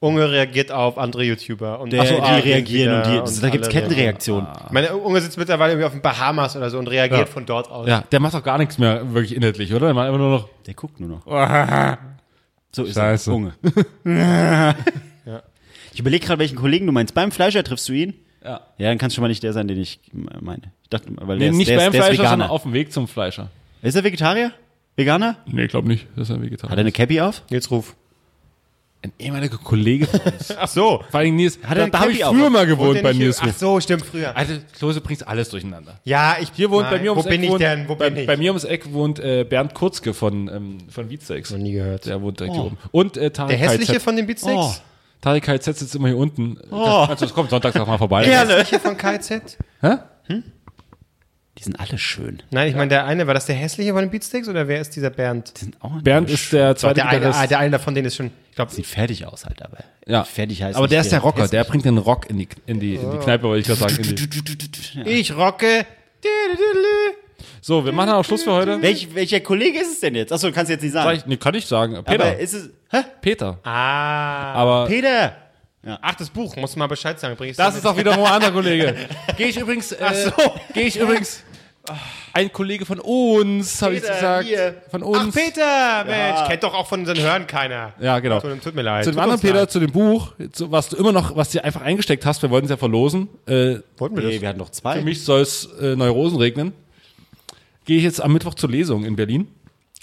S1: Unge reagiert auf andere YouTuber. Und
S3: Ach
S1: der-
S3: so, die
S1: reagiert
S3: reagieren
S1: wieder
S3: und die, da gibt's
S1: genau, alle
S3: Kettenreaktionen.
S1: so. Meine Unge sitzt mittlerweile irgendwie auf den Bahamas oder so und reagiert
S4: Ja.
S1: von dort aus.
S4: Ja, der macht doch gar nichts mehr wirklich inhaltlich, oder? Der macht einfach nur noch.
S1: Ah.
S3: Der guckt nur noch. So ist
S4: Scheiße.
S3: er.
S4: <laughs>
S3: Unge. Ich überlege gerade, welchen Kollegen du meinst. Beim Fleischer triffst du ihn?
S4: Ja.
S3: Ja, dann kann es schon mal nicht der sein, den ich äh, meine. Ich dachte, weil
S4: Nee,
S3: der
S4: nicht
S3: ist, der
S4: beim
S3: ist, der ist
S4: Fleischer,
S3: Veganer.
S4: sondern auf dem Weg zum Fleischer.
S3: ist er Vegetarier? Veganer?
S4: Nee, glaub nicht, dass er
S3: Hat
S4: Vegetarier
S3: er eine Cappy auf?
S1: Nils Ruf.
S4: Ein ehemaliger Kollege von uns.
S1: Ach so.
S4: Vor allem Nils,
S3: er
S4: da,
S3: eine
S4: da habe ich
S3: Cappy auch?
S4: früher mal
S1: Wohnt
S4: gewohnt
S1: der
S4: bei
S1: nicht
S4: Nils.
S1: hier? Ach so, stimmt, früher.
S4: Also, Klose bringt alles durcheinander.
S1: Ja, ich,
S4: Hier wohnt bei mir ums
S1: Wo
S4: Eck.
S1: bin ich
S4: wohnt,
S1: denn? Wo bin
S4: bei,
S1: ich?
S4: bei mir ums Eck wohnt äh, Bernd Kurzke von, ähm, von Beatsex.
S1: Noch nie gehört.
S4: Der wohnt direkt hier oben. Und äh, Tarek
S1: Oh. Der hässliche
S4: KZ.
S1: von den Beatsteaks?
S3: Oh.
S4: Tarek KZ sitzt immer hier unten. Oh. Also, es kommt sonntags auch mal vorbei.
S1: Der hässliche von KZ?
S4: Hä?
S3: Die sind alle schön.
S1: Nein, ich meine, der eine, war das der hässliche von den Beatsteaks oder wer ist dieser Bernd?
S3: Die sind auch
S4: Bernd ist der zweite
S1: der, eine, ah,
S4: Gitarrist.
S1: der eine von denen ist schon, ich glaube,
S3: Sieht fertig aus halt, aber.
S4: Ja.
S3: Fertig heißt
S4: Aber der
S3: nicht
S4: ist der Rocker. Der
S3: hässlich.
S4: bringt den Rock in die, in die,
S1: Oh.
S4: in die Kneipe, wollte ich gerade sagen. In die.
S3: Ja.
S1: ich rocke.
S4: So, wir machen auch Schluss für heute.
S3: Welch, welcher Kollege ist es denn jetzt? Achso, kannst du jetzt nicht
S4: Sag
S3: sagen.
S4: ich- Nee, kann ich sagen.
S3: Aber
S4: Peter.
S3: ist es. Hä?
S4: Peter.
S1: Ah.
S4: Aber
S3: Peter!
S1: Ach, das Buch, musst du mal Bescheid sagen. Bring ich
S4: Das ist auch wieder ein anderer <laughs> Kollege. Gehe ich übrigens. Äh, Gehe ich übrigens. Ah. Ein Kollege von uns, habe ich
S1: Peter,
S4: gesagt.
S1: hier.
S4: Von
S1: Ach,
S4: uns.
S1: Peter, Mensch, kennt doch auch von unseren Hörern keiner.
S4: Ja, genau.
S1: Tut, tut mir leid.
S4: Zu dem
S1: Tut
S4: anderen
S1: uns leid.
S4: Peter, zu dem Buch, zu, was du immer noch, was dir einfach eingesteckt hast, wir wollten es ja verlosen. Äh,
S1: Wollten wir
S3: Nee,
S1: das?
S3: wir hatten noch
S4: für
S3: zwei.
S4: mich soll es äh, Neurosen regnen. Gehe ich jetzt am Mittwoch zur Lesung in Berlin.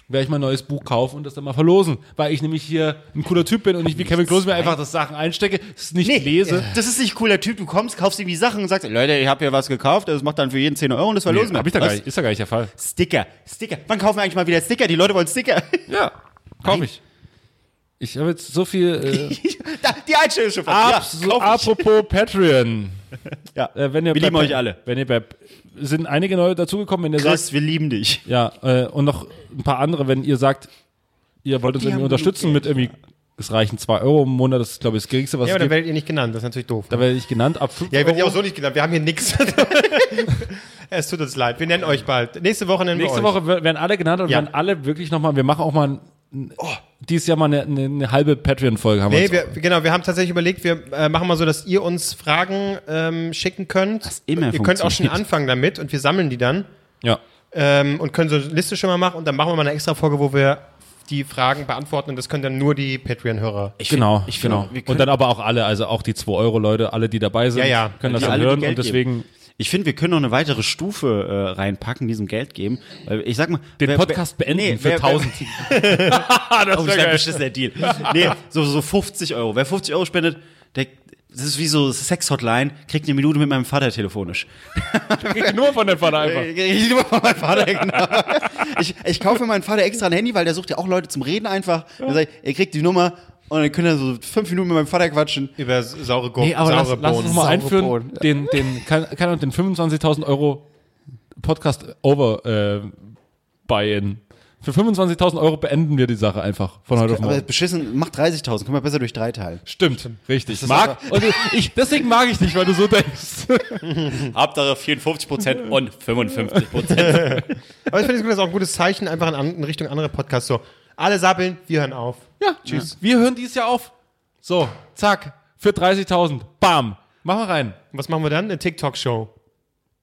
S4: Werde ich mein neues Buch kaufen und das dann mal verlosen. Weil ich nämlich hier ein cooler Typ bin und nicht wie Kevin Klose mir einfach das Sachen einstecke, es nicht lese.
S3: Das ist nicht cooler Typ. Du kommst, kaufst ihm die Sachen und sagst, Leute, ich habe hier was gekauft, das macht dann für jeden 10 Euro und das war los.
S4: Nee, hab ich da gar nicht, ist da gar nicht der Fall.
S3: Sticker, Sticker. Wann kaufen wir eigentlich mal wieder Sticker? Die Leute wollen Sticker. <laughs>
S4: Ja, kauf ich. Ich habe jetzt so viel. <laughs> Äh,
S3: Da, die Einstellung ist schon
S4: abs-
S3: Ja, kauf ich.
S4: apropos Patreon.
S3: Ja.
S4: Äh, wenn ihr
S3: Wir
S4: bei-
S3: lieben euch alle.
S4: Wenn ihr bei, sind einige neue dazugekommen, wenn ihr
S3: Chris, wir lieben dich.
S4: sagt, ja, äh, und noch ein paar andere, wenn ihr sagt, ihr wollt uns irgendwie
S3: haben genug
S4: unterstützen mit irgendwie, es reichen 2 Euro im Monat, das ist glaube ich das geringste, was
S1: Ja, aber
S4: es
S1: dann
S4: gibt.
S1: werdet ihr nicht genannt, das ist natürlich doof.
S4: Da
S1: Ne?
S4: werde ich genannt, ab 5
S1: Ja, ihr werdet ja
S4: Euro.
S1: auch so nicht genannt, wir haben hier nichts. <laughs> Es tut uns leid, wir nennen euch bald. Nächste Woche nennen
S4: Nächste
S1: wir euch.
S4: Woche wer- werden alle genannt und
S1: Ja. Oh.
S4: werden alle wirklich nochmal, wir machen auch mal ein, dieses Jahr mal eine, eine, eine halbe Patreon-Folge haben
S1: Nee,
S4: uns-
S1: wir, genau, wir haben tatsächlich überlegt, wir äh, machen mal so, dass ihr uns Fragen ähm, schicken könnt.
S3: immer
S1: ihr könnt auch schon
S3: funktioniert.
S1: anfangen damit und wir sammeln die dann.
S4: ja.
S1: ähm, und können so eine Liste schon mal machen und dann machen wir mal eine extra Folge, wo wir die Fragen beantworten und das können dann nur die Patreon-Hörer.
S4: Ich genau,
S3: ich find,
S4: genau.
S3: wir können-
S4: Und dann aber auch alle, also auch die 2-Euro-Leute, alle, die dabei sind,
S1: Ja, ja.
S4: können das
S3: Die
S4: dann
S3: alle, die
S4: hören.
S3: Geld
S4: Und deswegen
S3: Ich finde, wir können noch eine weitere Stufe äh, reinpacken, diesem Geld geben. Weil ich sag mal,
S4: den
S3: wer-
S4: Podcast
S3: wer-
S4: beenden
S3: nee,
S4: für
S3: wer-
S4: <laughs> 1000.
S3: Oh, das ist ein beschissener Deal. Nee, so, so 50 Euro. Wer 50 Euro spendet, der, das ist wie so Sex-Hotline, kriegt eine Minute mit meinem Vater telefonisch.
S4: Nur von der Pfanne einfach.
S3: Ich, lieber von meinem Vater, genau. ich, ich kaufe für meinen Vater extra ein Handy, weil der sucht ja auch Leute zum Reden einfach. Dann sag ich, ihr kriegt die Nummer und dann könnt ihr so fünf Minuten mit meinem Vater quatschen.
S1: Über saure Gurken,
S4: Nee, aber lass,
S1: saure
S4: lass uns
S1: Bohnen.
S4: mal
S3: Saure
S4: einführen,
S3: Bohnen.
S4: den, den, kann, kann man den 25.000 Euro Podcast over äh, buy-in. Für 25.000 Euro beenden wir die Sache einfach von heute auf
S3: Aber
S4: morgen.
S3: beschissen, macht 30.000, können wir besser durch drei teilen.
S4: Stimmt, richtig.
S3: ist
S4: Mag, <laughs> und ich, deswegen mag ich dich, weil du so denkst. <laughs>
S3: Hauptsache 54% und 55%.
S1: Aber ich finde das ist auch ein gutes Zeichen, einfach in, an- in Richtung andere Podcasts. So, alle sappeln, wir hören auf.
S4: Ja, tschüss. Wir hören dieses Jahr auf. So, zack, für 30.000. Bam. Machen wir rein.
S1: Und was machen wir dann? Eine TikTok-Show.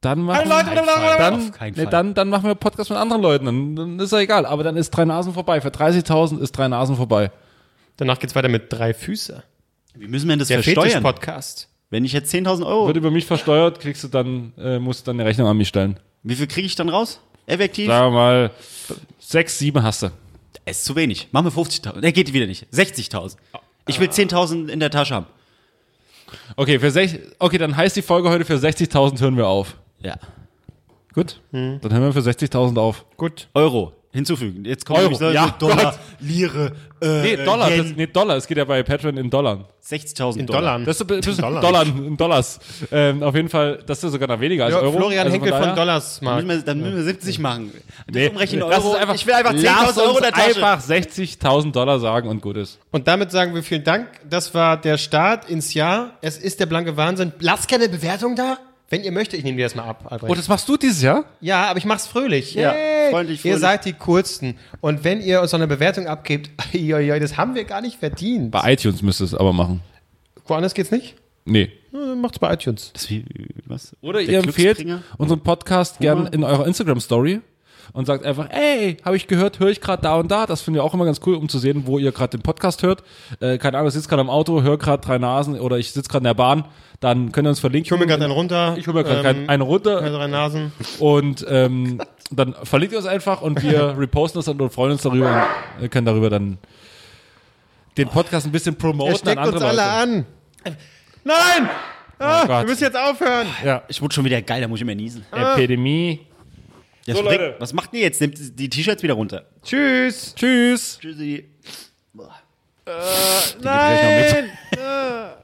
S4: Dann machen,
S1: Leute, Auf keinen Fall.
S4: dann,
S3: Auf keinen
S4: nee,
S3: Fall.
S4: dann, dann machen wir Podcast mit anderen Leuten. Dann, dann ist ja egal. Aber dann ist drei Nasen vorbei. Für 30.000 ist drei Nasen vorbei.
S1: Danach geht's weiter mit drei Füße.
S3: Wie müssen wir denn das
S1: Der
S3: versteuern?
S1: Fetisch-Podcast.
S3: Wenn ich jetzt 10.000 Euro,
S4: Wird über mich versteuert, kriegst du dann, äh, musst du dann eine Rechnung an mich stellen.
S3: wie viel kriege ich dann raus? Effektiv?
S4: Sagen wir mal, sechs, sieben hast du.
S3: Es ist zu wenig. Machen wir 50.000. Ne, geht wieder nicht. 60.000. Ich will 10.000 in der Tasche haben.
S4: Okay, für sech, okay, dann heißt die Folge heute für 60.000 hören wir auf.
S3: Ja.
S4: Gut, dann hören wir für 60.000 auf.
S1: Gut.
S3: Euro hinzufügen. Jetzt kommen
S4: Euro.
S3: nämlich Leute,
S4: Ja,
S3: Dollar, Lire, äh,
S4: Nee, Dollar,
S3: Yen.
S4: das, nee, Dollar, es geht ja bei Patreon in Dollar.
S3: 60.000
S1: In
S3: Dollar.
S1: Dollar.
S4: Das ist ein bisschen
S1: Dollar.
S4: Dollar, in Dollars. Ähm, auf jeden Fall, das ist sogar noch weniger als
S1: Ja,
S4: Euro.
S1: Florian
S4: also von
S1: Henkel von
S4: daher-
S1: Dollars
S3: Dann müssen,
S1: mal.
S3: wir, dann müssen wir 70 machen. Das
S4: Nee,
S3: umrechnen in
S4: lass
S3: Euro.
S4: uns einfach,
S3: ich will einfach 10.000
S4: lass
S3: Euro
S4: uns
S3: in der Tasche.
S4: einfach 60.000 Dollar sagen und gut ist.
S1: Und damit sagen wir vielen Dank. Das war der Start ins Jahr. Es ist der blanke Wahnsinn. Lasst keine Bewertung da. Wenn ihr möchtet, ich nehme dir das mal ab, Albrecht.
S4: Oh, das machst du dieses Jahr?
S1: ja, aber ich mach's fröhlich.
S3: Ja,
S1: Yay.
S3: freundlich,
S1: Ihr
S3: fröhlich.
S1: seid die Coolsten. Und wenn ihr uns noch eine Bewertung abgebt, <laughs> ei, ei, ei, das haben wir gar nicht verdient.
S4: Bei iTunes müsstest du es aber machen.
S1: Woanders geht's nicht?
S4: Nee.
S1: Na, dann Macht's bei iTunes.
S3: Das wie, was?
S4: Oder
S3: Der
S4: ihr empfehlt
S3: Glücksbringer?
S4: unseren Podcast gern in eurer Instagram-Story und sagt einfach, ey, habe ich gehört, höre ich gerade da und da. Das finden wir auch immer ganz cool, um zu sehen, wo ihr gerade den Podcast hört. Äh, keine Ahnung, ich sitze gerade im Auto, höre gerade drei Nasen oder ich sitze gerade in der Bahn. Dann könnt ihr uns verlinken.
S1: Ich hole mir gerade einen runter.
S4: Ich hole mir gerade
S1: ähm,
S4: eine runter
S1: drei Nasen.
S4: und ähm, dann verlinkt ihr uns einfach und
S1: <laughs>
S4: wir reposten das dann und freuen uns darüber und können darüber dann den Podcast ein bisschen
S1: Er
S4: promoten
S1: steckt uns alle an. Nein! Ah, wir
S4: Oh Gott.
S1: müssen jetzt aufhören.
S3: Ich wurde schon wieder geil, da muss ich immer niesen.
S4: Epidemie.
S3: Das
S1: So,
S3: bringt-
S1: Leute.
S3: Was macht ihr jetzt? Nehmt die T-Shirts wieder runter.
S1: Tschüss.
S4: Tschüss.
S3: Tschüssi. Boah.
S1: Nein!